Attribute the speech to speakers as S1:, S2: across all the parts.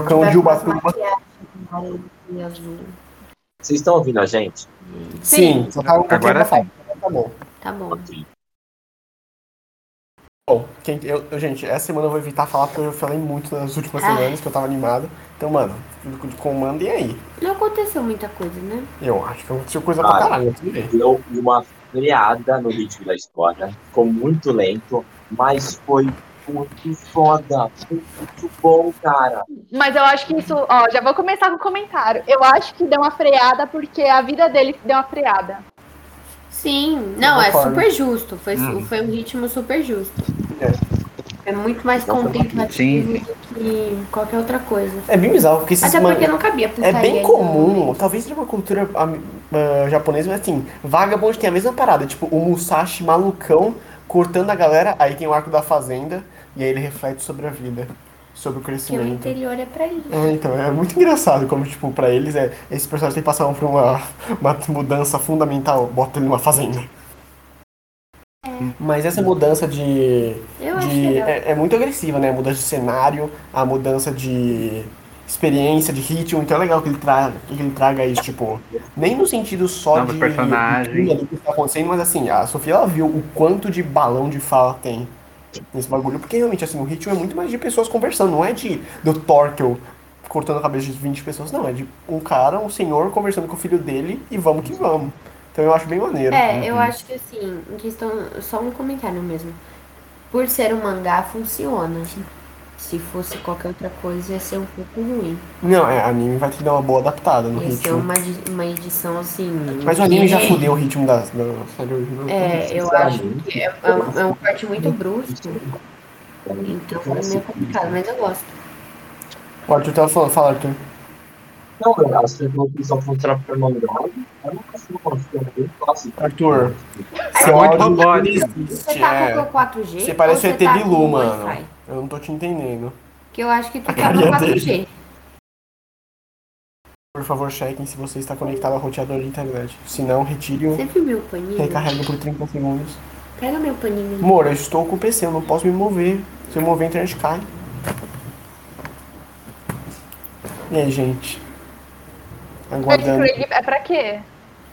S1: Trocão de Ubatuba.
S2: Vocês estão ouvindo a gente?
S3: Sim,
S1: Só tá um pouquinho
S4: Agora
S1: abafado, mas Tá bom.
S3: tá bom.
S2: Ok.
S1: Bom, quem- eu, eu- gente, essa semana eu vou evitar falar porque eu falei muito nas últimas
S3: Ah.
S1: semanas que eu tava animado. Então, mano, tudo comando e aí?
S3: Não aconteceu muita coisa, né?
S1: Eu acho que aconteceu coisa
S2: Ah.
S1: pra caralho, mas tudo bem.
S2: Deu uma freada no ritmo da história. Ficou muito lento, mas foi muito foda. Foi muito bom, cara.
S5: Mas eu acho que isso, ó, já vou começar com o comentário. Eu acho que deu uma freada porque a vida dele deu uma freada.
S3: Sim, não,
S1: Eu
S3: é
S1: concordo.
S3: super justo. Foi,
S4: Uhum.
S3: foi um ritmo super justo. É muito mais
S2: Não, foi uma-
S3: contemplativo do que qualquer outra coisa.
S1: É bem bizarro, porque esses
S3: Até
S1: man-
S3: porque não cabia
S1: É
S3: putaria,
S1: bem
S3: então,
S1: comum,
S3: né?
S1: talvez seja uma cultura am- ah, japonesa, mas assim, Vagabond tem a mesma parada, tipo, o Musashi malucão cortando a galera, aí tem o arco da fazenda, e aí ele reflete sobre a vida, sobre o
S3: Porque o
S1: crescimento.
S3: interior é pra isso.
S1: É, então, é muito engraçado como, tipo, pra eles, é, esse personagem tem que passar por uma, uma mudança fundamental, bota ele numa fazenda. Mas essa mudança de
S3: Eu acho
S1: de-
S3: legal.
S1: é, é muito agressiva, né? A mudança de cenário, a mudança de experiência, de ritmo. Então é legal que ele, tra que ele traga isso, tipo, nem no sentido só
S4: Novos
S1: de
S4: personagens.
S1: de tudo ali que está acontecendo, mas assim, a Sofia ela viu o quanto de balão de fala tem nesse bagulho, porque realmente assim, o ritmo é muito mais de pessoas conversando, não é de do Torkel cortando a cabeça de 20 pessoas, não, é de um cara, um senhor conversando com o filho dele e vamos que vamos. Então eu acho bem maneiro.
S3: É, eu acho que assim, em questão. Só um comentário mesmo. Por ser um mangá, funciona. Se fosse qualquer outra coisa, ia ser um pouco ruim.
S1: Não, é, anime vai ter que dar uma boa adaptada no
S3: Ia ser
S1: ritmo.
S3: é uma, di- uma edição assim.
S1: Uhum. Mas o anime já né?
S3: que-
S1: fudeu o ritmo da, da série original.
S3: É, eu acho que é, é um, é um corte muito brusco.
S2: Pra mim,
S3: Então é meio complicado, mas eu gosto.
S1: O Arthur tava falando, fala Arthur.
S2: Não, eu acho que a conclusão contra Fernando é uma questão bem clássica.
S1: Arthur. é
S4: Tá
S1: Seu
S4: muito
S1: áudio não
S4: robótico.
S3: Você
S1: existe,
S3: tá com o
S1: é.
S3: teu 4G?
S1: Você parece
S3: ou tá
S1: o ET Bilu,
S3: com o
S1: mano.
S3: Wi-Fi?
S1: Eu não tô te entendendo.
S3: Que eu acho que tu tá com
S1: carinha
S3: 4G.
S1: Por favor, chequem se você está conectado ao roteador de internet. Se não, retire-o,
S3: Sempre meu paninho.
S1: recarregue por 30 segundos.
S3: Pega meu paninho.
S1: Amor, eu estou com o PC, eu não posso me mover. Se eu mover, a internet cai. E aí, gente?
S5: Mas o
S1: Aguardando.
S5: Craig é pra quê?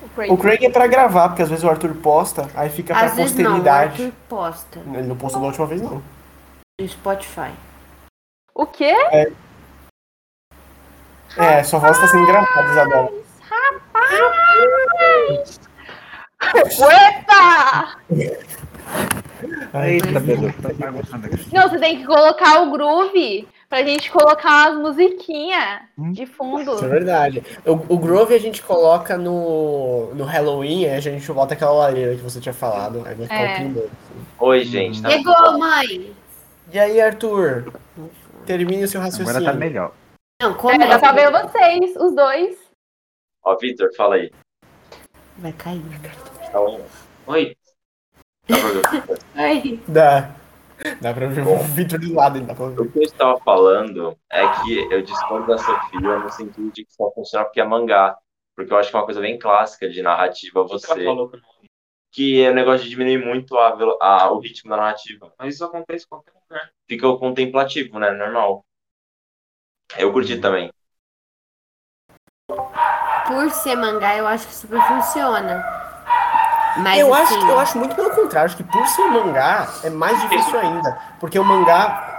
S5: O Craig.
S1: O Craig é pra gravar, porque às vezes o Arthur posta, aí fica pra
S3: Às vezes não, né? o
S1: posteridade.
S3: Arthur posta
S1: Ele não postou da última vez, não.
S3: no Spotify.
S5: O quê?
S1: É, sua voz tá sendo gravada, Isabela.
S5: Epa!
S4: Eita, beleza. Tá bagunçando aqui.
S5: Não, você tem que colocar o groove pra gente colocar umas musiquinhas de fundo.
S1: Isso é verdade. O, o Grove a gente coloca no, no Halloween, aí a gente bota aquela lareira que você tinha falado. Aí vai ficar
S5: É.
S1: o primeiro.
S2: Oi, gente. Tá
S3: Chegou, mãe!
S1: E aí, Arthur? Termine o seu raciocínio.
S4: Agora tá melhor.
S3: Não,
S5: É,
S3: como
S5: dá pra ver vocês, os dois.
S2: Ó, Vitor, fala aí.
S3: Vai cair.
S2: Tá ouvindo? Oi. Tá pra ver, Vitor?
S3: Ai.
S1: Dá. Dá pra ver o vídeo do lado, hein? dá pra ver.
S2: O que eu estava falando é que eu discordo da Sofia no sentido de que só funciona porque é mangá. Porque eu acho que é uma coisa bem clássica de narrativa você. Que é o negócio de diminuir muito a, velo- a- o ritmo da narrativa. Mas isso acontece em qualquer lugar. Fica o contemplativo, né? Normal. Eu curti também.
S3: Por ser mangá, eu acho que super funciona. Mas
S1: Eu
S3: assim,
S1: acho, eu acho muito pelo contrário, acho que por ser mangá é mais difícil ainda. Porque o mangá.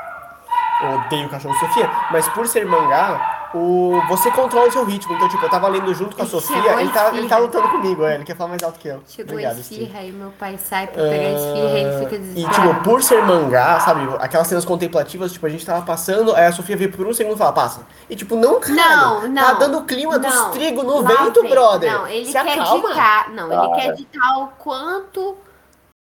S1: Eu odeio o cachorro Sofia, mas por ser mangá, o, você controla o seu ritmo. Então, tipo, eu tava lendo junto com a
S3: Chegou
S1: Sofia,
S3: a
S1: ele tá, ele tá
S3: esfirra.
S1: lutando comigo, é, ele quer falar mais alto que eu.
S3: Chegou
S1: Obrigado,
S3: a
S1: Steve. É,
S3: esfirra e meu pai sai pra pegar a esfirra e ele fica
S1: E,
S3: desesperado.
S1: tipo, por ser mangá, sabe? Aquelas cenas contemplativas, tipo, a gente tava passando, aí a Sofia veio por um segundo e fala, passa. E, tipo, não, cara.
S3: Não,
S1: Tá
S3: não,
S1: dando o clima
S3: não.
S1: dos trigo no
S3: Lá
S1: vento,
S3: vem.
S1: brother.
S3: Não, ele
S1: Se
S3: quer
S1: acalma.
S3: ditar. Não, ele
S2: Ah,
S3: quer ditar o quanto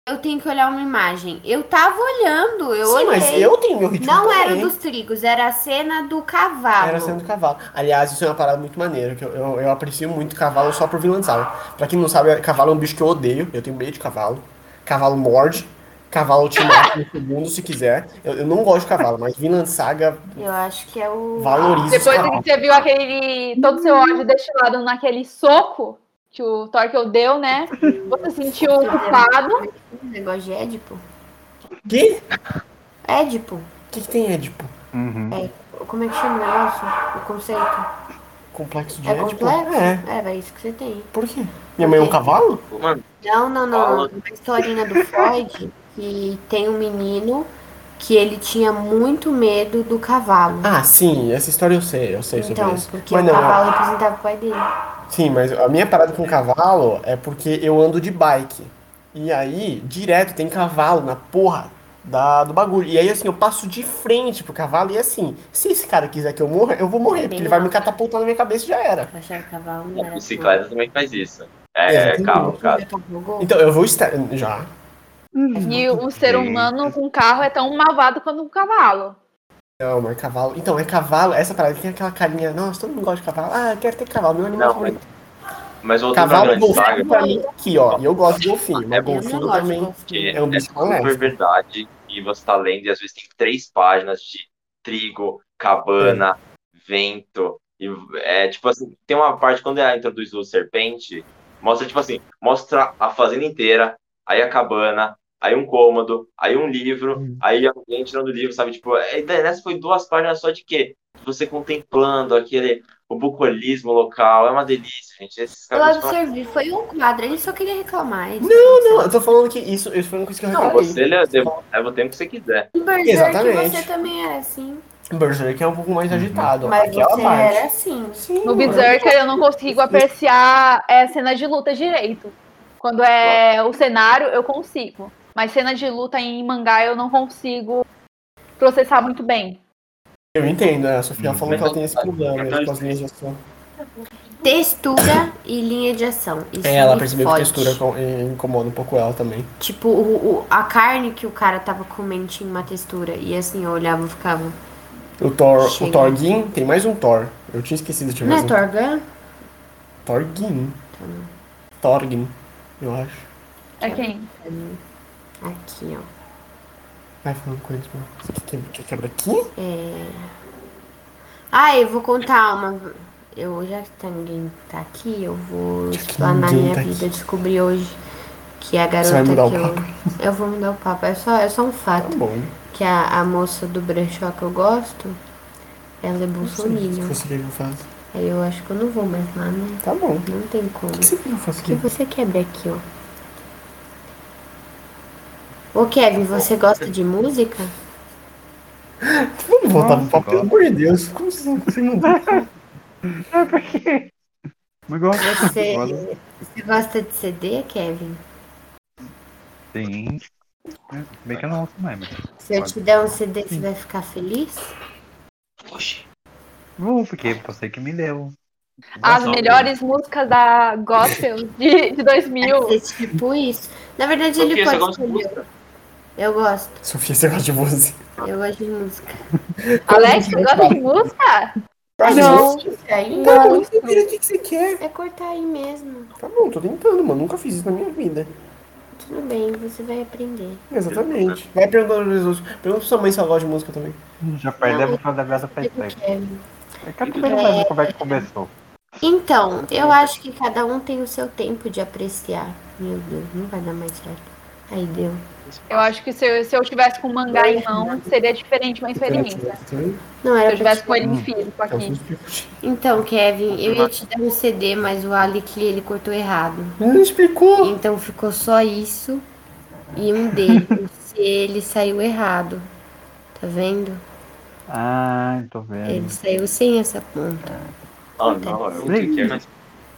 S3: eu tenho que olhar uma imagem. Eu tava olhando, eu
S1: Sim,
S3: olhei.
S1: mas eu tenho meu ritmo
S3: Não
S1: também.
S3: era dos trigos, era a cena do cavalo.
S1: Era sendo cavalo. Aliás, isso é uma parada muito maneira, que eu, eu, eu aprecio muito cavalo só por vilã de saga. Pra quem não sabe, cavalo é um bicho que eu odeio. Eu tenho medo de cavalo. Cavalo morde. Cavalo te mata no segundo, se quiser. Eu, eu não gosto de cavalo, mas vilã de saga
S3: Eu acho que é o.
S1: valoriza os
S5: Depois
S1: cavalos.
S5: que você viu aquele. todo seu ódio destilado naquele soco que o Torkel deu, né? Você sentiu culpado.
S3: O um negócio de Édipo.
S1: Que?
S3: Édipo.
S1: O que, que tem é, tipo, Édipo?
S4: Uhum.
S3: Como é que chama o negócio? O conceito?
S1: Complexo de
S3: É
S1: Édipo?
S3: complexo?
S1: É.
S3: É, é isso que você tem.
S1: Por quê? Minha mãe é um cavalo?
S2: Mano,
S3: Não, não, não.
S2: Fala.
S3: não. Uma historinha do Freud que tem um menino que ele tinha muito medo do cavalo.
S1: Ah, sim, essa história eu sei, eu sei sobre
S3: então,
S1: isso.
S3: porque
S1: Mas
S3: o
S1: não,
S3: cavalo representava o pai dele.
S1: Sim, mas a minha parada com cavalo é porque eu ando de bike. E aí, direto, tem cavalo na porra da, do bagulho. E aí, assim, eu passo de frente pro cavalo e assim, se esse cara quiser que eu morra, eu vou morrer, porque ele vai me catapultar na minha cabeça e já era.
S3: Achar que cavalo não
S2: a
S3: era assim.
S2: bicicleta também faz isso.
S1: É,
S2: É,
S1: tem
S2: carro,
S1: muito.
S2: cara.
S1: Então, eu vou estar. Já.
S5: E um ser humano com carro é tão malvado quanto um cavalo.
S1: Não, mas cavalo. Então, é cavalo. Essa parada tem aquela carinha. Nossa, todo mundo gosta de cavalo. Ah, eu quero ter cavalo. Meu animal
S2: Não,
S1: favorito.
S2: Mas voltando à
S1: Cavalo e
S2: é grande
S1: golfinho
S2: saga,
S1: pra mim tá aqui, ó. E eu gosto de golfinho. Mas
S2: É bom.
S1: golfinho também.
S2: que
S1: É um bicho maléfico.
S2: super verdade e você tá lendo e às vezes tem três páginas de trigo, cabana, vento e é tipo assim, tem uma parte quando ela introduz o serpente, mostra tipo assim, mostra a fazenda inteira, aí a cabana, aí um cômodo, aí um livro,
S1: Hum.
S2: aí alguém tirando o livro, sabe, tipo, é, daí nessa foi duas páginas só de quê? Você contemplando aquele o bucolismo local, é uma delícia, gente. Esses
S3: O lado
S2: caras
S3: do serviço foi um quadro, ele só queria reclamar. Ele
S1: Não, eu tô falando que isso, isso foi uma coisa que eu
S3: Não,
S1: reparei.
S2: você é leva leva o tempo que você quiser.
S3: Em é um Berserk
S1: Exatamente.
S3: você também era assim.
S1: Berserk é um pouco mais agitado.
S3: Mas
S1: Aquela
S3: você
S1: parte.
S3: era assim.
S1: Sim,
S5: No Berserker eu não consigo apreciar é, cena de luta direito. Quando é o cenário, eu consigo. Mas cena de luta em mangá eu não consigo processar muito bem.
S1: Eu entendo, né? A Sofia falou que ela tem esse
S2: Mas-
S1: problema
S2: mas-
S1: né, com as linhas de ação.
S3: Textura e linha de ação. Isso
S1: É, ela
S3: me
S1: percebeu que
S3: fode.
S1: textura com- eh, incomoda um pouco ela também.
S3: Tipo, o, o- a carne que o cara tava comendo tinha uma textura. E assim, eu olhava e ficava.
S1: O Thor, o
S3: Chega.
S1: Thorgin, tem mais um Thor. Eu tinha esquecido de
S3: Não
S1: mais
S3: é
S1: um.
S3: Torgan?
S1: Thorgin. Thorgin, eu acho.
S5: É quem?
S3: Aqui, ó.
S1: Vai falando com eles, mano. Você quer quebra, quer quebra aqui?
S3: Ah, eu vou contar uma. Eu, já que tá- ninguém tá aqui, eu vou
S1: Já que
S3: explanar
S1: ninguém
S3: minha
S1: tá
S3: vida.
S1: aqui.
S3: Eu descobri hoje que a garota
S1: vai mudar o
S3: que eu. Eu vou mudar o papo. É só, é só um
S1: Tá
S3: fato.
S1: bom.
S3: Que a, a moça do brechó que eu gosto, ela é
S1: Se
S3: bolsominion.
S1: você quer que eu faça.
S3: Aí eu acho que eu não vou mais lá, né?
S1: Tá bom. O
S3: Não tem como.
S1: que você quer que eu faça
S3: O que
S1: aqui?
S3: você quebra aqui, ó? Ô Kevin, você gosta de música?
S1: Vamos voltar pro
S4: Nossa,
S1: papo, pelo
S4: gosto.
S1: amor de Deus. Como vocês não conseguem mudar?
S4: Mas gosto. né?
S3: Você,
S4: Gosto.
S3: você gosta de CD, Kevin?
S4: Sim. É, Bem que eu não ouço mais, mas.
S3: Se eu
S4: Olha.
S3: te der um CD, você vai ficar feliz?
S4: Vou, porque você que me deu.
S3: Ah,
S5: As
S2: Nossa,
S5: melhores músicas da gospel de, de 2000.
S3: Vai ser tipo isso. Na verdade,
S2: Porque
S3: ele
S2: você
S3: pode
S2: gosta de
S3: escolher.
S2: música.
S3: Eu gosto.
S1: Sofia, você gosta de você.
S3: Eu gosto de música.
S5: Alex, você gosta de música?
S1: Ah, Não.
S3: Isso aí
S1: Tá bom, você vira o que que você quer.
S3: é cortar aí mesmo.
S1: Tá bom, tô tentando, mano. Nunca fiz isso na minha vida.
S3: Tudo bem, você vai aprender.
S1: Exatamente. Vai perguntando pros outros. Pergunta pra sua mãe se ela gosta de música também.
S4: Já perdemos o da Brasa
S1: É,
S4: faz
S3: Tipo,
S4: tempo.
S3: Kevin.
S4: Eu quero que saber como é que começou.
S3: Então, eu acho que cada um tem o seu tempo de apreciar. Meu Deus, não vai dar mais certo. Aí deu.
S5: Eu acho que se eu, se eu tivesse com um mangá em mão, seria diferente uma experiência.
S1: né?
S3: Não
S5: Se
S3: era pra
S5: eu tivesse
S3: te...
S5: com ele em físico aqui.
S3: Então, Kevin, eu ia te dar um CD, mas o Alec ele cortou errado.
S1: Não explicou.
S3: Então ficou só isso e um D. O C ele saiu errado. Tá vendo?
S4: Ah, tô vendo.
S3: Ele saiu sem essa ponta.
S2: Ah, não, eu
S4: Bem,
S2: cliquei, mas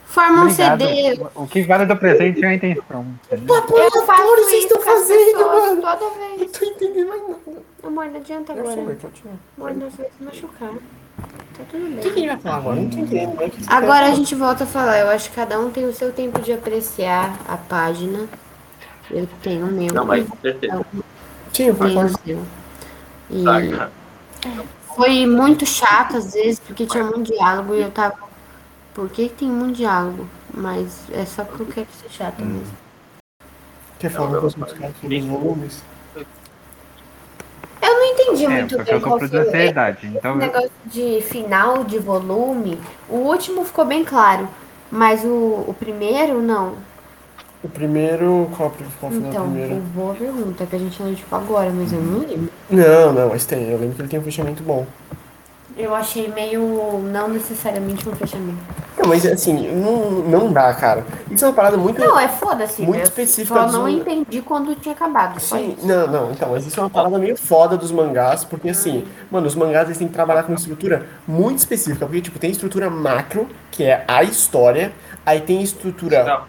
S3: Forma um CD.
S4: O que vale do presente é a intenção. entendeu?
S3: Eu faço
S1: vocês
S3: isso
S1: estão
S3: com as
S1: fazendo,
S3: pessoas
S1: mano?
S3: toda vez.
S1: Não tô entendendo mais nada.
S3: Amor, não adianta
S1: Eu sei,
S3: agora.
S1: mas continua.
S3: Amor, nós vamos machucar. Tá tudo bem.
S1: O que que ele vai falar agora? Eu Não tô entendendo. mas o que que você
S3: Agora a
S1: quer?
S3: gente volta a falar. Eu acho que cada um tem o seu tempo de apreciar a página. Eu tenho o meu.
S2: Não, mas com certeza.
S1: Sim, eu
S3: eu tenho o
S1: concordo.
S3: seu. E
S2: Tá, cara.
S3: foi muito chato às vezes, porque tinha muito diálogo e eu tava. Por que que tem muito diálogo? Mas é só porque eu quero ser chata mesmo.
S1: Quer falar com os meus caras sobre os volumes?
S3: Eu não entendi
S4: É,
S3: muito
S4: porque eu
S3: bem
S4: tô
S3: qual
S4: pro
S3: foi o
S4: 16 idade. Então,
S3: Esse negócio de final de volume, o último ficou bem claro. Mas o, o primeiro, não.
S1: O primeiro... Qual a pri- qual foi o
S3: Então,
S1: primeiro?
S3: boa pergunta, que a gente não tipo agora, mas eu não lembro.
S1: Não, não, mas tem. Eu lembro que ele tem um fechamento bom.
S3: Eu achei meio não necessariamente um fechamento.
S1: Não, mas assim, não, não dá, cara. Isso é uma parada muito.
S3: Não, é foda-se.
S1: Muito
S3: né?
S1: específica
S3: Só
S1: do-
S3: não entendi quando tinha acabado. só
S1: Sim,
S3: isso.
S1: não, não, então, mas isso é uma parada meio foda dos mangás, porque assim, mano, os mangás eles têm que trabalhar com uma estrutura muito específica, porque tipo, tem estrutura macro, que é a história, aí tem estrutura,
S6: Não,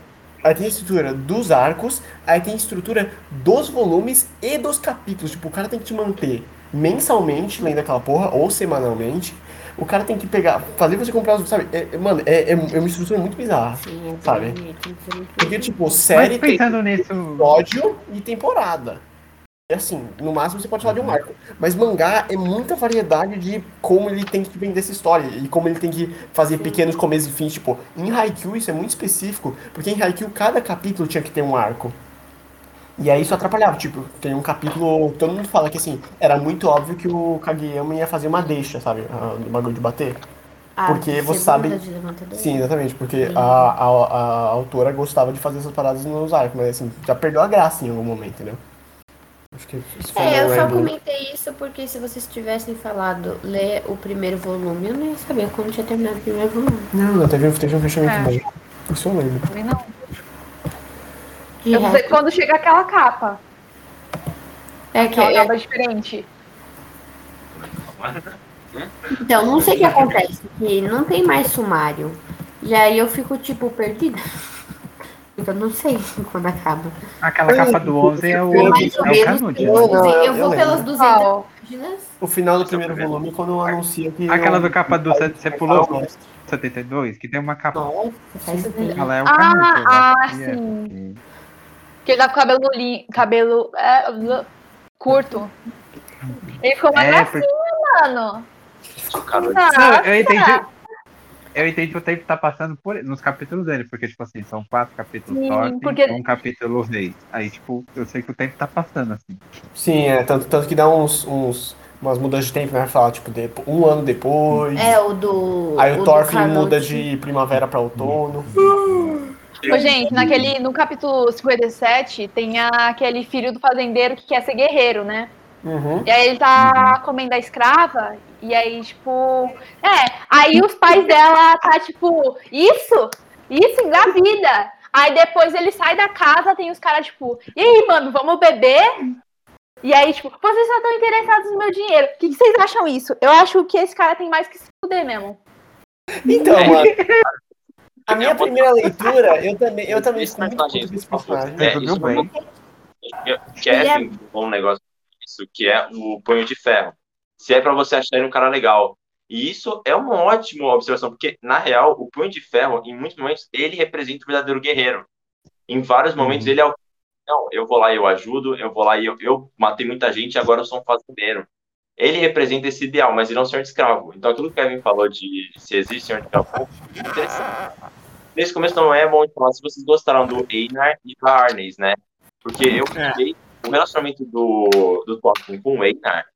S1: aí tem estrutura dos arcos, aí tem estrutura dos volumes e dos capítulos, tipo, o cara tem que te manter mensalmente lendo aquela porra, ou semanalmente, o cara tem que pegar, fazer você comprar, os- sabe, é- é- mano, é, é, é uma estrutura muito bizarra,
S3: Sim, é
S1: Sabe?
S3: bem- tem que ser muito-
S1: porque tipo,
S4: Mas
S1: série tem
S4: pensando nisso,
S1: episódio e temporada. E assim, no máximo você pode falar de um arco. Mas mangá é muita variedade de como ele tem que vender essa história. E como ele tem que fazer pequenos começos e fins. Tipo, em Haikyuu isso é muito específico. Porque em Haikyuu cada capítulo tinha que ter um arco. E aí isso atrapalhava. Tipo, tem um capítulo... Todo mundo fala que assim, era muito óbvio que o Kageyama ia fazer uma deixa, sabe? Ah, Do bagulho de bater.
S3: Ah,
S1: porque você
S3: segunda
S1: sabe-
S3: de levantador.
S1: Sim, exatamente, porque a, a, a autora gostava de fazer essas paradas nos arcos, mas assim, já perdeu a graça em algum momento, entendeu? Acho que isso foi
S3: É, eu
S1: um
S3: só
S1: erro.
S3: comentei isso porque se vocês tivessem falado ler o primeiro volume, eu não ia saber quando tinha terminado o primeiro volume.
S1: Não, não, teve, um- teve um fechamento
S5: É.
S1: bom. Isso eu lembro.
S5: Também não.
S3: De
S5: Eu não sei
S3: resto,
S5: quando chega aquela capa.
S3: é que,
S5: Aquela capa diferente.
S3: então, não sei o que acontece, que não tem mais sumário. E aí eu fico, tipo, perdida. Porque eu não sei quando acaba.
S4: aquela capa do 11 é o,
S1: Eu-
S3: Mais ou
S4: é o
S3: menos,
S4: Canute.
S3: eu,
S1: Não, não,
S3: eu
S1: eu- eu
S3: vou pelas
S1: lembro.
S3: 200
S5: Qual?
S3: páginas.
S1: O final do
S2: Esse é o
S1: primeiro
S2: primeiro.
S1: volume, quando anuncia que.
S4: Aquela
S1: o-
S4: do capa do você- você pulou
S1: Nossa,
S4: 72, que tem uma capa.
S3: Nossa, faz isso.
S4: Ela é o Canute.
S5: Ah, ah,
S4: né?
S5: sim. Que ele tá com cabelo li- cabelo é, l- curto. Ele ficou mais
S4: É,
S5: assim,
S4: porque,
S5: mano. Tá.
S2: Cara,
S4: não,
S5: Nossa.
S4: eu entendi. Eu entendi que o tempo tá passando por, nos capítulos dele, porque, tipo assim, são quatro capítulos
S5: Sim,
S4: só
S5: porque-
S4: e um capítulo rei. Aí, tipo, eu sei que o tempo tá passando, assim.
S1: Sim, é, tanto, tanto que dá uns, uns, umas mudanças de tempo, né? Fala, tipo, de, um ano depois.
S3: É o do.
S1: aí o
S3: do
S1: Thorfinn
S3: Canute.
S1: muda de primavera pra outono.
S5: Ô, gente, naquele, no capítulo 57 tem a- aquele filho do fazendeiro que quer ser guerreiro, né?
S1: Uhum.
S5: E aí ele tá comendo a escrava, e aí, tipo. É, aí os pais dela tá tipo, isso? Isso engravida. Aí depois ele sai da casa, tem os caras, tipo, e aí, mano, vamos beber? E aí, tipo, vocês só estão interessados no meu dinheiro. O que, que vocês acham isso? Eu acho que esse cara tem mais que se fuder mesmo.
S1: Então,
S2: É.
S1: mano. A minha primeira leitura, eu também, eu também
S2: Esse
S1: fico muito
S2: personagem,
S1: puto com esse
S2: por favor.
S1: personagem.
S2: É,
S4: Resolveu
S2: isso
S4: bem.
S2: Eu- que é
S3: Ele é-
S2: assim, um negócio isso que é o punho de ferro se é pra você achar ele um cara legal e isso é uma ótima observação porque na real o punho de ferro em muitos momentos ele representa o verdadeiro guerreiro em vários momentos ele é o não eu vou lá e eu ajudo eu vou lá e eu, eu matei muita gente e agora eu sou um fazendeiro ele representa esse ideal mas ele é um senhor de escravo então aquilo que o Kevin falou de se existe senhor de escravo é interessante nesse começo não é bom de falar se vocês gostaram do Einar e da Arnes né porque eu fiquei o relacionamento do, do Thorfinn com o Einar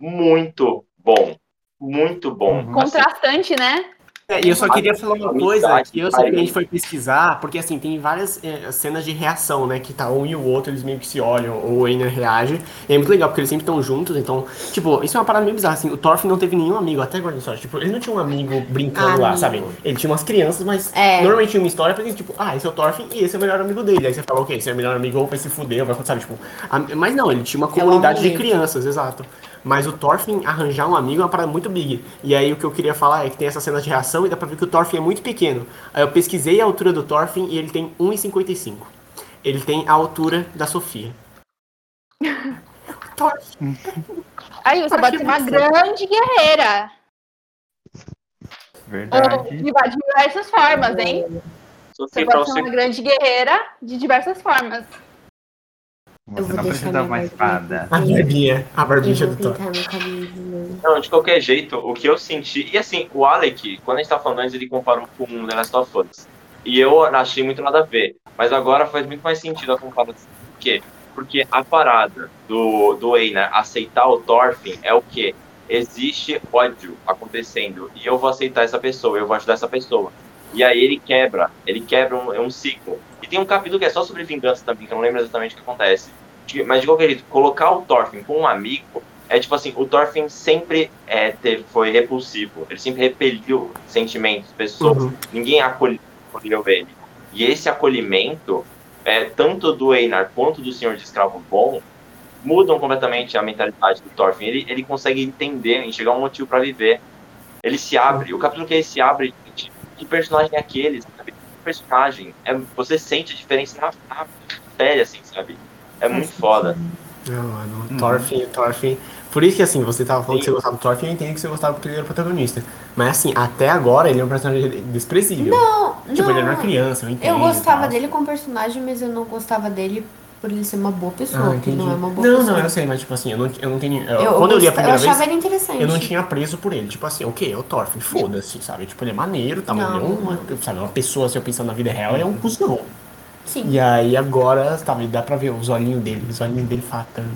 S2: muito bom. Muito bom.
S4: Uhum.
S2: Assim,
S5: Contrastante, né?
S1: É, e eu só queria falar uma coisa que eu sei que a gente foi pesquisar, porque assim, tem várias eh, cenas de reação, né? Que tá um e o outro, eles meio que se olham, ou o Enya reage. E é muito legal, porque eles sempre estão juntos, então, tipo, isso é uma parada meio bizarra, assim, o Thorfinn não teve nenhum amigo, até agora na história, tipo, ele não tinha um amigo brincando lá,
S3: Amigo.
S1: sabe? Ele tinha umas crianças, mas
S3: É.
S1: normalmente tinha uma história pra gente, tipo, ah, esse é o Thorfinn e esse é o melhor amigo dele. Aí você fala, ok, esse é o melhor amigo, ou vai se fuder, vai sabe, tipo. a- mas não, ele tinha uma comunidade de
S3: amigo.
S1: crianças, exato. Mas o Thorfinn arranjar um amigo é uma parada muito big. E aí o que eu queria falar é que tem essa cena de reação e dá pra ver que o Thorfinn é muito pequeno. Aí eu pesquisei a altura do Thorfinn e ele tem 1,55. Ele tem a altura da Sofia. O Thorfinn
S5: Aí você
S1: Pra
S5: pode
S1: que
S5: ser uma
S1: você?
S5: grande guerreira.
S4: É, Verdade.
S5: De de diversas formas, hein?
S2: só
S5: Você
S2: que pra
S5: pode ser
S2: Assim, você,
S5: uma grande guerreira de diversas formas.
S3: Eu
S4: Você
S3: vou
S4: não
S3: deixar
S4: precisa
S3: minha
S4: mais
S3: barbinha.
S4: espada.
S1: A barbinha. A
S3: E
S1: barbinha
S3: vou
S1: do Thorfinn.
S3: pintar meu cabelo de novo.
S2: não, de qualquer jeito, o que eu senti. E assim, o Alec, quando a gente tá falando antes, ele comparou com o The Last of Us. E eu achei muito nada a ver. Mas agora faz muito mais sentido a comparação. Por quê? Porque a parada do, do Einar aceitar o Thorfinn é o quê? Existe ódio acontecendo. E eu vou aceitar essa pessoa, eu vou ajudar essa pessoa. E aí ele quebra, ele quebra um, é um ciclo. E tem um capítulo que é só sobre vingança também, que eu não lembro exatamente o que acontece. De- Mas de qualquer jeito, colocar o Thorfinn com um amigo É tipo assim, o Thorfinn sempre é, teve, foi repulsivo. Ele sempre repeliu sentimentos, pessoas.
S1: Uhum.
S2: Ninguém acolheu, acolheu ele. E esse acolhimento, é, tanto do Einar quanto do Senhor de Escravo Bom, mudam completamente a mentalidade do Thorfinn. Ele, ele consegue entender, enxergar um motivo para viver. Ele se abre. O capítulo que ele se abre, gente, que personagem é aquele? Sabe? Que personagem? É, você sente a diferença na, na pele, assim, sabe? É muito foda.
S1: Não, mano, o
S4: Uhum.
S1: Thorfinn, o Thorfinn. Por isso que assim, você tava falando que você
S2: Sim.
S1: gostava do Thorfinn, eu entendi que você gostava porque ele era o protagonista. Mas assim, até agora ele é um personagem desprezível.
S3: Não,
S1: tipo, ele era uma
S3: não.
S1: criança, eu entendo.
S3: Eu gostava
S1: tá?
S3: dele como personagem, mas eu não gostava dele por ele ser uma boa pessoa.
S1: Ah,
S3: que
S1: entendi.
S3: não é uma boa
S1: não,
S3: pessoa.
S1: não, eu sei, mas tipo assim, eu não, eu não tenho. eu-
S3: Eu,
S1: quando eu li a
S3: gost-
S1: primeira
S3: eu achava
S1: vez,
S3: ele interessante.
S1: eu não tinha preso por ele. Tipo assim, o que? É o Thorfinn, foda-se, sabe? Tipo, ele é maneiro, tá? Mas
S3: Não.
S1: ele é uma, sabe, uma pessoa, se eu pensar na vida real, ele é um cuzão.
S3: Sim.
S1: E aí agora, sabe, dá pra ver os olhinhos dele, os olhinhos dele fatando.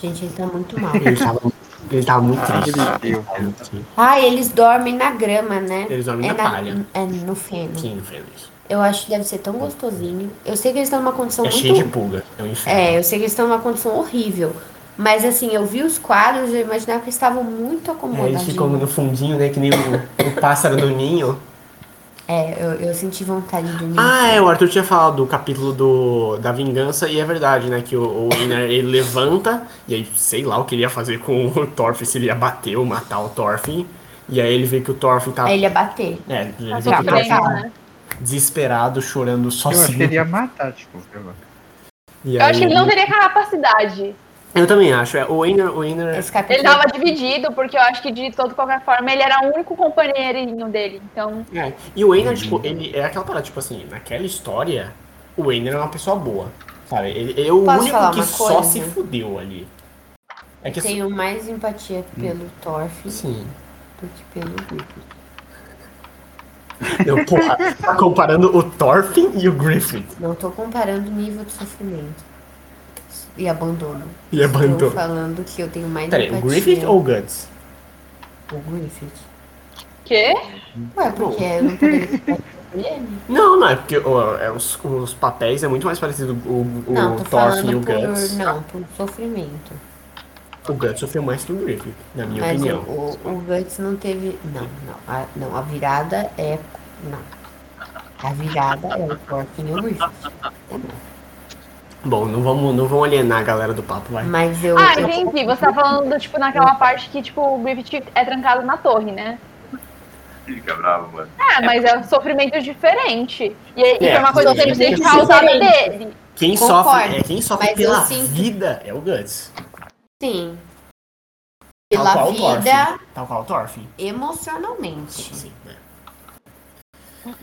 S3: Gente, ele tá muito mal.
S1: Ele tava, ele tava muito triste.
S4: Deus.
S1: Tava muito triste.
S3: ah, eles dormem na grama, né?
S1: Eles dormem
S3: é
S1: na palha.
S3: É no feno.
S1: Sim, feliz.
S3: Eu acho que deve ser tão gostosinho. Eu sei que eles estão numa condição
S1: É
S3: muito.
S1: cheio de pulga, é um inferno.
S3: Então, É, eu sei que eles estão numa condição horrível. Mas assim, eu vi os quadros, eu imaginava que eles estavam muito
S1: É, eles
S3: acomodadinhos.
S1: ficam no fundinho, né? Que nem o, o pássaro do ninho.
S3: É, eu, eu senti vontade de dormir.
S1: Ah, é, o Arthur tinha falado do capítulo do, da vingança, e é verdade, né? Que o, o Einar, ele levanta, e aí sei lá o que ele ia fazer com o Thorfinn, se ele ia bater ou matar o Thorfinn. E aí ele vê que o Thorfinn tá.
S3: Aí ele ia bater.
S1: É, ele vê que
S5: Tá
S1: o Thorfinn tá
S5: sofrendo, né?
S1: desesperado, chorando
S4: Eu acho que
S1: sozinho.
S4: ele ia matar, tipo, sei lá.
S1: E
S5: Eu acho que
S1: aí-
S5: ele não teria capacidade.
S1: Eu também acho. É, o Einar, o Einar
S3: Esse capítulo.
S5: Ele tava dividido, porque eu acho que de toda qualquer forma ele era o único companheirinho dele. Então,
S1: É, E o Einar,
S4: Uhum.
S1: tipo, ele é aquela parada, tipo assim, naquela história, o Einar é uma pessoa boa. Sabe? Ele, ele é o
S3: Posso
S1: único
S3: falar
S1: que
S3: uma
S1: só
S3: coisa?
S1: se fudeu ali. É que assim.
S3: Tenho mais empatia pelo Thorfinn
S1: Sim.
S3: do que pelo Griffith.
S1: Não, porra, tá comparando o Thorfinn e o Griffith.
S3: Não tô comparando o nível de sofrimento e abandono.
S1: E
S3: Tô
S1: abandonou.
S3: falando que eu tenho mais
S1: Peraí, o
S3: empatia.
S1: Griffith ou o Guts?
S3: O Griffith.
S5: quê?
S3: Ué, porque eu não poderia ficar com ele.
S1: Não, não, é porque ó, é, os, os papéis é muito mais parecido o, o
S3: Não, tô
S1: Thorfinn e o
S3: falando
S1: Guts.
S3: por. Não, por sofrimento.
S1: O Guts sofreu mais que o Griffith, na minha
S3: Mas o,
S1: opinião.
S3: o, o Guts não teve. Não, não. A, não, a virada é. Não. A virada é o Thorfinn e o Griffith.
S1: Bom, não vamos, não vamos alienar a galera do papo, vai.
S3: Mas eu. um
S5: Ah,
S3: eu-
S5: entendi. Você tá falando, tipo, naquela parte que, tipo, o Griffith é trancado na torre, né?
S2: Ele fica bravo, mano.
S5: É, mas é um sofrimento diferente. E, e
S1: É,
S5: foi uma coisa que ele
S1: sofrimento
S5: fez causada
S3: diferente.
S5: dele.
S1: Quem
S3: Concordo,
S1: sofre, é, quem sofre
S3: mas
S1: pela
S3: eu sinto-
S1: vida é o Guts.
S3: Sim.
S1: Tal
S3: Pela
S1: qual o Thorfinn.
S3: vida
S1: Tal qual o Thorfinn.
S3: emocionalmente.
S1: Sim, né?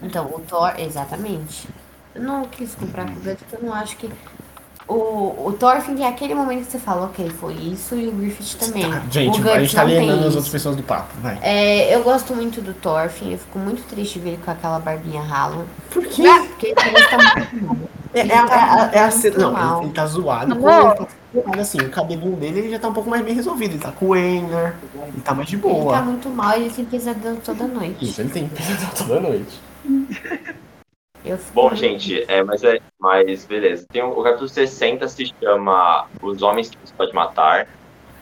S3: Então, o Thor, exatamente. Eu não quis comprar com o Guts, porque eu não acho que. O, o Thorfinn é aquele momento que você fala, ok, foi isso, e o Griffith também.
S1: Tá, gente,
S3: o
S1: a gente tá
S3: não tem
S1: alienando as
S3: isso.
S1: outras pessoas do papo, vai.
S3: É, eu gosto muito do Thorfinn, eu fico muito triste de ver ele com aquela barbinha rala.
S1: Por quê?
S3: Ah, Porque ele parece que tá muito
S1: É, é,
S3: ele tá
S1: é, é a
S3: muito
S1: cena- Não,
S3: mal.
S1: ele, ele tá zoado. com-
S5: Amor.
S1: ele tá zoado, assim, o cabelinho dele ele já tá um pouco mais bem resolvido. Ele tá com o Einar, ele tá mais de
S3: Ele tá
S1: boa.
S3: muito mal, ele tem pesadelo toda noite.
S1: Isso, ele tem pesadelo toda noite.
S3: Eu fico
S2: Bom,
S3: muito-
S2: gente, é, mas é. Mas beleza. Tem um, o, o capítulo 60 se chama Os Homens que Você Pode Matar.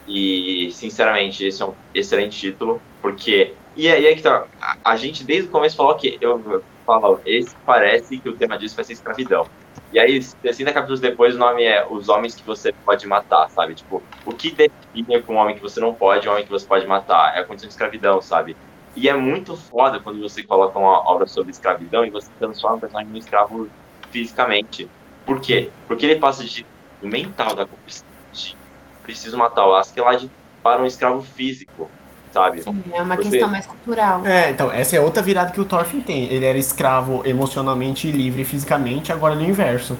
S2: E, sinceramente, esse é um excelente título, porque. E aí é que tá. A, a gente desde o começo falou que. Eu eu falo, esse parece que o tema disso vai ser escravidão. E aí, 60 capítulos depois, o nome é Os Homens que Você Pode Matar, sabe? Tipo, o que define com um homem que você não pode, um homem que você pode matar? É a condição de escravidão, sabe? E é muito foda quando você coloca uma obra sobre escravidão e você transforma o personagem num escravo fisicamente. Por quê? Porque ele passa de do mental da conquista de preciso matar o Askeladd para um escravo físico, sabe?
S3: É uma
S2: Você-
S3: questão mais cultural.
S1: É, então, essa é outra virada que o Thorfinn tem. Ele era escravo emocionalmente livre fisicamente, agora ele é o inverso.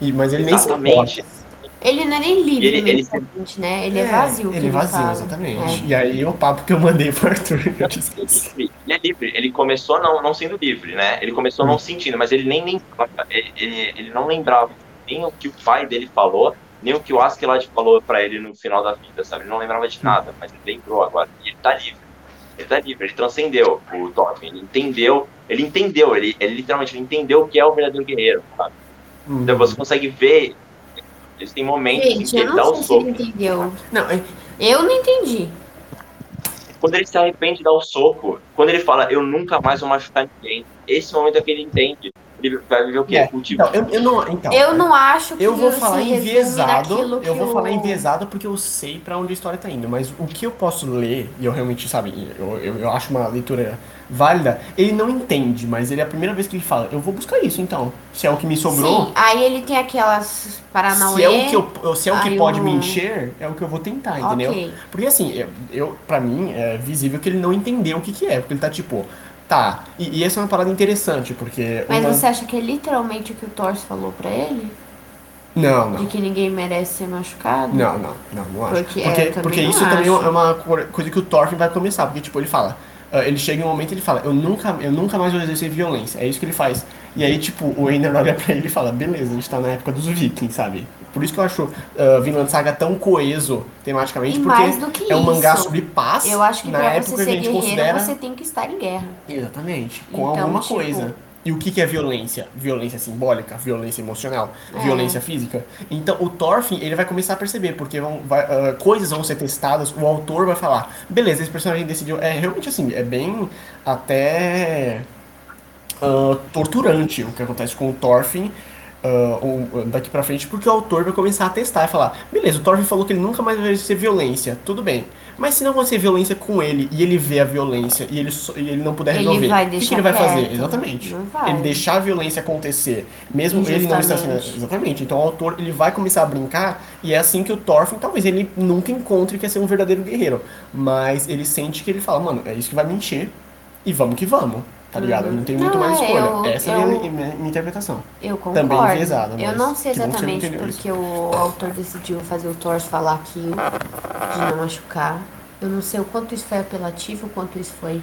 S1: E, mas ele nem se
S2: Exatamente.
S3: Ele não é nem livre,
S2: Ele- ele-
S3: mentalmente, né? Ele é, vazio. que
S1: Ele é vazio,
S3: fala. É.
S1: exatamente. E aí o papo que eu mandei pro Arthur, que eu te esqueci.
S2: Ele é livre, ele começou não, não sendo livre, né? Ele começou não sentindo, mas ele nem lembrava, ele, ele, ele não lembrava nem o que o pai dele falou, nem o que o Askeladd falou pra ele no final da vida, sabe? Ele não lembrava de nada, mas ele lembrou agora. E ele tá livre. Ele tá livre, ele transcendeu o Thorfinn, ele entendeu, ele entendeu, ele, ele literalmente ele entendeu o que é o verdadeiro guerreiro, sabe? Então você consegue ver Eles têm momentos em
S3: Gente,
S2: que ele
S3: eu
S2: dá
S3: não
S2: o
S3: sei se ele
S2: soco.
S3: entendeu.
S1: Não, é-
S3: Eu não entendi.
S2: Quando ele se arrepende de dar o soco, quando ele fala, eu nunca mais vou machucar ninguém, esse momento é que ele entende. Ele vai viver o quê?
S1: É,
S2: Cultivo.
S1: então, eu, eu não. Então,
S3: Eu não acho que
S1: Eu vou
S3: se
S1: falar
S3: resume
S1: enviesado,
S3: naquilo que
S1: eu vou
S3: o-
S1: falar enviesado porque eu sei pra onde a história tá indo, mas o que eu posso ler, e eu realmente, sabe, eu, eu, eu acho uma leitura válida, ele não entende, mas ele é a primeira vez que ele fala, eu vou buscar isso então, se é o que me sobrou,
S3: Sim, aí ele tem aquelas Paranauê.
S1: se é o que, eu, se é o que
S3: aí
S1: pode
S3: eu-
S1: me encher, é o que eu vou tentar, entendeu?
S3: Ok.
S1: Porque assim, eu, eu para mim é visível que ele não entendeu o que que é, porque ele tá tipo, tá, e, e essa é uma parada interessante, porque...
S3: Mas
S1: uma-
S3: você acha que é literalmente o que o Thorce falou pra ele?
S1: Não, não.
S3: De que ninguém merece ser machucado?
S1: Não, não, não, não acho.
S3: Porque-
S1: Porque,
S3: é,
S1: porque,
S3: também não
S1: isso também
S3: acho.
S1: é uma co- coisa que o Thorfinn vai começar, porque tipo, ele fala. ah, ele chega em um momento e ele fala, eu nunca, eu nunca mais vou exercer violência. É isso que ele faz. E aí, tipo, o Ender olha pra ele e fala, beleza, a gente tá na época dos vikings, sabe? Por isso que eu acho ah, Vinland Saga tão coeso tematicamente,
S3: E mais do
S1: porque
S3: que
S1: é um
S3: isso,
S1: mangá sobre paz.
S3: Eu acho que
S1: na
S3: pra
S1: época
S3: você
S1: que a
S3: ser
S1: gente
S3: guerreiro,
S1: considera.
S3: você tem que estar em guerra.
S1: Exatamente, com
S3: Então,
S1: alguma
S3: tipo-
S1: coisa. E o que, que é violência? Violência simbólica, violência emocional,
S3: É.
S1: violência física. Então o Thorfinn, ele vai começar a perceber, porque vão, vai, ah, coisas vão ser testadas, o autor vai falar, beleza, esse personagem decidiu. É realmente assim, é bem até ah, torturante o que acontece com o Thorfinn. ah, ou, daqui pra frente, porque o autor vai começar a testar e falar: beleza, o Thorfinn falou que ele nunca mais vai ser violência, tudo bem, mas se não acontecer violência com ele e ele vê a violência e ele, só- e ele não puder
S3: Ele
S1: resolver,
S3: vai
S1: o que,
S3: deixar
S1: que ele vai fazer?
S3: quieto.
S1: Exatamente.
S3: Não vai.
S1: Ele deixar a violência acontecer, mesmo ele não estar sendo.
S3: Injustamente.
S1: Exatamente. Então o autor ele vai começar a brincar e é assim que o Thorfinn talvez ele nunca encontre que é ser um verdadeiro guerreiro, mas ele sente que ele fala: mano, é isso que vai me encher e vamos que vamos. Tá ligado?
S3: Uhum.
S1: Não tem muito
S3: Não,
S1: mais
S3: é,
S1: escolha.
S3: eu-
S1: Essa é a
S3: eu-
S1: minha, minha- minha interpretação.
S3: Eu concordo.
S1: Também enviesado,
S3: Eu
S1: mas
S3: não sei
S1: que bom que você não
S3: exatamente
S1: entendeu isso.
S3: porque o autor decidiu fazer o Thorce falar aquilo, de não machucar. Eu não sei o quanto isso foi apelativo, o quanto isso foi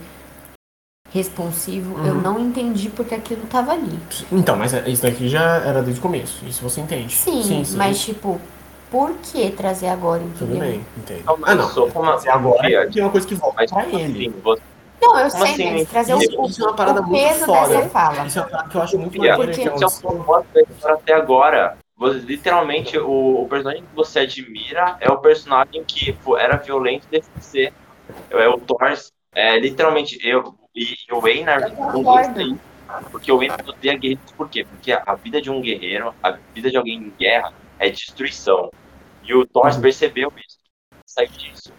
S3: responsivo. Eu
S1: Uhum.
S3: não entendi porque aquilo tava ali.
S1: Então, mas é- isso daqui já era desde o começo. Isso você entende.
S3: Sim, mas tipo, por que trazer agora,
S1: Tudo
S3: entendeu?
S1: bem, entendo.
S2: Não, mas eu Então, sou como-
S1: Se agora
S2: Fiat.
S1: tem uma coisa que volta
S2: Mas
S1: é, pra
S2: como
S1: ele.
S2: assim, você-
S3: Não, eu
S2: Como
S3: sei,
S2: assim?
S3: mas trazer o,
S1: Isso-
S3: o,
S1: isso é uma parada
S3: o
S1: muito
S3: peso
S1: foda.
S3: dessa fala.
S1: Isso é uma parada que eu acho muito
S2: Fiat,
S1: maneiro, que é um
S2: Esse é o propósito da história até agora. Você- literalmente, o, o personagem que você admira é o personagem que pô, era violento e deixou de ser. É o Thors. É, literalmente, eu e, e o Einar,
S3: concordo.
S2: um dois, três. porque o Einar odeia guerreiros. Por quê? Porque a vida de um guerreiro, a vida de alguém em guerra, é destruição. E o Thors
S1: Uhum.
S2: percebeu isso. Saiu disso.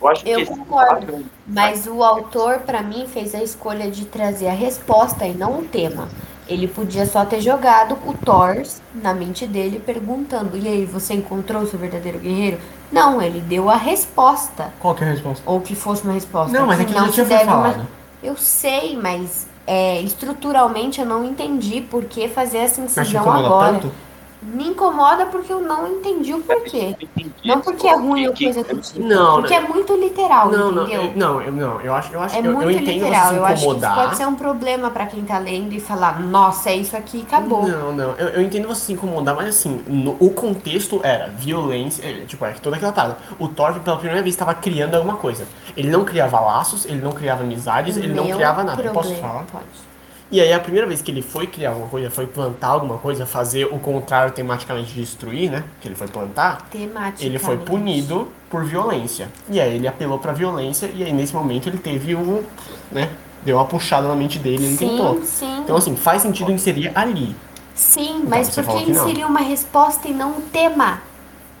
S2: Eu acho
S3: Eu
S2: que esse
S3: concordo,
S2: quadro-
S3: Mas o autor, pra mim, fez a escolha de trazer a resposta e não o tema. Ele podia só ter jogado o Thors na mente dele, perguntando: E aí, você encontrou o seu verdadeiro guerreiro? Não, ele deu a resposta.
S1: Qual que é a resposta?
S3: Ou que fosse uma resposta.
S1: Não, mas
S3: que
S1: aquilo já
S3: se
S1: tinha foi
S3: deve ma-
S1: falado.
S3: Eu sei, mas é, estruturalmente eu não entendi por que fazer essa
S1: Mas te
S3: incisão
S1: incomoda
S3: agora.
S1: tanto?
S3: Me incomoda porque eu não entendi o porquê.
S2: Eu entendi
S3: Não
S2: isso,
S3: porque é ruim ou
S2: que-
S3: coisa do tipo.
S1: Não,
S3: Porque é muito literal,
S1: não, não,
S3: entendeu?
S1: eu- não, eu, não, eu acho, eu acho
S3: É
S1: que eu,
S3: muito
S1: eu entendo
S3: literal.
S1: você se
S3: eu acho que isso
S1: incomodar.
S3: pode ser um problema pra quem tá lendo e falar, nossa, é isso aqui e acabou.
S1: Não, não, eu, eu entendo você se incomodar, mas assim, no- o contexto era violência, é, tipo, é toda aquela parada. O Thorfinn pela primeira vez estava criando alguma coisa. Ele não criava laços, ele não criava amizades, ele não
S3: Meu
S1: criava nada. Eu Posso
S3: problema,
S1: falar?
S3: Pode.
S1: E aí a primeira vez que ele foi criar alguma coisa, foi plantar alguma coisa, fazer o contrário tematicamente de destruir, né? Que ele foi plantar.
S3: Temática.
S1: Ele foi punido por violência. E aí ele apelou pra violência e aí nesse momento ele teve um, né? Deu uma puxada na mente dele e ele tentou.
S3: Sim, sim.
S1: Então assim, faz sentido inserir ali.
S3: Sim, mas
S1: você
S3: por
S1: falou
S3: que
S1: que não.
S3: inserir uma resposta e não um tema?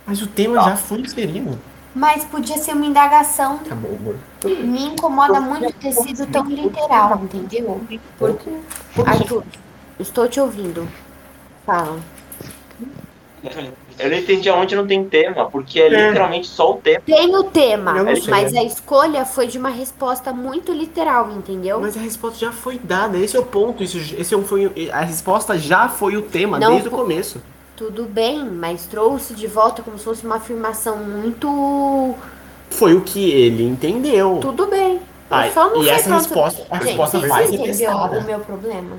S1: Mas o tema
S2: Tá.
S1: já foi inserido.
S3: Mas podia ser uma indagação.
S1: Tá bom, amor.
S3: Me incomoda muito ter sido tão literal, entendeu? Porque. Arthur, estou te ouvindo. Fala.
S2: Eu não entendi aonde não tem tema, porque é, literalmente só o tema.
S3: Tem o tema,
S1: Eu
S2: não
S1: sei.
S3: mas a escolha foi de uma resposta muito literal, entendeu?
S1: Mas a resposta já foi dada, esse é o ponto. Isso, esse é um- foi, a resposta já foi o tema
S3: Não
S1: desde o
S3: fo-
S1: começo.
S3: Tudo bem, mas trouxe de volta como se fosse uma afirmação muito.
S1: Foi o que ele entendeu.
S3: Tudo bem.
S1: Ah,
S3: Eu só não
S1: e
S3: sei
S1: essa
S3: quanto-
S1: resposta, a
S3: Gente, Hum.
S1: resposta
S3: vocês
S1: vai ser
S3: entenderam
S1: testada.
S3: o meu problema?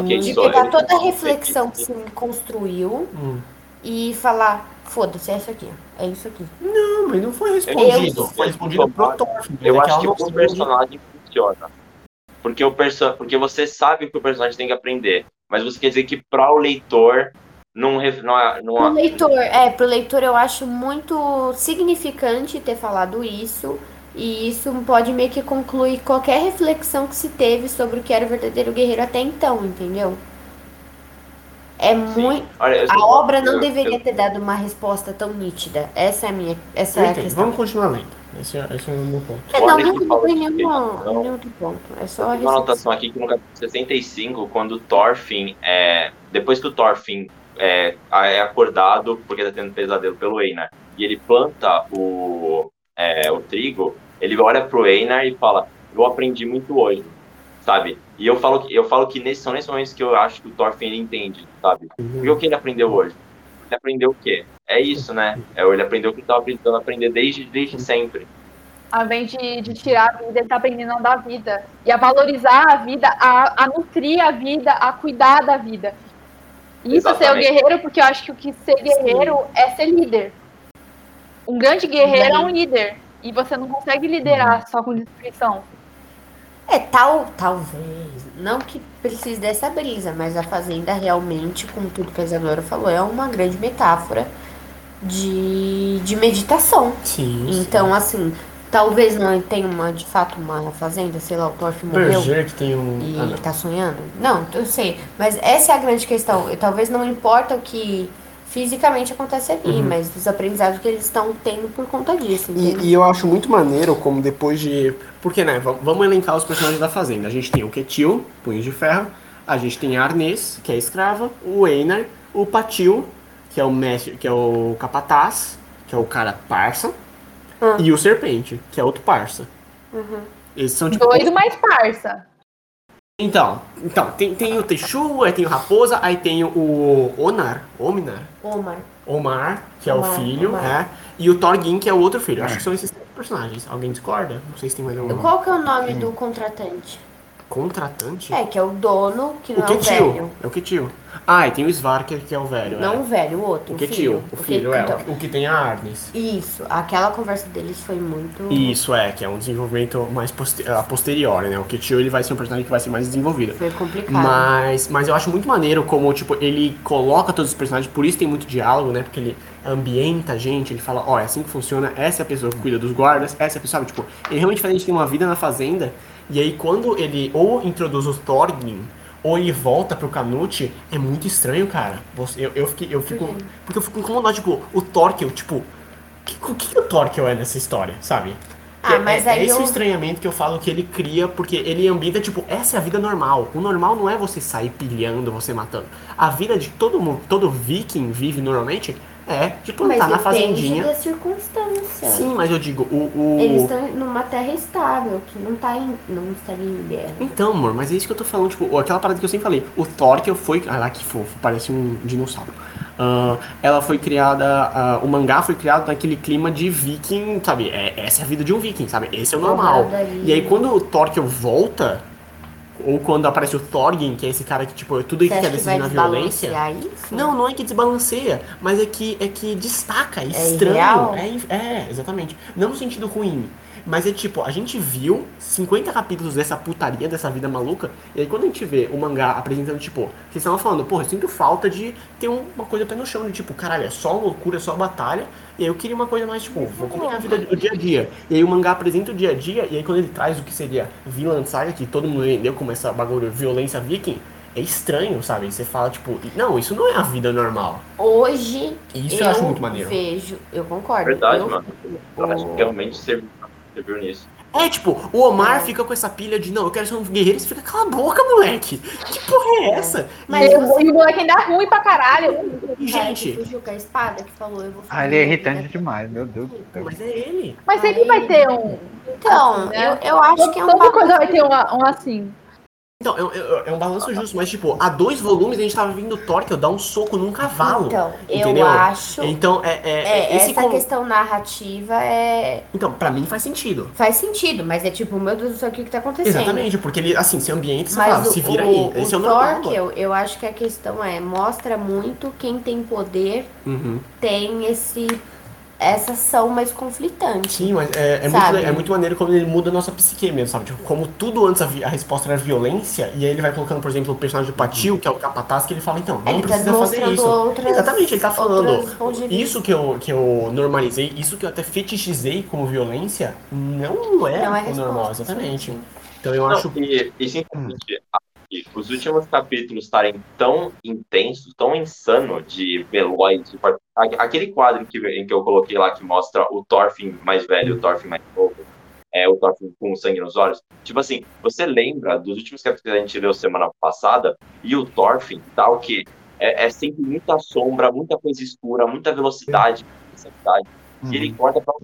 S2: Ok,
S3: De
S2: só
S3: pegar
S2: eu-
S3: toda a reflexão que se construiu
S1: Hum.
S3: e falar, foda-se, é isso aqui, é isso aqui.
S1: Não, mas não foi respondido.
S2: Eu-
S1: foi respondido pro Thorfinn.
S2: Eu acho que
S1: Aquela
S2: o
S1: noção
S2: personagem funciona. Porque, o perso porque você sabe que o personagem tem que aprender. Mas você quer dizer que para o leitor num, ref- numa,
S3: Pro
S2: numa
S3: leitor, é, pro leitor eu acho muito significante ter falado isso. E isso pode meio que concluir qualquer reflexão que se teve sobre o que era o verdadeiro guerreiro até então, entendeu? É muito.
S2: Olha, eu
S3: A
S2: sou-
S3: obra não
S2: eu-
S3: deveria
S2: eu-
S3: ter dado uma resposta tão nítida. Essa é a minha. Essa
S1: Eu
S3: é a
S1: entendo,
S3: questão.
S1: vamos continuar lendo. Esse, é- esse é o meu ponto.
S3: É, não,
S2: Olha que
S3: não, não
S2: fala
S3: tem
S2: de
S3: nenhuma-
S2: questão.
S3: nenhum outro ponto. É só a
S2: Tem uma
S3: resposta.
S2: anotação aqui que no capítulo 65, quando Thorfinn é. Depois que o Thorfinn é, é acordado, porque tá tendo pesadelo pelo Einar, e ele planta o, é, o trigo, ele olha pro Einar e fala: Eu aprendi muito hoje, sabe? E eu falo que, eu falo que nesse, são nesses momentos que eu acho que o Thorfinn ele entende, sabe?
S3: Uhum.
S2: Porque o que ele aprendeu hoje? Ele aprendeu o quê? É isso, né? É, ele aprendeu o que ele tava tentando aprender desde,
S3: Uhum.
S2: desde sempre.
S5: Ao invés de, de tirar a vida, ele tá aprendendo a dar vida. E a valorizar a vida, a, a nutrir a vida, a cuidar da vida. Isso é ser o
S2: Exatamente.
S5: guerreiro, porque eu acho que o que ser guerreiro é ser líder. Um grande guerreiro é um líder. E você não consegue liderar só com destruição.
S3: É, tal, talvez. Não que precise dessa brisa, mas a Fazenda realmente, como tudo que a Isadora falou, é uma grande metáfora de, de meditação.
S1: Sim. sim.
S3: Então, assim, talvez não tenha uma, de fato uma Fazenda, sei lá, o Thorf morreu.
S1: Berserk tem um.
S3: E
S1: Ah,
S3: ele
S1: não.
S3: tá sonhando? Não, eu sei. Mas essa é a grande questão. E talvez não importa o que fisicamente acontece ali,
S1: Uhum.
S3: mas os aprendizados que eles estão tendo por conta disso. entende?
S1: E, e eu acho muito maneiro como depois de. Porque, né? va- Vamos elencar os personagens da Fazenda. A gente tem o Ketil, Punhos de Ferro. A gente tem a Arnês, que é a escrava. O Einar. O Patil, que é o mestre, que é o capataz, que é o cara parça.
S3: Ah.
S1: E o Serpente, que é outro parça. Eles são tipo.
S5: Doido, mas parça.
S1: Então, então tem, tem o Teixu, aí tem o Raposa, aí tem o Onar. Ominar.
S3: Omar.
S1: Omar, que é o
S3: Omar,
S1: filho,
S3: Omar.
S1: né? E o Thorgin, que é o outro filho. Acho que são esses três personagens. Alguém discorda? Não sei se tem mais algum.
S3: Qual que é o nome do contratante?
S1: Contratante?
S3: É, que é o dono, que
S1: o
S3: não é o
S1: Ketio.
S3: velho.
S1: É o Ketio. Ah, e tem o Svarker, que é o velho.
S3: Não
S1: é.
S3: o velho, o outro.
S1: o
S3: o
S1: Ketio. O
S3: que-
S1: filho, é.
S3: então,
S1: O que tem a Arnes.
S3: Isso, aquela conversa deles foi muito.
S1: Isso é, que é um desenvolvimento mais poste- a posteriori, né? O Ketio ele vai ser um personagem que vai ser mais desenvolvido.
S3: Foi complicado.
S1: Mas, mas eu acho muito maneiro como, tipo, ele coloca todos os personagens, por isso tem muito diálogo, né? Porque ele ambienta a gente, ele fala, ó, é assim que funciona, essa é a pessoa que cuida dos guardas, essa é a pessoa, sabe? Tipo, ele realmente faz a gente ter uma vida na fazenda, e aí quando ele ou introduz os Thorgin, ou ele volta pro Canute, é muito estranho, cara. Você- Eu, eu, fiquei, eu fico...
S3: quê?
S1: Porque eu fico incomodado, tipo, o Torquil, tipo... que- O que, que o Torquil é nessa história, sabe?
S3: Ah,
S1: É-
S3: mas
S1: é,
S3: aí
S1: esse
S3: eu-
S1: o estranhamento que eu falo que ele cria, porque ele ambienta, tipo, essa é a vida normal. O normal não é você sair pilhando, você matando. A vida de todo mundo, todo viking vive normalmente é de
S3: Mas
S1: plantar na
S3: depende
S1: fazendinha.
S3: da circunstância.
S1: Sim, mas eu digo, o. o-
S3: Eles tá- estão numa terra estável, que não, tá em, não estaria em guerra.
S1: Então, amor, mas é isso que eu tô falando, tipo, aquela parada que eu sempre falei. O Thor que eu foi. Ah lá que fofo, parece um dinossauro. Ah, ela foi criada. ah, o mangá foi criado naquele clima de viking, sabe? É, essa é a vida de um viking, sabe? Esse é o normal.
S3: Roubada ali.
S1: E aí quando o Torquil volta, ou quando aparece o Thorgin, que é esse cara que, tipo, tudo
S3: Você
S1: que quer
S3: acha que
S1: decidir
S3: vai
S1: na violência.
S3: desbalancear isso?
S1: Não, não é que desbalanceia, mas é que, é que destaca, é,
S3: irreal?
S1: estranho. É, in- é, exatamente. Não no sentido ruim. Mas é tipo, a gente viu 50 capítulos dessa putaria, dessa vida maluca, e aí quando a gente vê o mangá apresentando, tipo, vocês estavam falando, porra, eu sinto falta de ter um- uma coisa pé no chão, de tipo, caralho, é só loucura, é só batalha, e aí eu queria uma coisa mais, tipo, vou como é a vida do dia a dia. E aí o mangá apresenta o dia a dia, e aí quando ele traz o que seria Vinland Saga, que todo mundo entendeu como essa bagulho violência viking, é estranho, sabe? Você fala, tipo, não, isso não é a vida normal.
S3: Hoje
S1: E isso
S3: eu,
S1: eu, acho muito maneiro.
S3: vejo, eu concordo.
S2: É Verdade,
S3: eu,
S2: mano. Eu acho que realmente serviu, serviu nisso.
S1: É tipo, o Omar fica com essa pilha de não, eu quero ser um guerreiro, você fica, cala a boca, moleque! Que porra é essa?
S3: Mas
S5: Meu Deus, E o moleque ainda é ruim pra caralho.
S1: E,
S3: o cara que
S1: gente,
S3: fugiu com a espada que falou, eu vou
S4: Ah, ele é irritante demais, meu Deus do céu.
S1: mas é ele.
S5: Mas sempre vai ter um.
S1: Ah,
S3: Então, eu, eu acho que é um
S5: Toda
S3: bagulho-
S5: coisa vai ter um, um assim.
S1: Então, é, um- é- é um balanço justo, mas tipo, há dois volumes a gente tava vindo o Torque dar um soco num cavalo.
S3: Então, eu
S1: entendeu?
S3: acho.
S1: Então, é. é,
S3: É,
S1: esse
S3: essa
S1: con-
S3: questão narrativa é.
S1: Então, pra mim faz sentido.
S3: Faz sentido, mas é tipo, meu Deus do céu, o que, que tá acontecendo?
S1: Exatamente, porque ele, assim, se ambiente, você fala,
S3: Mas o,
S1: se vira
S3: o,
S1: aí. Esse é
S3: o
S1: o normal.
S3: Torque, eu, eu acho que a questão é, mostra muito quem tem poder
S1: Uhum.
S3: tem esse essas são mais conflitantes.
S1: Sim, mas é, é, muito,
S3: Sabe?
S1: é muito maneiro como ele muda a nossa psique mesmo, sabe? Tipo, como tudo antes a, vi- a resposta era violência, e aí ele vai colocando, por exemplo, o personagem do Patil, que é o capataz, que ele fala, então, não
S3: Ele tá
S1: precisa fazer
S3: demonstrando
S1: isso.
S3: outras.
S1: Exatamente, ele tá falando.
S3: outros pontos de vista.
S1: Isso que eu, que eu normalizei, isso que eu até fetichizei como violência, não é,
S3: Não é
S1: o normal,
S3: resposta,
S1: exatamente. Então eu
S2: Não,
S1: acho. Hum.
S2: e, e simplesmente, e os últimos capítulos estarem tão intensos, tão insano de veloz. de part- a- Aquele quadro que, em que eu coloquei lá que mostra o Thorfinn mais velho, o Thorfinn mais novo, é, o Thorfinn com sangue nos olhos. Tipo assim, você lembra dos últimos capítulos que a gente leu semana passada e o Thorfinn tá o quê? É, é sempre muita sombra, muita coisa escura, muita velocidade. muita intensidade. E
S1: Uhum.
S2: ele corta pra,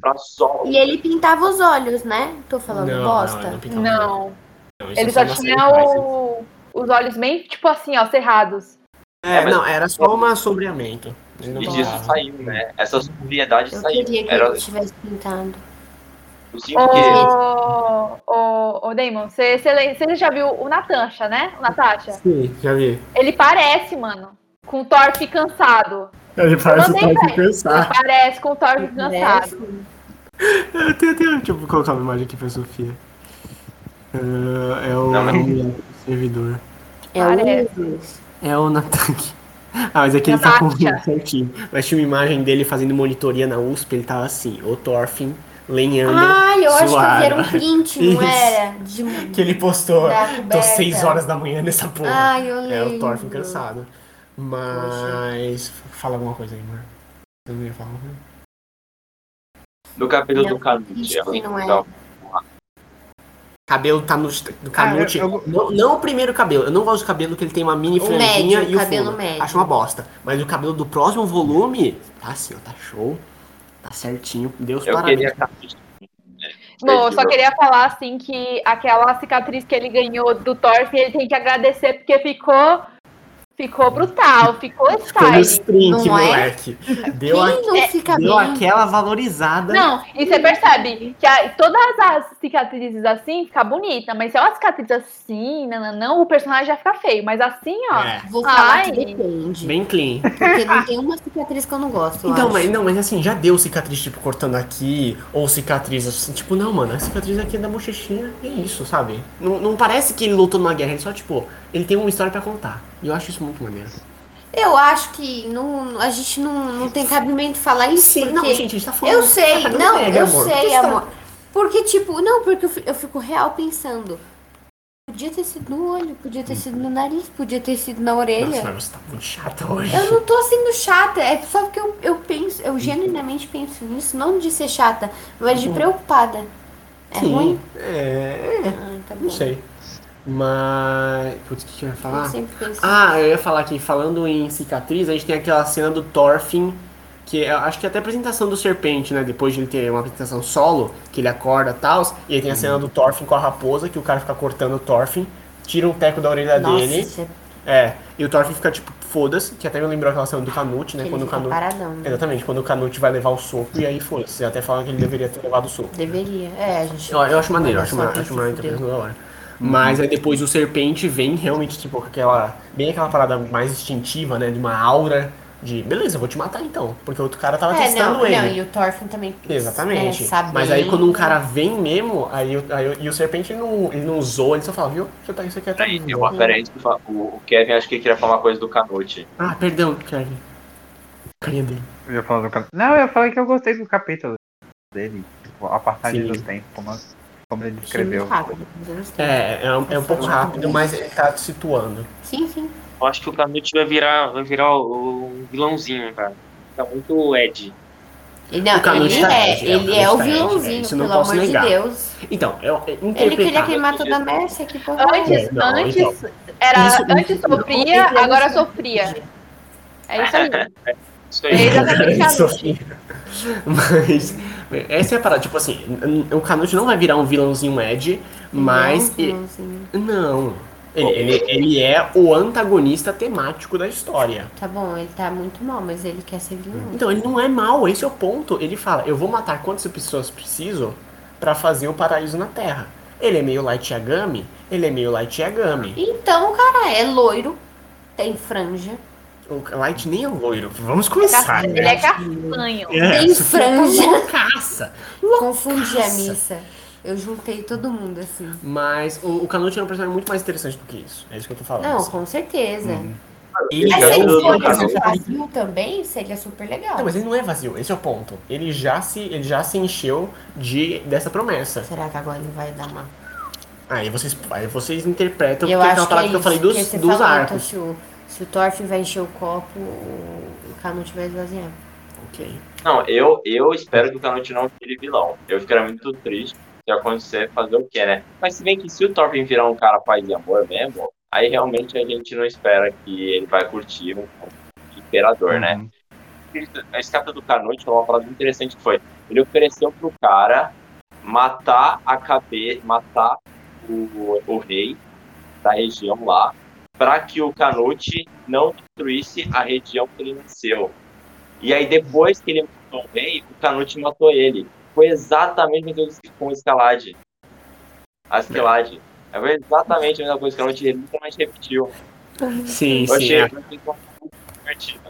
S2: pra só.
S3: E ele pintava os olhos, né? Tô falando bosta.
S1: pintava nada.
S5: tá Não.
S1: Não, Então, isso
S5: Ele
S1: é
S5: só
S1: uma
S5: tinha
S1: sacanagem.
S5: o- os olhos meio, tipo assim, ó, cerrados.
S1: É,
S2: É, mas-
S1: não, era só um assombreamento. Ele não
S2: E disso
S1: pintava.
S2: saiu, né? Essa sobriedade
S3: Eu
S2: saiu.
S3: queria que
S2: Era,
S3: ele tivesse pintado.
S2: eu
S5: Ô,
S2: sinto que.
S5: ô, ô, Damon, você já viu o Natasha, né? O Natasha?
S1: Sim, já vi.
S5: Ele parece, mano, com o Thorf cansado.
S1: Ele
S5: parece o Mandei Thorfinn pra
S1: pensar.
S5: Parece com o Thorf cansado.
S3: Né?
S1: Eu tenho, tenho tipo, vou colocar uma imagem aqui pra Sofia. Ah, é o
S2: Não, mas-
S1: é o servidor.
S3: É
S5: Parece.
S3: o
S1: É o Natank. Ah, mas é que ele tá com o
S5: Natasha.
S1: certinho. Mas tinha uma imagem dele fazendo monitoria na USP, ele tava assim, o Thorfinn, lenhando.
S3: Ah, eu acho que
S1: zoaram.
S3: era um print, não
S1: um Isso.
S3: era? De... um
S1: Que ele postou,
S3: Da
S1: tô
S3: coberta.
S1: 6 horas da manhã nessa porra.
S3: Ai, eu lembro.
S1: é o Thorfinn cansado. Mas... Fala alguma coisa aí, mano. Eu não ia falar alguma coisa.
S3: É.
S2: No cabelo
S3: Não,
S2: do Canute.
S3: isso
S2: ela
S3: não é.
S2: então,
S1: Cabelo tá no, no canute.
S4: Ah, eu- eu-
S1: não, não o primeiro cabelo. Eu não gosto do cabelo que ele tem uma mini
S3: O
S1: franjinha
S3: médio,
S1: e o
S3: cabelo
S1: fundo.
S3: médio.
S1: Acho uma bosta. Mas o cabelo do próximo volume, tá assim, ó, tá show. Tá certinho. Deus
S2: Eu
S1: parabéns.
S2: queria Canute. né?
S5: Bom, eu só queria falar, assim, que aquela cicatriz que ele ganhou do Thorf, ele tem que agradecer, porque ficou... Ficou brutal, ficou
S1: Foi no
S5: style.
S1: sprint,
S3: Não é?
S1: moleque. Deu, a-
S3: Quem não fica
S1: deu
S3: bem?
S1: aquela valorizada.
S5: Não, e você percebe que a- todas as cicatrizes assim fica bonita, mas se é uma cicatriz assim, nananão, o personagem já fica feio. Mas assim, ó,
S1: É,
S3: Vou falar
S5: Ai.
S3: que depende.
S1: bem clean.
S3: Porque não tem uma cicatriz que eu não gosto. eu
S1: Então,
S3: acho.
S1: mas, não, mas assim, já deu cicatriz, tipo, cortando aqui, ou cicatriz assim, tipo, não, mano, a cicatriz aqui é da bochechinha, é isso, sabe? Não, não parece que ele lutou numa guerra, ele só, tipo, ele tem uma história pra contar. E eu acho isso muito maneiro.
S3: Eu acho que não, a gente não, não tem cabimento falar isso.
S1: Sim,
S3: porque...
S1: não, gente, a gente tá falando.
S3: Eu sei,
S1: Tá
S3: não,
S1: pega,
S3: eu
S1: amor. Por que você
S3: sei,
S1: tá-
S3: amor. Porque, tipo, não, porque eu fi- eu fico real pensando. Podia ter sido no olho, podia ter sido no nariz, podia ter sido na
S1: Nossa,
S3: orelha.
S1: mas você tá muito chata hoje.
S3: Eu não tô sendo chata, é só porque eu, eu penso, eu genuinamente penso nisso, não de ser chata, mas de preocupada. É
S1: Uhum. Sim,
S3: ruim?
S1: É, é,
S3: Ah, tá bom.
S1: não sei. Mas. Putz, o que que eu ia
S3: Eu
S1: falar?
S3: sempre penso.
S1: Ah, eu ia falar aqui, falando em cicatriz, a gente tem aquela cena do Thorfinn, que eu acho que é até a apresentação do Serpente, né? Depois de ele ter uma apresentação solo, que ele acorda e tal, e aí tem a cena do Thorfinn com a raposa, que o cara fica cortando o Thorfinn, tira um teco da orelha
S3: Nossa,
S1: dele.
S3: isso é
S1: É, e o Thorfinn fica tipo, foda-se, que até me lembrou aquela cena do Canute, né?
S3: que
S1: Quando
S3: ele
S1: o
S3: fica
S1: Canute.
S3: paradão. né?
S1: Exatamente, quando o Canute vai levar o soco, e aí foda-se. Até falam que ele deveria ter levado o soco.
S3: Deveria. É, a gente.
S1: Eu, eu acho maneiro, eu
S3: Olha
S1: acho
S3: só
S1: uma,
S3: quem
S1: acho
S3: se
S1: uma
S3: fudeu.
S1: interpretação da hora. Mas aí depois o serpente vem realmente, tipo, com aquela. Bem aquela parada mais instintiva, né? De uma aura de. Beleza, eu vou te matar então. Porque o outro cara tava
S3: É,
S1: testando
S3: não,
S1: ele.
S3: não, e o Thorfinn também.
S1: Exatamente.
S3: É, sabendo.
S1: Mas aí quando um cara vem mesmo, aí, o- aí o- e o serpente ele não, ele não usou, ele só fala, viu? Você tá isso aqui até.
S2: Peraí, eu- peraí, que fa- o o Kevin acho que queria falar uma coisa do Canute.
S1: Ah, perdão, Kevin. Carinha dele.
S4: Hum, Eu ia falar do cap... Não, eu falei que eu gostei do capítulo dele. Tipo, a passagem
S1: Sim.
S4: do tempo, como, como ele
S3: Achei muito
S4: descreveu.
S3: rápido, um mas eu gostei.
S1: É, é um, é um pouco
S3: Essa-
S1: rápido, mas ele tá te situando.
S3: Sim, sim.
S6: Eu acho que o Canute vai virar, vai virar o, o vilãozinho, cara. Tá muito Ed.
S3: Ele, não,
S1: O Canute
S3: ele
S1: tá
S3: é,
S1: Ed, é, o Canute
S3: ele é o
S1: tá Ed, é,
S3: vilãozinho,
S1: isso eu não
S3: pelo
S1: posso
S3: amor
S1: negar.
S3: de Deus.
S1: Então, é, é
S3: Ele queria
S1: interpretar.
S3: queimar toda a Mércia, que porra. é essa?
S5: Antes,
S1: não,
S5: antes
S1: então.
S5: era
S1: Isso-
S5: antes
S1: isso-
S5: sofria,
S3: não,
S5: agora
S3: isso-
S5: sofria. É isso aí.
S6: Isso
S5: É
S6: aí.
S5: exatamente a luz.
S1: Sofia. Mas essa é a parada, tipo assim, n- n- o Canute não vai virar um vilãozinho Ed, mas. e-
S3: Ele é um
S5: Uhum.
S3: vilãozinho.
S1: Não. Ele, ele, ele é o antagonista temático da história.
S3: Tá bom, ele tá muito mal, mas ele quer ser vilão.
S1: Então ele não é mal, esse é o ponto. Ele fala, eu vou matar quantas pessoas preciso pra fazer o paraíso na Terra. Ele é meio Light Yagami, ele é meio Light Yagami.
S3: Então, cara, é loiro, tem franja,
S1: O Light nem é loiro. Vamos começar. né?
S5: Ele é castanho.
S3: Tem franja.
S1: Caça.
S3: Confundi a missa. Eu juntei todo mundo assim.
S1: Mas o, o Canute é um personagem muito mais interessante do que isso. É isso que eu tô falando.
S3: Não, com certeza.
S1: Uhum. Ele
S3: Mas
S1: é
S3: se
S1: um
S3: ele
S2: eu- eu-
S3: fosse
S1: personagem-
S3: no Brasil também, seria super legal.
S1: Não, mas ele não é vazio, esse é o ponto. Ele já se, ele já se encheu de, dessa promessa.
S3: Será que agora ele vai dar uma.
S1: Aí vocês, aí vocês interpretam
S3: eu
S1: porque tem
S3: acho
S1: uma
S3: que, é
S1: palavra que eu
S3: isso,
S1: falei dos,
S3: porque você
S1: dos
S3: falou,
S1: arcos.
S3: Então, se, o, se o Thor vai encher o copo, o o Canute vai esvaziar.
S1: Ok.
S2: Não, eu, eu espero que o Canute não vire vilão. Eu ficaria muito triste se acontecer fazer o quê, né? Mas se bem que se o Thorfinn virar um cara paz e amor mesmo, aí realmente a gente não espera que ele vai curtir um imperador, né?
S4: Uhum.
S2: a escata do Canute falou uma parada muito interessante que foi. Ele ofereceu pro cara matar a cabeça, matar o, o rei da região lá, para que o Canute não destruísse a região que ele nasceu. E aí depois que ele matou o rei, o Canute matou ele. Foi exatamente a mesma coisa que com o Escalade. A Escalade. Foi exatamente a mesma coisa que o Canute ele literalmente repetiu.
S1: Sim,
S2: Eu
S1: sim.
S2: achei
S1: É,
S2: muito divertido.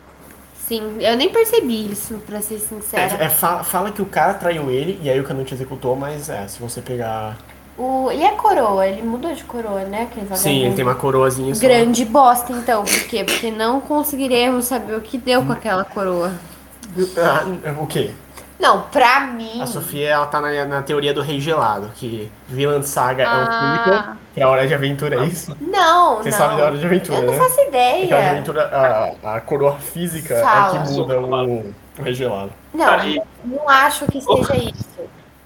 S3: Sim, eu nem percebi isso, pra ser sincera.
S1: é, é, fala, fala que o cara traiu ele e aí o Canute executou, mas é, se você pegar.
S3: O, ele é coroa, ele mudou de coroa, né? aquele
S1: Sim, ele
S3: vagabundo?
S1: tem uma coroazinha só.
S3: Grande bosta, então. Por quê? Porque não conseguiremos saber o que deu com aquela coroa.
S1: Ah, o quê?
S3: Não, pra mim.
S1: A Sofia ela tá na, na teoria do rei gelado, que Villain Saga é um prequel,
S5: Ah,
S1: que a Hora de Aventura é isso.
S3: Não,
S1: Você
S3: não.
S1: sabe da Hora de Aventura,
S3: Eu não
S1: né?
S3: faço
S1: É que a Hora de
S3: ideia.
S1: Aventura, a, a coroa física é
S3: Fala.
S1: que muda o, o rei gelado.
S3: Não,
S1: Tá
S3: não acho que seja isso.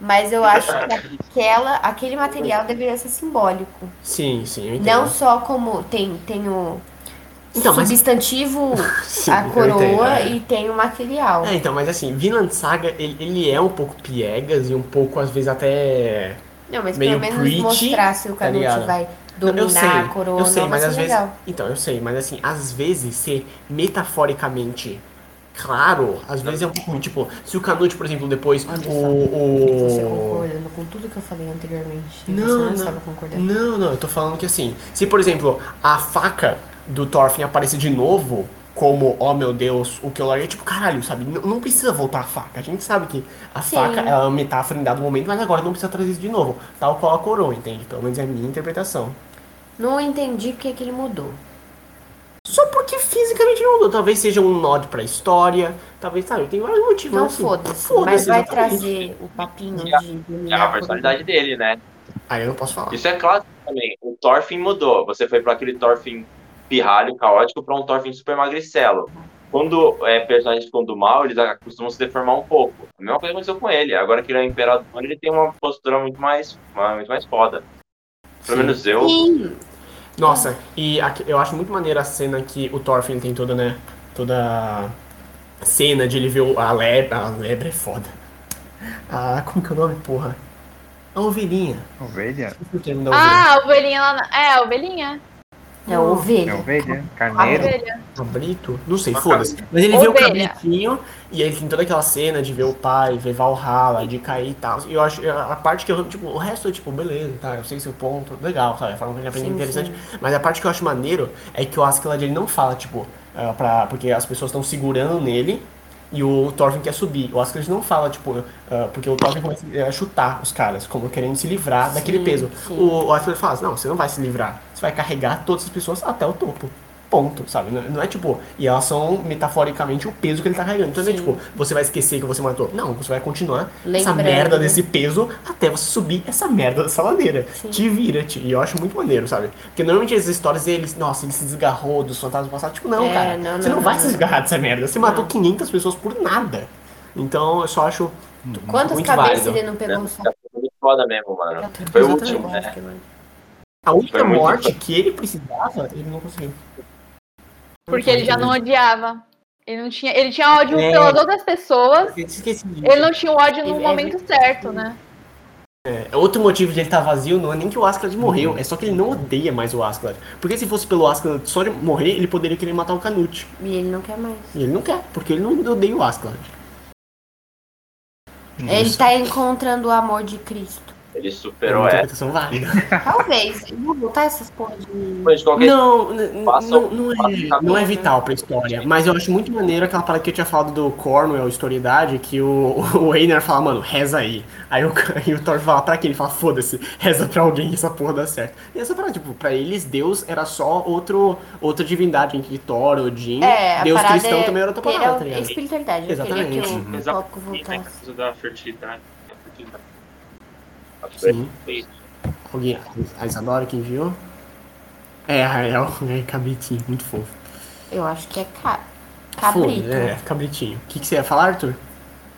S3: Mas eu acho que aquela, aquele material deveria ser simbólico.
S1: Sim, sim, eu entendo.
S3: Não só como tem, tem o
S1: Então, mas-
S3: substantivo,
S1: Sim,
S3: a
S1: eu
S3: coroa
S1: entendo, é.
S3: e tem o material.
S1: É, então, mas assim, Vinland Saga, ele, ele é um pouco piegas e um pouco, às vezes, até...
S3: Não, mas
S1: meio
S3: pelo menos
S1: preachy,
S3: mostrar se o
S1: tá
S3: Canute
S1: ligado?
S3: vai
S1: Não,
S3: dominar
S1: eu sei,
S3: a coroa
S1: eu sei,
S3: não,
S1: mas
S3: vai
S1: às
S3: ser
S1: vezes...
S3: legal.
S1: Então, eu sei, mas assim, às vezes, ser metaforicamente claro, às vezes é um pouco ruim. Tipo, se o Canute, por exemplo, depois,
S3: Olha
S1: o...
S3: só. Você
S1: o...
S3: concordando com tudo que eu falei anteriormente.
S1: Não,
S3: Você
S1: não.
S3: não estava concordando.
S1: Não, não, eu tô falando que assim, se, por exemplo, a faca do Thorfinn aparecer de novo... Como, oh meu Deus, o que eu larguei, tipo, caralho, sabe? Não, não precisa voltar a faca. A gente sabe que a
S3: Sim.
S1: faca ela é uma metáfora em dado momento, mas agora não precisa trazer isso de novo. Tal qual a coroa, entende? Pelo menos é a minha interpretação.
S3: Não entendi porque que ele mudou.
S1: Só porque fisicamente não mudou. Talvez seja um nod pra história. Talvez, sabe, tem vários motivos.
S3: Então
S1: assim.
S3: foda-se. mas vai
S1: exatamente.
S3: trazer o papinho de
S2: É
S3: dominar
S2: a
S3: a
S2: personalidade dele, né?
S1: Aí eu não posso falar.
S2: Isso é clássico também. O Thorfinn mudou. Você foi para aquele Thorfinn pirralho, caótico, para um Thorfinn super magricelo. Quando é, personagens ficam do mal, eles costumam se deformar um pouco. A mesma coisa aconteceu com ele. Agora que ele é um imperador, ele tem uma postura muito mais, uma- muito mais foda. Pelo
S1: Sim.
S2: menos eu.
S3: Sim,
S1: Nossa, e aqui- eu acho muito maneira a cena que o Thorfinn tem toda, né? Toda a cena de ele ver o- a lebre. A lebre é foda. Ah, como que é o nome, porra? A ovelhinha.
S4: Ovelha?
S1: Esqueci é o termo da ovelhinha.
S5: ah, a ovelhinha lá. Na... É, a ovelhinha.
S3: é o
S4: É
S3: ovelha.
S4: ovelha?
S5: A
S4: Carneiro?
S5: ovelha.
S1: Cabrito? Não sei,
S2: Uma
S1: foda-se. Mas ele vê o
S5: Ovelha.
S1: cabritinho e aí tem toda aquela cena de ver o pai, ver Valhalla, de cair e tal. E eu acho a parte que eu, tipo, o resto é tipo, beleza, tá, eu sei seu ponto, legal, sabe? A forma que ele aprende é
S3: Sim,
S1: interessante. Mas a parte que eu acho maneiro é que o Askeladd ele não fala, tipo, ah, pra, porque as pessoas estão segurando nele. E o Thorfinn quer subir. O Askeladd não fala, tipo, ah, porque o Thorfinn começa a chutar os caras, como querendo se livrar daquele peso.
S3: sim.
S1: O, o Askeladd fala assim, não, você não vai se livrar. Você vai carregar todas as pessoas até o topo. Ponto, sabe? Não, não é tipo, e elas são metaforicamente o peso que ele tá carregando. Então não é
S3: Sim.
S1: tipo, você vai esquecer que você matou. Não, você vai continuar essa
S3: Lembrando.
S1: merda desse peso até você subir essa merda dessa ladeira.
S3: Sim.
S1: Te vira, te. E eu acho muito maneiro, sabe? Porque normalmente as histórias, eles, nossa, ele se desgarrou dos fantasmas passados. Tipo, não,
S3: É,
S1: cara.
S3: não,
S1: você não,
S3: não,
S1: vai
S3: não,
S1: se
S3: não.
S1: desgarrar dessa merda. Você matou 500 pessoas por nada. Então eu só acho.
S2: Hum,
S3: Quantas
S1: Muito
S3: cabeças
S1: válido.
S3: ele não pegou no só?
S2: Foi muito né, tá foda mesmo, mano.
S3: tá
S2: Foi o último, né?
S1: A única
S2: Foi muito
S1: morte que ele precisava, ele não conseguiu.
S5: Porque ele já não
S1: Ele
S5: odiava. Ele não tinha. Ele tinha ódio
S1: É.
S5: pelas outras pessoas.
S1: esqueci disso.
S5: Ele não tinha o ódio no
S3: Ele-
S5: momento certo, né?
S1: É Outro motivo de ele estar vazio não é nem que o Asclad morreu, é só que ele não odeia mais o Asclad. Porque se fosse pelo Asclad só ele morrer, ele poderia querer matar o Canute.
S3: E ele não quer mais.
S1: E ele não quer, porque ele não odeia o Asclad.
S3: É, Ele tá encontrando o amor de Cristo.
S2: Ele
S1: É
S2: superou
S1: uma
S2: essa.
S1: interpretação válida.
S3: Talvez. Eu vou botar essas porra de.
S2: Mas de qualquer
S1: Não, n- n-
S2: Passa-
S1: não, não
S2: passa-
S1: é, não é vital pra história, mas eu acho muito maneiro aquela parada que eu tinha falado do Cornwell, historiedade, que o, o Einar fala, mano, reza aí. Aí o, e o Thor fala pra quem? Ele fala, foda-se, reza pra alguém que essa porra dá certo. E essa parada, tipo, pra eles Deus era só outro, outra divindade, entre Thor, Odin,
S3: É, a
S1: Deus
S3: parada
S1: cristão
S3: é-
S1: também era outra
S3: Que
S1: parada,
S3: era
S1: tá
S3: o-
S1: ligado?
S3: espiritualidade. Eu queria que
S1: Exatamente.
S3: o- o tópico voltasse.
S6: Exato, da fertilidade. da fertilidade.
S3: é
S1: Sim.
S6: Foi-
S1: Alguém, a Isadora que enviou? É, é o é, cabritinho, muito fofo.
S3: Eu acho que é ca...
S1: Foda,
S3: cabrito.
S1: É, cabritinho. O que, que você ia falar, Arthur?